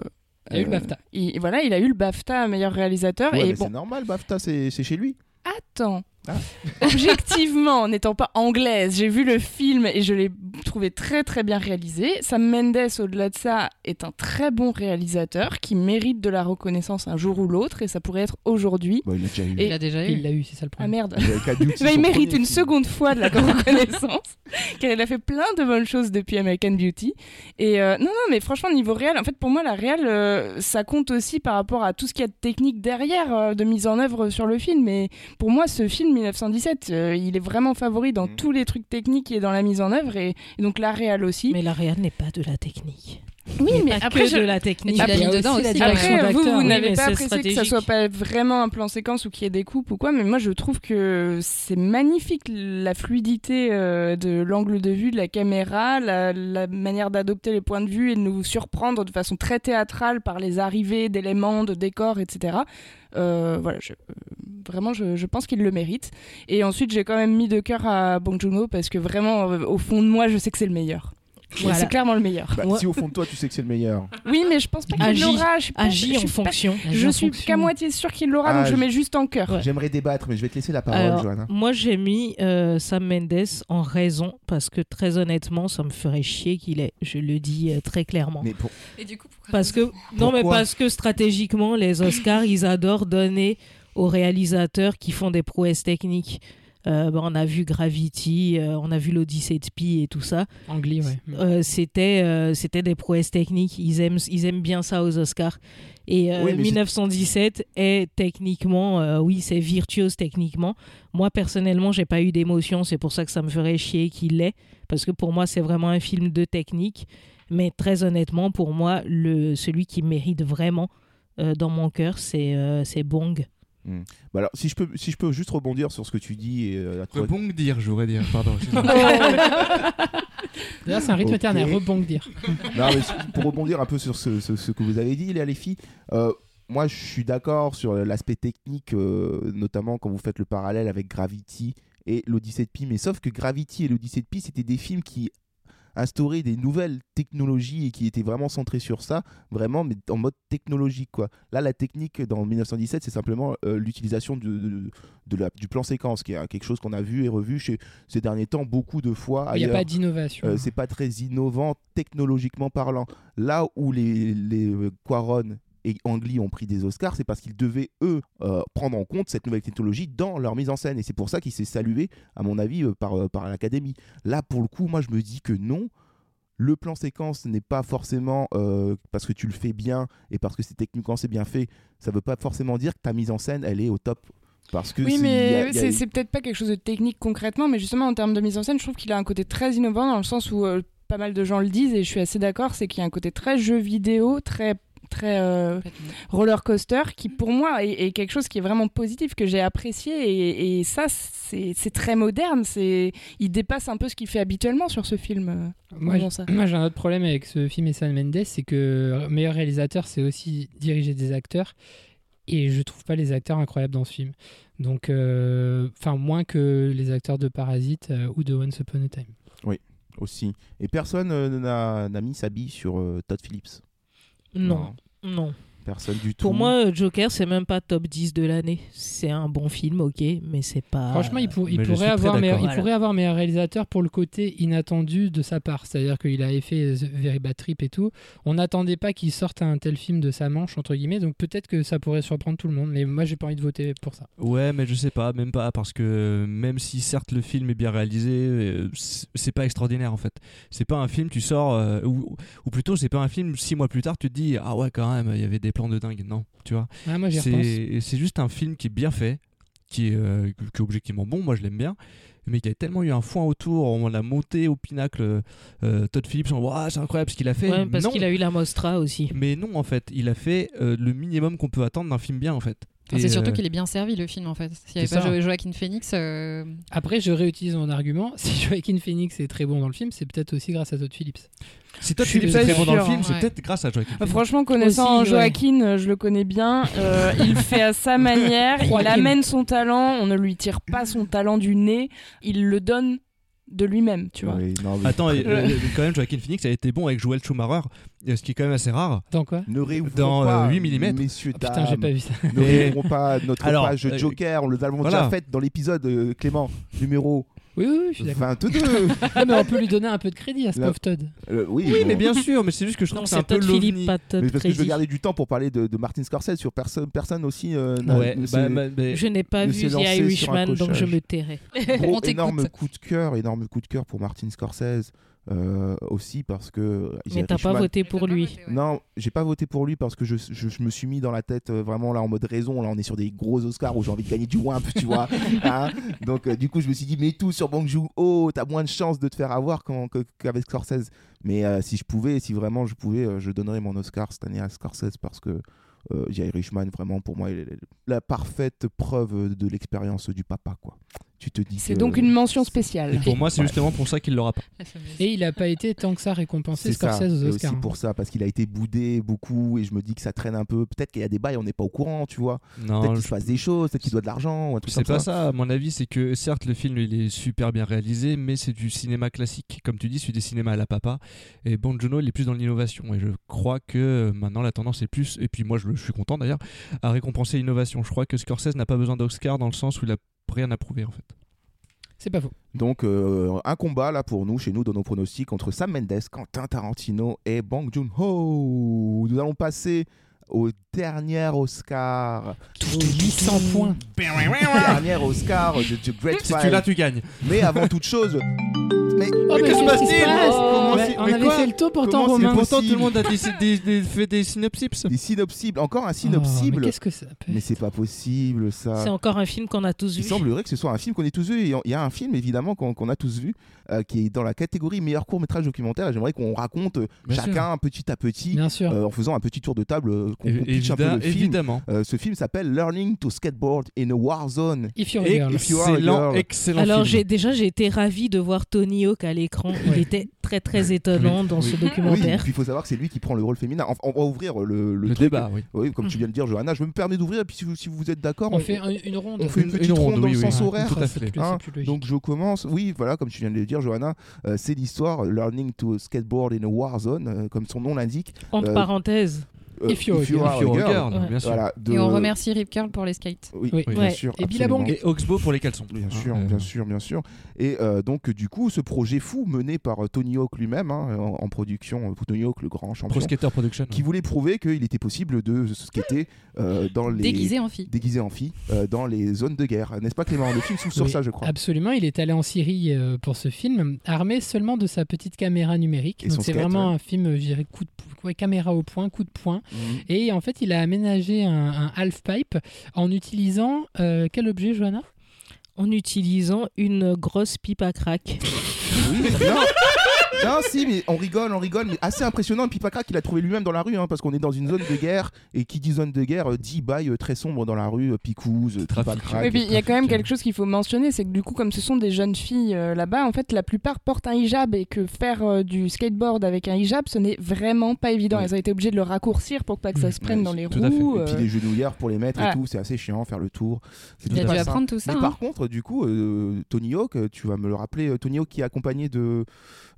Il y a eu le euh, BAFTA. il- voilà, il a eu le BAFTA meilleur réalisateur. Ouais, et mais bon, c'est normal, BAFTA, c'est c'est chez lui. attends. Ah. Objectivement, n'étant pas anglaise, j'ai vu le film et je l'ai trouvé très très bien réalisé. Sam Mendes, au-delà de ça, est un très bon réalisateur qui mérite de la reconnaissance un jour ou l'autre et ça pourrait être aujourd'hui. Bah, il l'a déjà eu. Et- Il a déjà eu. Il l'a eu, c'est ça le Ah problème. merde. Il, a eu Call of Duty, Bah, il son mérite premier une film. seconde fois de la reconnaissance, car il a fait plein de bonnes choses depuis American Beauty. Et euh, non, non, mais franchement, niveau réel, en fait, pour moi, la réel, euh, ça compte aussi par rapport à tout ce qu'il y a de technique derrière, euh, de mise en œuvre sur le film. Et pour moi, ce film 1917, euh, il est vraiment favori dans Mhm. tous les trucs techniques et dans la mise en œuvre, et, et donc la réal aussi. Mais la réal n'est pas de la technique. oui, Pas que de la technique. Ah Mais tu l'as Il y a mis dedans la aussi. direction Après, vous, d'acteur. vous Oui, n'avez mais pas c'est apprécié que ça stratégique. soit pas vraiment un plan séquence ou qu'il y ait des coupes ou quoi, mais moi je trouve que c'est magnifique la fluidité euh, de l'angle de vue de la caméra, la, la manière d'adopter les points de vue et de nous surprendre de façon très théâtrale par les arrivées d'éléments, de décors, etc. Euh, voilà, je- euh, vraiment, je, je pense qu'il le mérite. Et ensuite, j'ai quand même mis de cœur à Bong Joon-ho parce que vraiment, euh, au fond de moi, je sais que c'est le meilleur. Voilà. C'est clairement le meilleur. Bah, Ouais. Si au fond de toi, tu sais que c'est le meilleur. Oui, mais je pense pas qu'il Agis. l'aura. je suis pas- je Agis en suis pas fonction. je suis qu'à moitié sûr qu'il l'aura, donc Ah, je je- mets juste en cœur. Ouais. J'aimerais débattre, mais je vais te laisser la parole, Alors, Johanna. moi, j'ai mis euh, Sam Mendes en raison parce que très honnêtement, ça me ferait chier qu'il ait. Je le dis euh, très clairement. Mais pour... Et du coup, pourquoi Parce que non, mais parce que stratégiquement, les Oscars, ils adorent donner aux réalisateurs qui font des prouesses techniques. Euh, bah, on a vu Gravity, euh, on a vu l'Odyssée de Pi et tout ça. Angli, ouais. Euh, c'était euh, c'était des prouesses techniques. Ils aiment ils aiment bien ça aux Oscars. Et euh, Oui, mais 1917 est techniquement euh, oui c'est virtuose techniquement. Moi personnellement j'ai pas eu d'émotion. C'est pour ça que ça me ferait chier qu'il l'ait parce que pour moi c'est vraiment un film de technique. Mais très honnêtement pour moi le celui qui mérite vraiment euh, dans mon cœur c'est euh, c'est Bong. Bah, alors, si je, peux, si je peux juste rebondir sur ce que tu dis, et, euh, à toi, bon dire, je voudrais dire. Pardon. euh, D'ailleurs, c'est un rythme Ok. éternel, rebondir. Non, mais si- pour rebondir un peu sur ce, ce- ce que vous avez dit, Léa, les filles, euh, moi je suis d'accord sur l'aspect technique, euh, notamment quand vous faites le parallèle avec Gravity et l'Odyssée de Pi, mais sauf que Gravity et l'Odyssée de Pi, c'était des films qui instauré des nouvelles technologies et qui était vraiment centré sur ça, vraiment, mais en mode technologique, quoi. Là, la technique dans 1917, c'est simplement euh, l'utilisation de, de- de la- du plan séquence, qui est euh, quelque chose qu'on a vu et revu chez, ces derniers temps beaucoup de fois Il n'y a ailleurs. pas d'innovation. Mhm. Euh, c'est pas très innovant technologiquement parlant. Là où les, les euh, Quaron et Angli ont pris des Oscars, c'est parce qu'ils devaient, eux, euh, prendre en compte cette nouvelle technologie dans leur mise en scène. Et c'est pour ça qu'il s'est salué, à mon avis, euh, par, euh, par l'Académie. Là, pour le coup, moi, je me dis que non. Le plan séquence n'est pas forcément euh, parce que tu le fais bien et parce que c'est techniquement c'est bien fait, ça veut pas forcément dire que ta mise en scène elle est au top. Parce que Oui, c'est- il y a- mais il y a- c'est c'est peut-être pas quelque chose de technique concrètement, mais justement en termes de mise en scène, je trouve qu'il a un côté très innovant dans le sens où euh, pas mal de gens le disent et je suis assez d'accord, c'est qu'il y a un côté très jeu vidéo, très très euh, roller coaster qui pour moi est, est quelque chose qui est vraiment positif que j'ai apprécié et, et ça c'est c'est très moderne c'est il dépasse un peu ce qu'il fait habituellement sur ce film euh, Moi, dans j- ça. moi, j'ai un autre problème avec ce film et San Mendes, c'est que meilleur réalisateur, c'est aussi diriger des acteurs. Et je trouve pas les acteurs incroyables dans ce film. Donc, euh, enfin, moins que les acteurs de Parasite euh, ou de Once Upon a Time. aussi. Et personne euh, n'a- n'a mis sa bille sur euh, Todd Phillips. Non, non. Personne du tout. Pour moi, Joker, c'est même pas top 10 de l'année. C'est un bon film, ok, mais c'est pas. Franchement, il, pour- il Ah, mais je suis pourrait très avoir meilleur, d'accord. il pourrait avoir meilleur réalisateur pour le côté inattendu de sa part. C'est-à-dire qu'il avait fait The Very Bad Trip et tout. On n'attendait pas qu'il sorte un tel film de sa manche, entre guillemets. Donc peut-être que ça pourrait surprendre tout le monde. Mais moi, j'ai pas envie de voter pour ça. Ouais, mais je sais pas, même pas, parce que euh, même si certes le film est bien réalisé, euh, c'est c'est pas extraordinaire en fait. C'est pas un film, tu sors, euh, ou, ou plutôt c'est pas un film, six mois plus tard, tu te dis, ah ouais, quand même, il y avait des plans de dingue. Non, tu vois. Ah, moi, j'y repense. C'est c'est juste un film qui est bien fait, qui est, euh, qui est objectivement bon, moi je l'aime bien, mais qui a tellement eu un foin autour, on l'a monté au pinacle, euh, Todd Phillips, on voit, Ah, c'est incroyable ce qu'il a fait. Ouais, parce Non. qu'il a eu la Mostra aussi. Mais non, en fait, il a fait euh, le minimum qu'on peut attendre d'un film bien en fait. Enfin, Ah, c'est Et, surtout euh, qu'il est bien servi le film en fait. S'il n'y c'est avait pas ça. Jo- Joaquin Phoenix, euh, Après, je réutilise mon argument. Si Joaquin Phoenix est très bon dans le film, c'est peut-être aussi grâce à Todd Phillips. Si Todd Je suis Phillips est très bon dans le sûr, film, c'est ouais. peut-être grâce à Joaquin. Euh, franchement connaissant Aussi, ouais. Joaquin euh, je le connais bien euh, il fait à sa manière il Joaquin. amène son talent on ne lui tire pas son talent du nez il le donne de lui-même tu vois Oui, non, mais- Attends, et, euh, quand même, Joaquin Phoenix a été bon avec Joel Schumacher, euh, ce qui est quand même assez rare. Dans quoi ne réouvrons Dans, euh, pas, 8 millimètres. messieurs, Ah, Putain, j'ai dames. pas vu ça. Ne Mais- réouvrons pas notre Alors, page euh, Joker. On l'avons voilà. déjà faite dans l'épisode euh, Clément numéro Oui, oui, oui, je suis d'accord. 22. Ah, mais on peut lui donner un peu de crédit à ce La- pauvre Todd. Euh, oui, Oui, bon. mais bien sûr, mais c'est juste que je trouve Non, que c'est un c'est peu Todd Philip, l'ovni. pas Todd Mais parce que je veux Crazy. garder du temps pour parler de, de Martin Scorsese sur personne, personne aussi. euh, n'a- Ouais, ne bah, s'est- bah, bah, Je n'ai pas Il vu s'est The lancé sur un Irishman, donc cochage. je me tairai. gros, On t'écoute. énorme coup de cœur, énorme coup de cœur pour Martin Scorsese euh, aussi parce que. euh, Mais t'as pas Irishman- voté pour lui. Non, j'ai pas voté pour lui parce que je, je- je me suis mis dans la tête euh, vraiment là en mode raison. Là, on est sur des gros Oscars où j'ai envie de gagner du wimp, tu vois. hein. Donc, euh, du coup, je me suis dit, mets tout sur Bang Joon Oh, t'as moins de chances de te faire avoir qu'en- que- qu'avec Scorsese. Mais euh, si je pouvais, si vraiment je pouvais, euh, je donnerais mon Oscar cette année à Scorsese parce que euh, The Irishman, vraiment, pour moi, il est la parfaite preuve de l'expérience du papa, quoi. Tu te dis. c'est que- donc une mention et spéciale pour moi, c'est Ouais. justement pour ça qu'il l'aura pas. Et il a pas été tant que ça récompensé C'est ça. Scorsese aux Et Oscars. hein. aussi pour ça, parce qu'il a été boudé beaucoup et je me dis que ça traîne un peu. Peut-être qu'il y a des bails, on n'est pas au courant, tu vois. Peut-être Non, qu'il je- se passe des choses, peut-être qu'il doit de l'argent ou un truc c'est comme pas ça. ça. À mon avis, c'est que certes, le film il est super bien réalisé, mais c'est du cinéma classique, comme tu dis, c'est du cinéma à la papa. Et Bon Jono, il est plus dans l'innovation. Et je crois que euh, maintenant, la tendance est plus, et puis moi, je, le- je suis content d'ailleurs, à récompenser l'innovation. Je crois que Scorsese n'a pas besoin d'Oscar dans le sens où il a rien à prouver en fait. C'est pas faux. Donc euh, un combat là pour nous, chez nous, dans nos pronostics, entre Sam Mendes, Quentin Tarantino et Bang Joon-ho. Nous allons passer au dernier Oscar. 800 points. dernier Oscar de The Great Si Five. tu l'as, tu gagnes. Mais avant toute chose, mais, Oh, mais que se qu'est-ce qui se passe-t-il Oh, passe Comment Mais c'est- On mais avait quoi fait le tour pourtant, Comment c'est Romain. possible Pourtant, tout le monde a des- des- des- fait des synopsis. Des synopsibles, encore un Oh, mais synopsible. Qu'est-ce que ça peut mais c'est pas possible ça. C'est encore un film qu'on a tous Ah. Il vu. semblerait que ce soit un film qu'on ait tous vu. Et Il y a un film, évidemment, qu'on qu'on a tous vu, euh, qui est dans la catégorie meilleur court-métrage documentaire. Et J'aimerais qu'on raconte euh, Bien chacun petit à petit, Bien sûr. euh, en faisant un petit tour de table, euh, qu'on qu'on Évi- pitche un peu le film. évidemment. Euh, ce film s'appelle Learning to Skateboard in a War Zone. If you're a Et girl. If You Are a Excellent, Girl. excellent Alors film. j'ai déjà j'ai été ravie de voir Tony Vignoc à l'écran. Il Ouais. était très très étonnant dans ce Oui. Ah, Oui, et documentaire. puis il faut savoir que c'est lui qui prend le rôle féminin. Enfin, on va ouvrir le, le Le, truc. débat, oui. Oui, comme tu viens de dire, Johanna, je me permets d'ouvrir, et puis si vous, si vous êtes d'accord, Mm. On fait un- une ronde. on fait une petite ronde dans le sens horaire. Tout à fait. C'est plus- Hein, c'est plus logique. Donc je commence, oui, voilà, comme tu viens de le dire, Johanna, euh, c'est l'histoire euh, Learning to Skateboard in a War Zone, euh, comme son nom l'indique. Entre euh, parenthèses, Euh, If you're a girl. are a If you're a girl. girl, Ouais. bien sûr. Voilà, de- Et on remercie Rip Curl pour les skates. Oui, Oui. bien Ouais. sûr. Et Billabong. absolument. Et Oxbow pour les caleçons. Bien sûr, Hein, bien euh, sûr, bien sûr. Et euh, donc, du coup, ce projet fou mené par euh, Tony Hawk lui-même, hein, en, en production, euh, Tony Hawk, le grand champion, Pro Skater Production. qui voulait prouver qu'il était possible de se skater euh, dans les... Déguisé en fille. déguisé en fille euh, dans les zones de guerre. N'est-ce pas Clément Le film s'ouvre sur Oui, ça, je crois. Absolument, il est allé en Syrie euh, pour ce film, armé seulement de sa petite caméra numérique. Et son Donc c'est skate, vraiment un film, euh, je dirais, coup de pou- ouais, caméra au point, coup de poing. Mhm. Et en fait, il a aménagé un, un half pipe en utilisant euh, quel objet, Johanna en utilisant une grosse pipe à crack. Oui, non. Non, si, mais on rigole, on rigole, mais assez impressionnant. Et puis Pacra qu'il a trouvé lui-même dans la rue, hein, parce qu'on est dans une zone de guerre, et qui dit zone de guerre euh, dit bail euh, très sombre dans la rue, euh, picouse, euh, Trafic. pipacrac. Ouais, Oui, puis il y a quand même trafic, quelque chose qu'il faut mentionner, c'est que du coup, comme ce sont des jeunes filles euh, là-bas, en fait, la plupart portent un hijab et que faire euh, du skateboard avec un hijab, ce n'est vraiment pas évident. Ouais. Elles ont été obligées de le raccourcir pour pas que ça se prenne Ouais, dans les tout à fait. roues. Et puis euh, les genouillères pour les mettre et Ouais. tout, c'est assez chiant, faire le tour. C'est Il a pas dû ça. apprendre tout ça. Mais hein. par contre, du coup, euh, Tony Hawk, euh, tu vas me le rappeler, euh, Tony Hawk qui est accompagné de,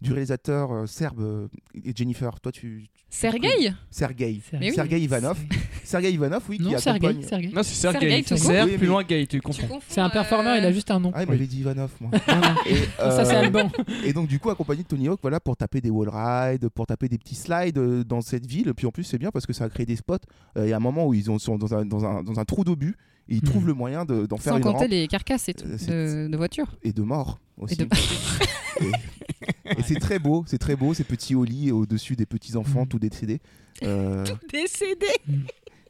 du réalisateur euh, serbe euh, et Jennifer, toi tu. Sergueï Sergei. C'est- Mais oui. Sergei Ivanov. Sergei Ivanov, oui, Non, qui Sergei. accompagne. Sergei. Non, c'est Sergueï, Sergei. tout Sergueï, court. plus loin, Gay, tu Tu comprends. confonds, C'est un performeur, euh, il a juste un nom. Ah, il Oui. m'avait dit Ivanov, moi. Voilà. Et, Ça, c'est euh, Alban. et donc, du coup, accompagné de Tony Hawk, voilà, pour taper des wall rides, pour taper des petits slides euh, dans cette ville. Puis en plus, c'est bien parce que ça a créé des spots. Euh, Il y a un moment où ils ont- sont dans un, dans un- dans un trou d'obus et ils Mhm. trouvent le moyen de- d'en faire Sans une compter rampe les carcasses et tout, Euh, c'est- de, de voitures. et de morts aussi. Et de- Et c'est très beau, c'est très beau, ces petits au lit au-dessus des petits enfants Mhm. tout décédés. Euh, Décédé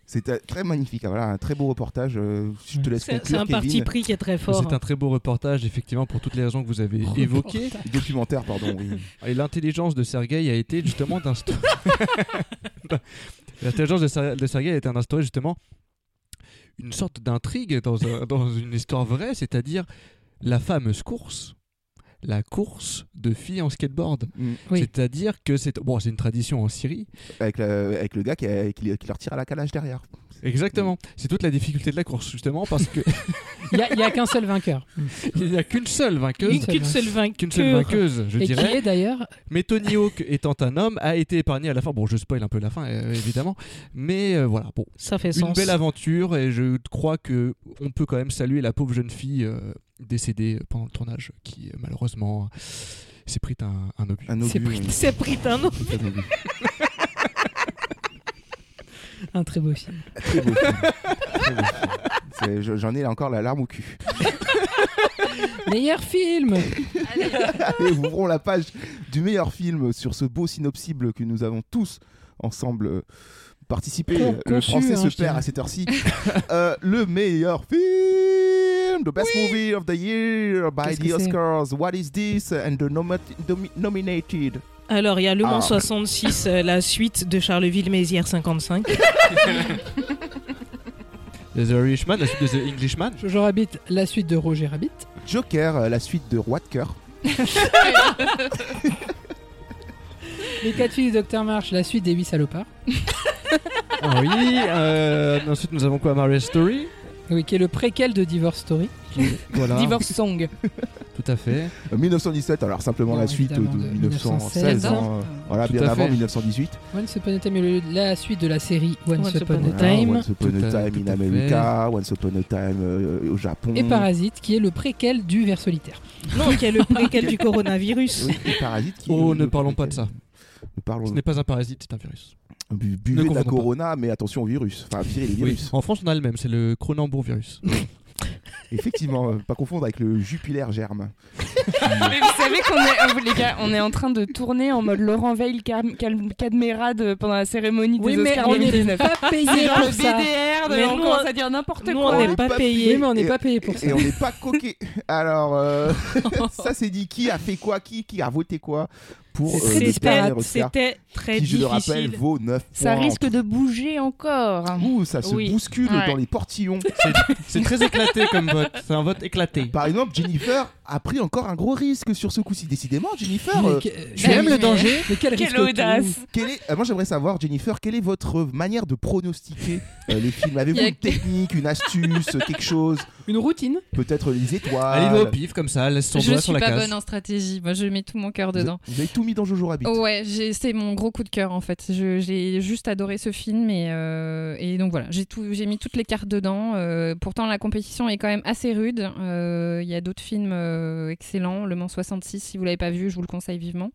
c'est euh, très magnifique. Ah, voilà, un très beau reportage. Euh, je te laisse C'est conclure, c'est un Kevin. parti pris qui est très fort. C'est un très beau reportage, effectivement, pour toutes les raisons que vous avez Reportage. évoquées. Documentaire, pardon. Oui. Et l'intelligence de Sergueï a été justement d'instaurer. l'intelligence de, Ser- de Sergueï a été d'instaurer justement une sorte d'intrigue dans, un- dans une histoire vraie, c'est-à-dire la fameuse course. La course de filles en skateboard. Mm. Oui. C'est-à-dire que c'est bon, c'est une tradition en Syrie. Avec, la- avec le gars qui, a- qui, qui leur tire à la calage derrière. Exactement. C'est toute la difficulté de la course justement parce que Il n'y a, il y a qu'un seul vainqueur. il n'y a qu'une seule Une vainqueuse, qu'une seule vainqueur. qu'une seule vainqueuse, je Et qui dirais. est d'ailleurs Mais Tony Hawk étant un homme a été épargné à la fin. Bon, je spoil un peu la fin euh, évidemment, mais euh, voilà. Bon, Ça fait une sens. belle aventure et je crois que on peut quand même saluer la pauvre jeune fille euh, décédée pendant le tournage qui euh, malheureusement s'est pris un, un obus. Un C'est obus, pris- oui. C'est pris d'un nom. C'est un obus. un très beau film. Très beau film. Très beau film. C'est- je- J'en ai encore la larme au cul. Meilleur film Allez, ouvrons la page du meilleur film sur ce beau synopsible que nous avons tous ensemble euh, participé. Euh, Con- le conçu, français hein, se je dirais. perd à cette heure-ci. Euh, le meilleur film, the best movie of the year by Qu'est-ce the que c'est Oscars. What is this? And the nomi- domi- nominated. Alors, il y a Le Mans Ah. 66, euh, la suite de Charleville-Mézières 55. The Irishman, la suite de The Englishman. Jojo Rabbit, la suite de Roger Rabbit. Joker, euh, la suite de Roi de cœur. Les quatre filles du Docteur March, la suite des huit salopards. Ah oui. euh, ensuite, nous avons quoi, Marriage Story. Oui, qui est le préquel de Divorce Story. qui- voilà. Hein Divorce Song. Tout à fait. Euh, 1917, alors simplement Non, la suite de, évidemment, de 1916. 1916, hein. Voilà, Tout bien à avant fait. 1918. Once Upon a Time, et le- la suite de la série Once, Once Upon, Upon a a Voilà, Time. Once Upon Tout à- a Time tout in à fait. America, Once Upon a Time euh, au Japon. Et Parasite, qui est le préquel du Vers solitaire. Non, qui est le préquel du coronavirus. Oui, et Parasite. qui- Oh, ne le- parlons pas de ça. Ne parlons Ce n'est pas un parasite, c'est un virus. bu- ne Buvez de la confondons pas. Corona, mais attention au virus. Enfin, virez les virus. En France, on a le même. C'est le Cronenbourg virus. Effectivement, euh, pas confondre avec le Jupiler germe. Mais vous savez qu'on est, euh, les gars, on est en train de tourner en mode Laurent Veil Cam- Cam- Cadmérade pendant la cérémonie Oui, des mais Oscars on est 2019. Pas payé C'est genre pour le ça. BDR, de- Mais euh, on nous, commence on- à dire n'importe Nous, quoi. on est n'est pas pas Oui, payés. mais on n'est Et- pas payé pour ça. Et on n'est pas coqués. Alors, euh, ça c'est dit qui a fait quoi, qui, qui a voté quoi pour euh, très le disparate. C'était dernier Oscar, c'était très qui, je difficile. le rappelle, vaut 9 Ça points. risque de bouger encore. Ouh, ça se Oui. bouscule Ouais. dans les portillons. C'est très éclaté comme vote. C'est un vote éclaté. Par exemple, Jennifer a pris encore un gros risque sur ce coup-ci. Décidément, Jennifer, euh, je bah aime oui, le mais- danger, mais quel risque Quelle tout. audace quelle est- euh, moi j'aimerais savoir, Jennifer, quelle est votre manière de pronostiquer euh, les films Avez-vous Il y a une que- technique, une astuce, euh, quelque chose Une routine Peut-être les Elle y va au étoiles pif comme ça, elle laisse son Je doigt suis sur pas la case. bonne en stratégie. Moi, je mets tout mon cœur Vous- dedans. Vous avez tout mis dans Jojo Rabbit. Ouais, j'ai- c'est mon gros coup de cœur en fait. Je- J'ai juste adoré ce film et, euh, et donc voilà, j'ai tout- j'ai mis toutes les cartes dedans. Euh, pourtant, la compétition est quand même assez rude. Euh, Il y a d'autres films euh, excellents. Le Mans 66, si vous l'avez pas vu, je vous le conseille vivement.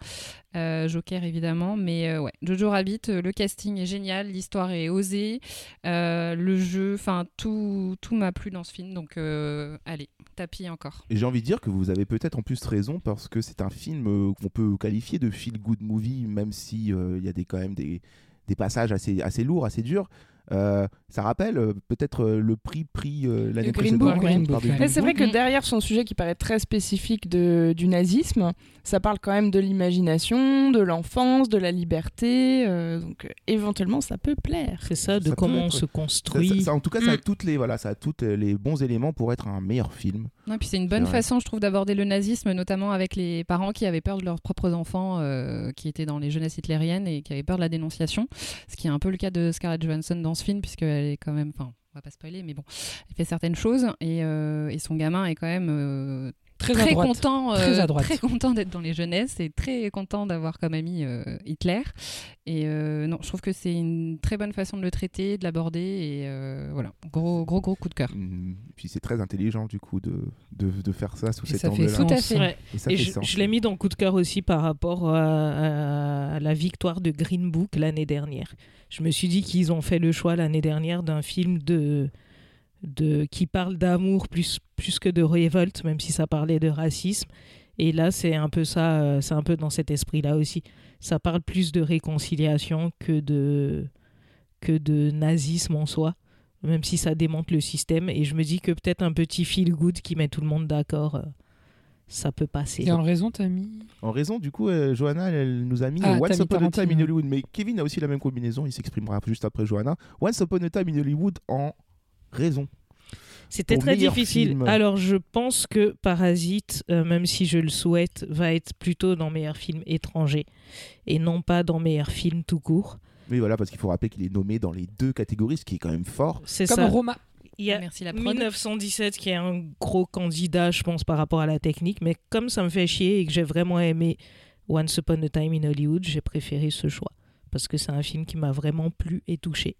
Euh, Joker évidemment, mais euh, ouais, Jojo Rabbit, euh, le casting est génial, l'histoire est osée, euh, le jeu, enfin tout, tout m'a plu dans ce film. Donc euh, allez, tapis encore. Et j'ai envie de dire que vous avez peut-être en plus raison parce que c'est un film euh, qu'on peut qualifier de feel good movie, même si euh, il y a des, quand même des, des passages assez, assez lourds, assez durs. Euh, ça rappelle euh, peut-être euh, le prix pris euh, l'année précédente. Green Book, par Green des Book, Green Mais c'est vrai Book. que derrière son sujet qui paraît très spécifique de- du nazisme, ça parle quand même de l'imagination, de l'enfance, de la liberté. euh, donc euh, éventuellement, ça peut plaire. C'est ça, de Ça peut comment être- on se Ça- ça- construit. ça- en tout cas, ça a Mm. toutes les voilà, ça a toutes les bons éléments pour être un meilleur film. Non, et puis c'est une C'est bonne vrai. façon, je trouve, d'aborder le nazisme, notamment avec les parents qui avaient peur de leurs propres enfants, euh, qui étaient dans les jeunesses hitlériennes et qui avaient peur de la dénonciation. Ce qui est un peu le cas de Scarlett Johansson dans ce film, puisqu'elle est quand même. Enfin, on va pas spoiler, mais bon, elle fait certaines choses et, euh, et son gamin est quand même. euh, Très, très adroite. content, euh, Très à droite. très content d'être dans les jeunesses et très content d'avoir comme ami euh, Hitler. Et euh, non, je trouve que c'est une très bonne façon de le traiter, de l'aborder et euh, voilà, gros gros gros coup de cœur. Mm. Puis c'est très intelligent du coup de, de, de faire ça sous Et cet ça fait angle-là. sens. Tout à C'est fait. vrai. Et ça Et fait je, sens. je l'ai mis dans coup de cœur aussi par rapport euh, à, à la victoire de Green Book l'année dernière. Je me suis dit qu'ils ont fait le choix l'année dernière d'un film de, de qui parle d'amour plus plus que de révolte, même si ça parlait de racisme. Et là, c'est un peu ça, euh, c'est un peu dans cet esprit-là aussi. Ça parle plus de réconciliation que de que de nazisme en soi, même si ça démonte le système. Et je me dis que peut-être un petit feel good qui met tout le monde d'accord. euh, ça peut passer. Il a raison, Tammy. En raison, du coup, euh, Johanna, elle, elle nous a mis Ah, euh, Once Tammy Upon a Time in Tarantino. Hollywood. Mais Kevin a aussi la même combinaison, il s'exprimera juste après Johanna. Once Upon a Time in Hollywood en raison. C'était Au très meilleur difficile. film. Alors je pense que Parasite, euh, même si je le souhaite, va être plutôt dans meilleur film étranger et non pas dans meilleur film tout court. Mais voilà, parce qu'il faut rappeler qu'il est nommé dans les deux catégories, ce qui est quand même fort. C'est Comme ça. Roma. Il y a Merci la prod. 1917 qui est un gros candidat, je pense, par rapport à la technique. Mais comme ça me fait chier et que j'ai vraiment aimé Once Upon a Time in Hollywood, j'ai préféré ce choix parce que c'est un film qui m'a vraiment plu et touché.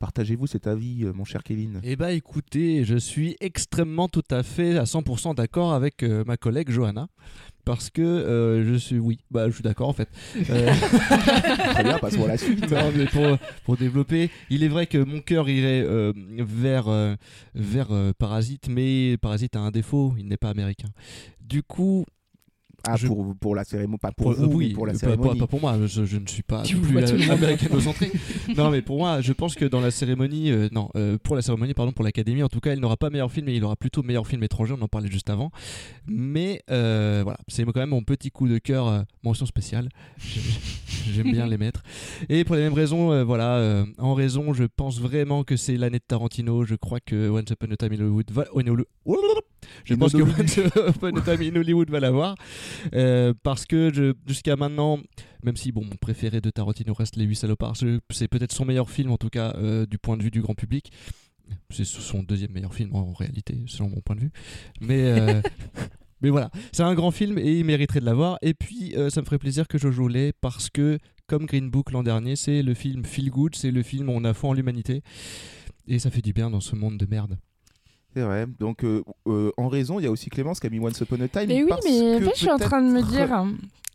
Partagez-vous cet avis, euh, mon cher Kevin. Eh bah écoutez, je suis extrêmement tout à fait à 100% d'accord avec euh, ma collègue Johanna. Parce que euh, je suis. Oui, bah je suis d'accord en fait. Euh, Très bien, passons à la suite. Non, mais pour, pour développer, il est vrai que mon cœur irait euh, vers, euh, vers euh, Parasite, mais Parasite a un défaut, il n'est pas américain. Du coup, Ah, Je- Euh, pour, pour la cérémonie, pas pour vous, oui, mais pour la pas- cérémonie. Pas, pas pour moi, je, je ne suis pas Tu non vois plus tout le euh, monde. américano-centré. non, mais pour moi, je pense que dans la cérémonie, euh, non, euh, pour la cérémonie, pardon, pour l'académie, en tout cas, il n'aura pas meilleur film, mais il aura plutôt meilleur film étranger. On en parlait juste avant. Mais euh, voilà, c'est quand même mon petit coup de cœur, euh, mention spéciale. J'aime- J'aime bien les mettre. Et pour les mêmes raisons, euh, voilà, euh, en raison, je pense vraiment que c'est l'année de Tarantino. Je crois que Once Upon a Time in Hollywood va. oh, no, no. Je pense que Once Upon a Time in Hollywood va l'avoir. Euh, parce que je- jusqu'à maintenant, même si bon, mon préféré de Tarantino reste Les 8 salopards, c'est c'est peut-être son meilleur film en tout cas euh, du point de vue du grand public. C'est son deuxième meilleur film en réalité, selon mon point de vue. Mais, euh, mais voilà, c'est un grand film et il mériterait de l'avoir. Et puis, euh, ça me ferait plaisir que Jojo l'ait parce que, comme Green Book l'an dernier, c'est le film Feel Good, c'est le film où On a foi en l'humanité. Et ça fait du bien dans ce monde de merde. C'est vrai. Donc, euh, euh, en raison, il y a aussi Clémence qui a mis Once Upon a Time. Mais oui, parce mais en que fait, je suis en train de me peut-être- dire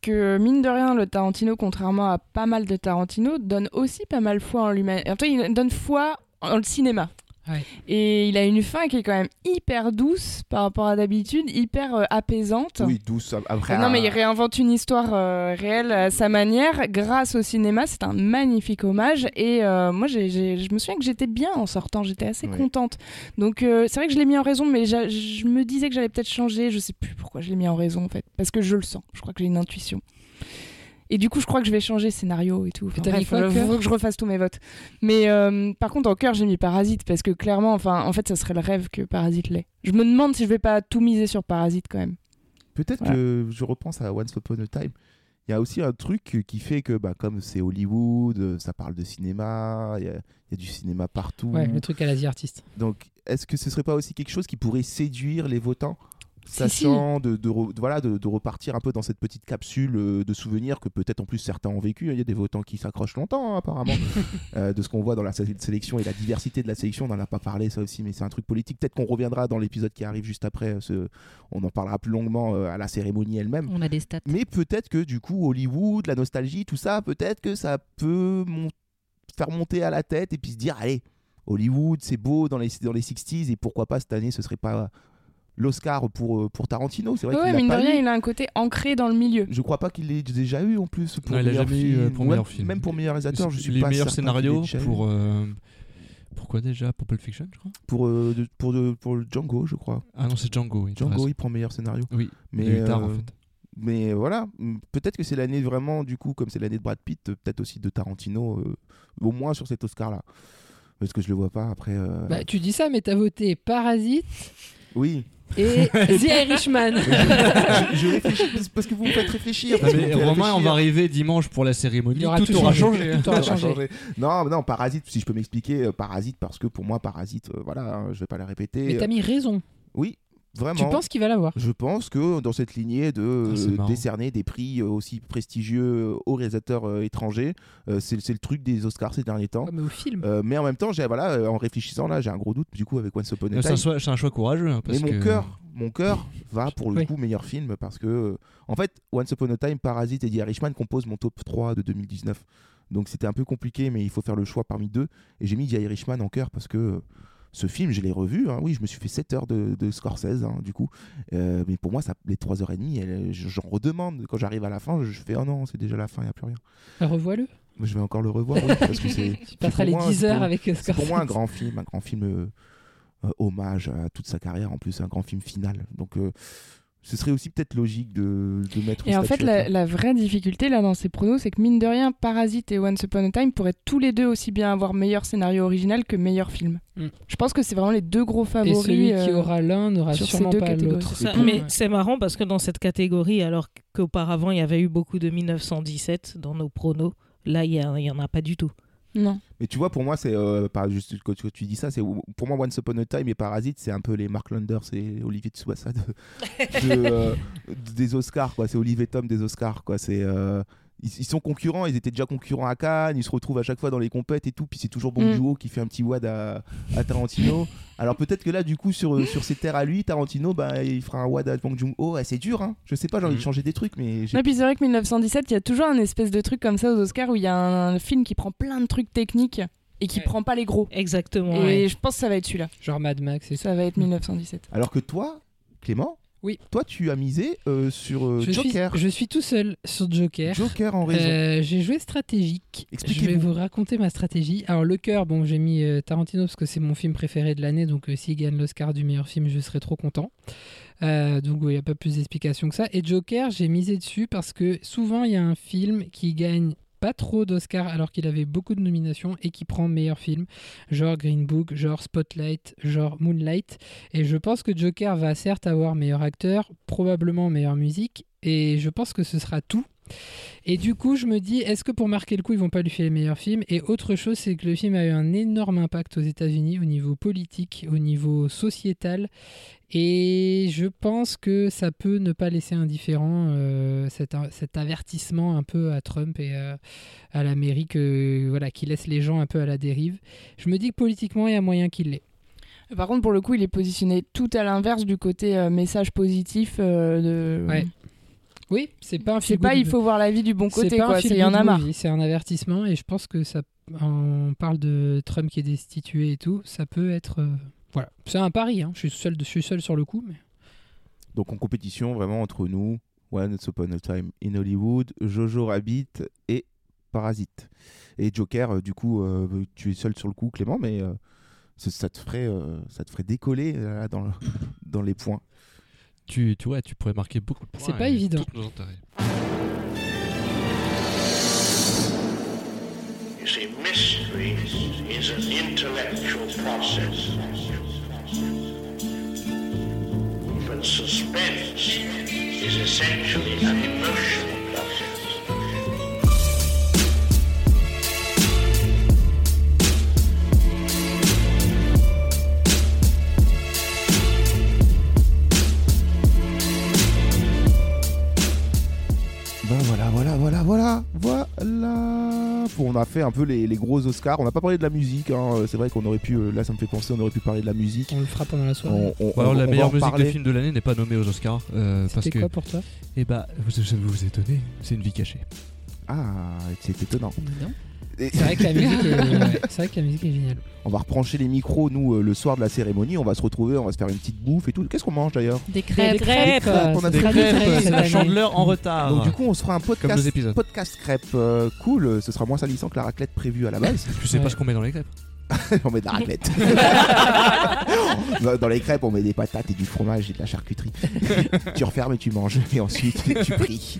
que, mine de rien, le Tarantino, contrairement à pas mal de Tarantino, donne aussi pas mal foi en l'humanité. En fait, il donne foi en le cinéma. Ouais. Et il a une fin qui est quand même hyper douce par rapport à d'habitude, hyper euh, apaisante. Oui, douce. Après, ah, euh, Non, mais un- il réinvente une histoire euh, réelle à sa manière grâce au cinéma. C'est un magnifique hommage. Et euh, moi, j'ai- j'ai- je me souviens que j'étais bien en sortant. J'étais assez Ouais. contente. Donc, euh, c'est vrai que je l'ai mis en raison, mais j'a- je me disais que j'allais peut-être changer. Je sais plus pourquoi je l'ai mis en raison, en fait. Parce que je le sens. Je crois que j'ai une intuition. Et du coup, je crois que je vais changer scénario et tout. Enfin, t'as mis bref, quoi, euh, cœur faut que je refasse tous mes votes. Mais euh, par contre, en cœur, j'ai mis Parasite parce que clairement, enfin, en fait, ça serait le rêve que Parasite l'ait. Je me demande si je vais pas tout miser sur Parasite quand même. Peut-être Voilà. que je repense à Once Upon a Time. Il y a aussi un truc qui fait que, bah, comme c'est Hollywood, euh, ça parle de cinéma, il y, a- il y a du cinéma partout. Ouais, le truc à l'Asie artiste. Donc, est-ce que ce serait pas aussi quelque chose qui pourrait séduire les votants Si, Sachant De, de re- de- voilà, de, de repartir un peu dans cette petite capsule euh, de souvenirs que peut-être en plus certains ont vécu. hein. Il y a des votants qui s'accrochent longtemps, hein, apparemment, euh, de ce qu'on voit dans la sé- sélection et la diversité de la sélection. On n'en a pas parlé, ça aussi, mais c'est un truc politique. Peut-être qu'on reviendra dans l'épisode qui arrive juste après. euh, ce- On en parlera plus longuement euh, à la cérémonie elle-même. On a des stats. Mais peut-être que du coup, Hollywood, la nostalgie, tout ça, peut-être que ça peut mon- faire monter à la tête et puis se dire allez, Hollywood, c'est beau dans les, dans les 60s et pourquoi pas cette année, ce serait pas l'Oscar pour, euh, pour Tarantino. C'est vrai Ouais, qu'il mine de l'a pas rien, eu. il a un côté ancré dans le milieu. Je crois pas qu'il l'ait déjà eu en plus pour Non, il a meilleur jamais eu, film. euh, pour Ou meilleur même, film. même pour meilleur réalisateur, je suis les pas meilleurs certain qu'il l'ait scénarios déjà eu. pour. euh, Pourquoi déjà Pour Pulp Fiction, je crois pour, euh, de- pour, de- pour Django, je crois. Ah non, c'est Django. Oui, t'as Django, raison. il prend meilleur scénario. Oui, Mais, mais il a eu tard en euh, fait. Mais voilà, m- peut-être que c'est l'année vraiment, du coup, comme c'est l'année de Brad Pitt, euh, peut-être aussi de Tarantino, euh, au moins sur cet Oscar-là. Parce que je le vois pas après. euh, Bah, tu dis ça, mais t'as voté Parasite Oui. et The Irishman. je, je réfléchis parce- parce que vous me faites réfléchir. Non, parce que Ah, mais vous me faites Romain, on va réfléchir. arriver dimanche pour la cérémonie. Il y aura tout, tout aura changé. changé. Tout aura Ça va changé. changer. Non, non, Parasite, si je peux m'expliquer, euh, Parasite, parce que pour moi, Parasite, euh, voilà, hein, je vais pas la répéter. Euh, Mais t'as mis raison. Oui, vraiment. Tu penses qu'il va l'avoir Je pense que dans cette lignée de Ah, c'est euh, marrant. décerner des prix euh, aussi prestigieux aux réalisateurs euh, étrangers, euh, c'est c'est le truc des Oscars ces derniers temps. Ouais, Mais au film. Euh, mais en même temps, j'ai voilà, euh, en réfléchissant là, j'ai un gros doute du coup avec Once Upon a hein. C'est un, Time. choix- c'est un choix courageux. hein, Mais parce mon que- cœur, mon cœur va pour le Oui. coup meilleur film parce que euh, en fait, Once Upon a Time, Parasite et The Irishman composent mon top 3 de 2019. Donc c'était un peu compliqué, mais il faut faire le choix parmi deux. Et j'ai mis The Irishman en cœur parce que euh, ce film, je l'ai revu. hein. Oui, je me suis fait 7 heures de, de Scorsese, hein, du coup. Euh, mais pour moi, ça, les 3h30, elles- j'en redemande. Quand j'arrive à la fin, je fais Oh non, c'est déjà la fin, il n'y a plus rien. Bah, Revois-le. Je vais encore le revoir, oui, parce que c'est. Tu passeras les pour moi, 10 c'est heures pour- avec C'est Scorsese. pour moi un grand film, un grand film euh, euh, hommage à toute sa carrière, en plus un grand film final. Donc euh, ce serait aussi peut-être logique de, de mettre. Et une en fait, la, statuette, la vraie difficulté là dans ces pronos, c'est que mine de rien, Parasite et Once Upon a Time pourraient tous les deux aussi bien avoir meilleur scénario original que meilleur film. Mm. Je pense que c'est vraiment les deux gros Et favoris. celui qui euh, aura l'un n'aura sur ces sûrement deux pas catégories. l'autre. C'est ça. Et Mais puis- c'est marrant parce que dans cette catégorie, alors qu'auparavant il y avait eu beaucoup de 1917 dans nos pronos, là il n'y en a pas du tout. Non. là. Mais tu vois, pour moi, c'est euh, pas juste quand tu, tu dis ça, c'est pour moi Once Upon a Time et Parasite, c'est un peu les Mark Landers et Olivier de Tsubasa de, de, euh, de- des Oscars, quoi. C'est Olivier Tom des Oscars, quoi. C'est euh, ils, ils sont concurrents, ils étaient déjà concurrents à Cannes, ils se retrouvent à chaque fois dans les compètes et tout, puis c'est toujours Bong Mm. Joon-ho qui fait un petit wad à, à Tarantino. Alors peut-être que là, du coup, sur, sur ses terres à lui, Tarantino, bah, il fera un wad à Bong Joon-ho. Ah, c'est dur, hein. Je sais pas, j'ai envie Mm. de changer des trucs, mais j'ai Et puis c'est vrai que 1917, il y a toujours un espèce de truc comme ça aux Oscars où il y a un film qui prend plein de trucs techniques et qui Ouais. prend pas les gros. Exactement. ouais. Et je pense que ça va être celui-là. Genre Mad Max et ça. Ça va être 1917. Alors que toi, Clément, Oui. toi tu as misé euh, sur euh, Je suis, Joker. je suis tout seul sur Joker. Joker en raison. Euh, j'ai joué stratégique. Je vais Expliquez-vous. vous raconter ma stratégie. Alors le cœur, bon, j'ai mis euh, Tarantino parce que c'est mon film préféré de l'année, donc euh, s'il gagne l'Oscar du meilleur film, je serai trop content. Euh, donc il n'y a pas plus d'explications que ça. Et Joker, j'ai misé dessus parce que souvent il y a un film qui gagne pas trop d'Oscars alors qu'il avait beaucoup de nominations et qui prend meilleur film, genre Green Book, genre Spotlight, genre Moonlight. Et je pense que Joker va certes avoir meilleur acteur, probablement meilleure musique, et je pense que ce sera tout. Et du coup, je me dis, est-ce que pour marquer le coup, ils vont pas lui faire les meilleurs films Et autre chose, c'est que le film a eu un énorme impact aux États-Unis au niveau politique, au niveau sociétal. Et je pense que ça peut ne pas laisser indifférent euh, cet, cet avertissement un peu à Trump et euh, à l'Amérique euh, voilà, qui laisse les gens un peu à la dérive. Je me dis que politiquement, il y a moyen qu'il l'ait. Par contre, pour le coup, il est positionné tout à l'inverse du côté euh, message positif euh, de. Ouais. Oui, c'est pas un C'est film. pas il faut voir la vie du bon côté C'est pas un quoi, feel c'est il y en good a marre. movie, C'est un avertissement et je pense que ça. On parle de Trump qui est destitué et tout. Ça peut être. euh, voilà. C'est un pari. hein. Je, suis seul, je suis seul sur le coup. Mais... Donc en compétition vraiment entre nous, Once Upon a Time in Hollywood, Jojo Rabbit et Parasite. Et Joker, euh, du coup, euh, tu es seul sur le coup, Clément, mais euh, ça, ça te ferait, euh, ça te ferait décoller euh, là, dans, le- dans les points. Tu, tu, ouais, tu pourrais marquer beaucoup de points. hein. C'est pas et évident. toutes nos intérêts. History is an intellectual process. But suspense is essentially an emotional process. Ben voilà, voilà, voilà, voilà, voilà. Bon, on a fait un peu les, les gros Oscars. On n'a pas parlé de la musique. hein. Euh, C'est vrai qu'on aurait pu. euh, Là, ça me fait penser. On aurait pu parler de la musique. On le fera pendant la soirée. On, on- Ou alors on- on la va en meilleure musique de parler. film de l'année n'est pas nommée aux Oscars euh, parce C'était que quoi pour toi eh bah vous vous, vous étonnez, c'est une vie cachée. Ah, c'est étonnant. Et- C'est vrai, que la musique est... ouais, c'est vrai que la musique est géniale. on va reprancher les micros. Nous, euh, le soir de la cérémonie, on va se retrouver. On va se faire une petite bouffe et tout. Qu'est-ce qu'on mange d'ailleurs Des crêpes. Des crêpes, crêpes, on a ça des sera crêpes, crêpes c'est cette la année. chandeleur en retard. Donc du coup, on se fera un Ah, comme nos podcast. épisodes. Podcast crêpe, euh, cool, euh, ce sera moins salissant que la raclette prévue à la base. Tu sais Ouais. pas ce qu'on met dans les crêpes. on met de la raclette. Dans- Dans les crêpes, on met des patates et du fromage et de la charcuterie. tu refermes et tu manges, et ensuite tu pries.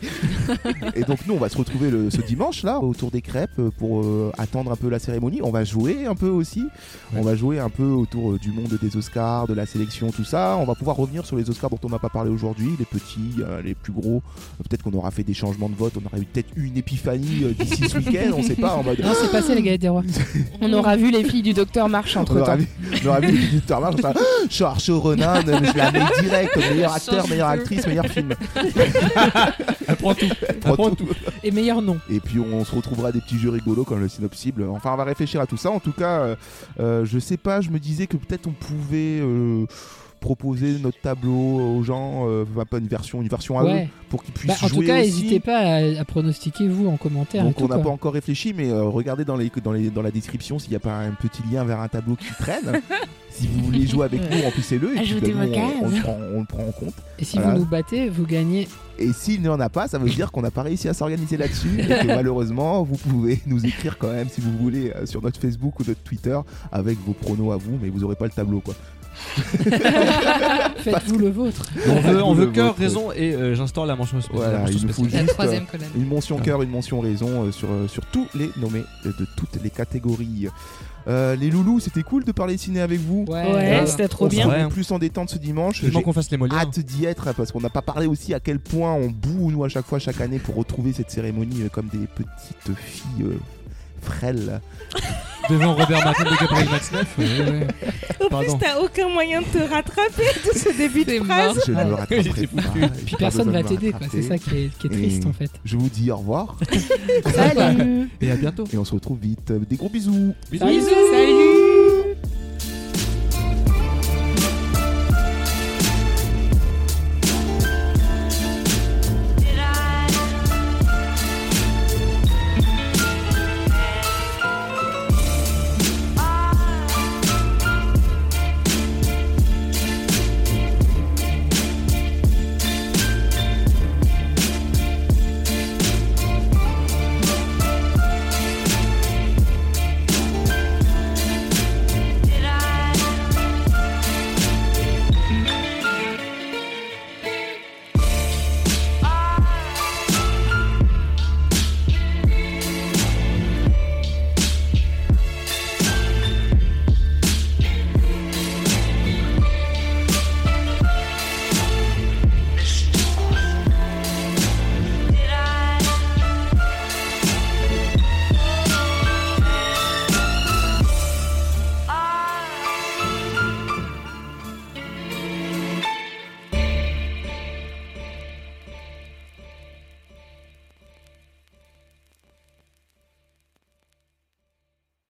Et donc nous, on va se retrouver le- ce dimanche là autour des crêpes euh, pour euh, attendre un peu la cérémonie. On va jouer un peu aussi. On va jouer un peu autour euh, du monde des Oscars, de la sélection, tout ça. On va pouvoir revenir sur les Oscars dont on n'a pas parlé aujourd'hui, les petits, euh, les plus gros. Euh, Peut-être qu'on aura fait des changements de vote. On aura eu peut-être une épiphanie euh, d'ici ce week-end. On sait pas. En mode, Non, c'est passé les gars des rois. On aura vu les filles du docteur March on entre aurait temps. vu, on aurait vu Peter Marsh, on serait là, Ah, je suis Archaud Ronan, mais je la mets direct, meilleur acteur, meilleure actrice, meilleur film. Elle prend tout. Prends prend tout. Et meilleur nom. Et puis on se retrouvera des petits jeux rigolos comme le synopsible. Enfin, on va réfléchir à tout ça. En tout cas, euh, euh, je sais pas, je me disais que peut-être on pouvait euh, proposer notre tableau aux gens, euh, enfin, pas une version, une version à eux, Ouais. pour qu'ils puissent Bah, en jouer tout cas, aussi. n'hésitez pas à, à pronostiquer vous en commentaire. et Donc tout, on n'a quoi. pas encore réfléchi, mais euh, regardez dans, les, dans, les, dans la description s'il n'y a pas un petit lien vers un tableau qui traîne. si vous voulez jouer avec nous, remplissez-le. et puis, Ajoutez bah, nous, vos on- on cases. le prend- on le prend en compte. Et si Voilà. vous nous battez, vous gagnez. Et s'il n'y en a pas, ça veut dire qu'on n'a pas réussi à s'organiser là-dessus. Et que malheureusement, vous pouvez nous écrire quand même si vous voulez euh, sur notre Facebook ou notre Twitter avec vos pronos à vous, mais vous n'aurez pas le tableau quoi. Faites-vous le vôtre. On veut, on Vous, veut le cœur, vôtre. raison et euh, j'instaure la mention spéciale. Voilà, la mention il nous faut spéciale. La Juste, troisième colonne. Une Ah. mention cœur, une mention raison euh, sur, euh, sur tous les nommés euh, de toutes les catégories. Euh, les loulous, c'était cool de parler ciné avec vous. Ouais, c'était trop on bien. se Ouais. retrouve plus en détente ce dimanche. Vivement J'ai qu'on fasse les Molières. hâte d'y être parce qu'on n'a pas parlé aussi à quel point on boue nous à chaque fois chaque année pour retrouver cette cérémonie euh, comme des petites filles euh, frêles. Devant Robert Martin de Gabriel Matzneff. ouais, ouais. En Pardon. plus, t'as aucun moyen de te rattraper tout ce début de C'est Oh, phrase. Je ne me rattraperai Il était pas. foutu. Et Puis pas personne besoin va de me t'aider, quoi. rattraper. C'est ça qui est, qui est triste Et- en fait. Je vous dis au revoir Salut Et à bientôt. et on se retrouve vite. Des gros bisous. Salut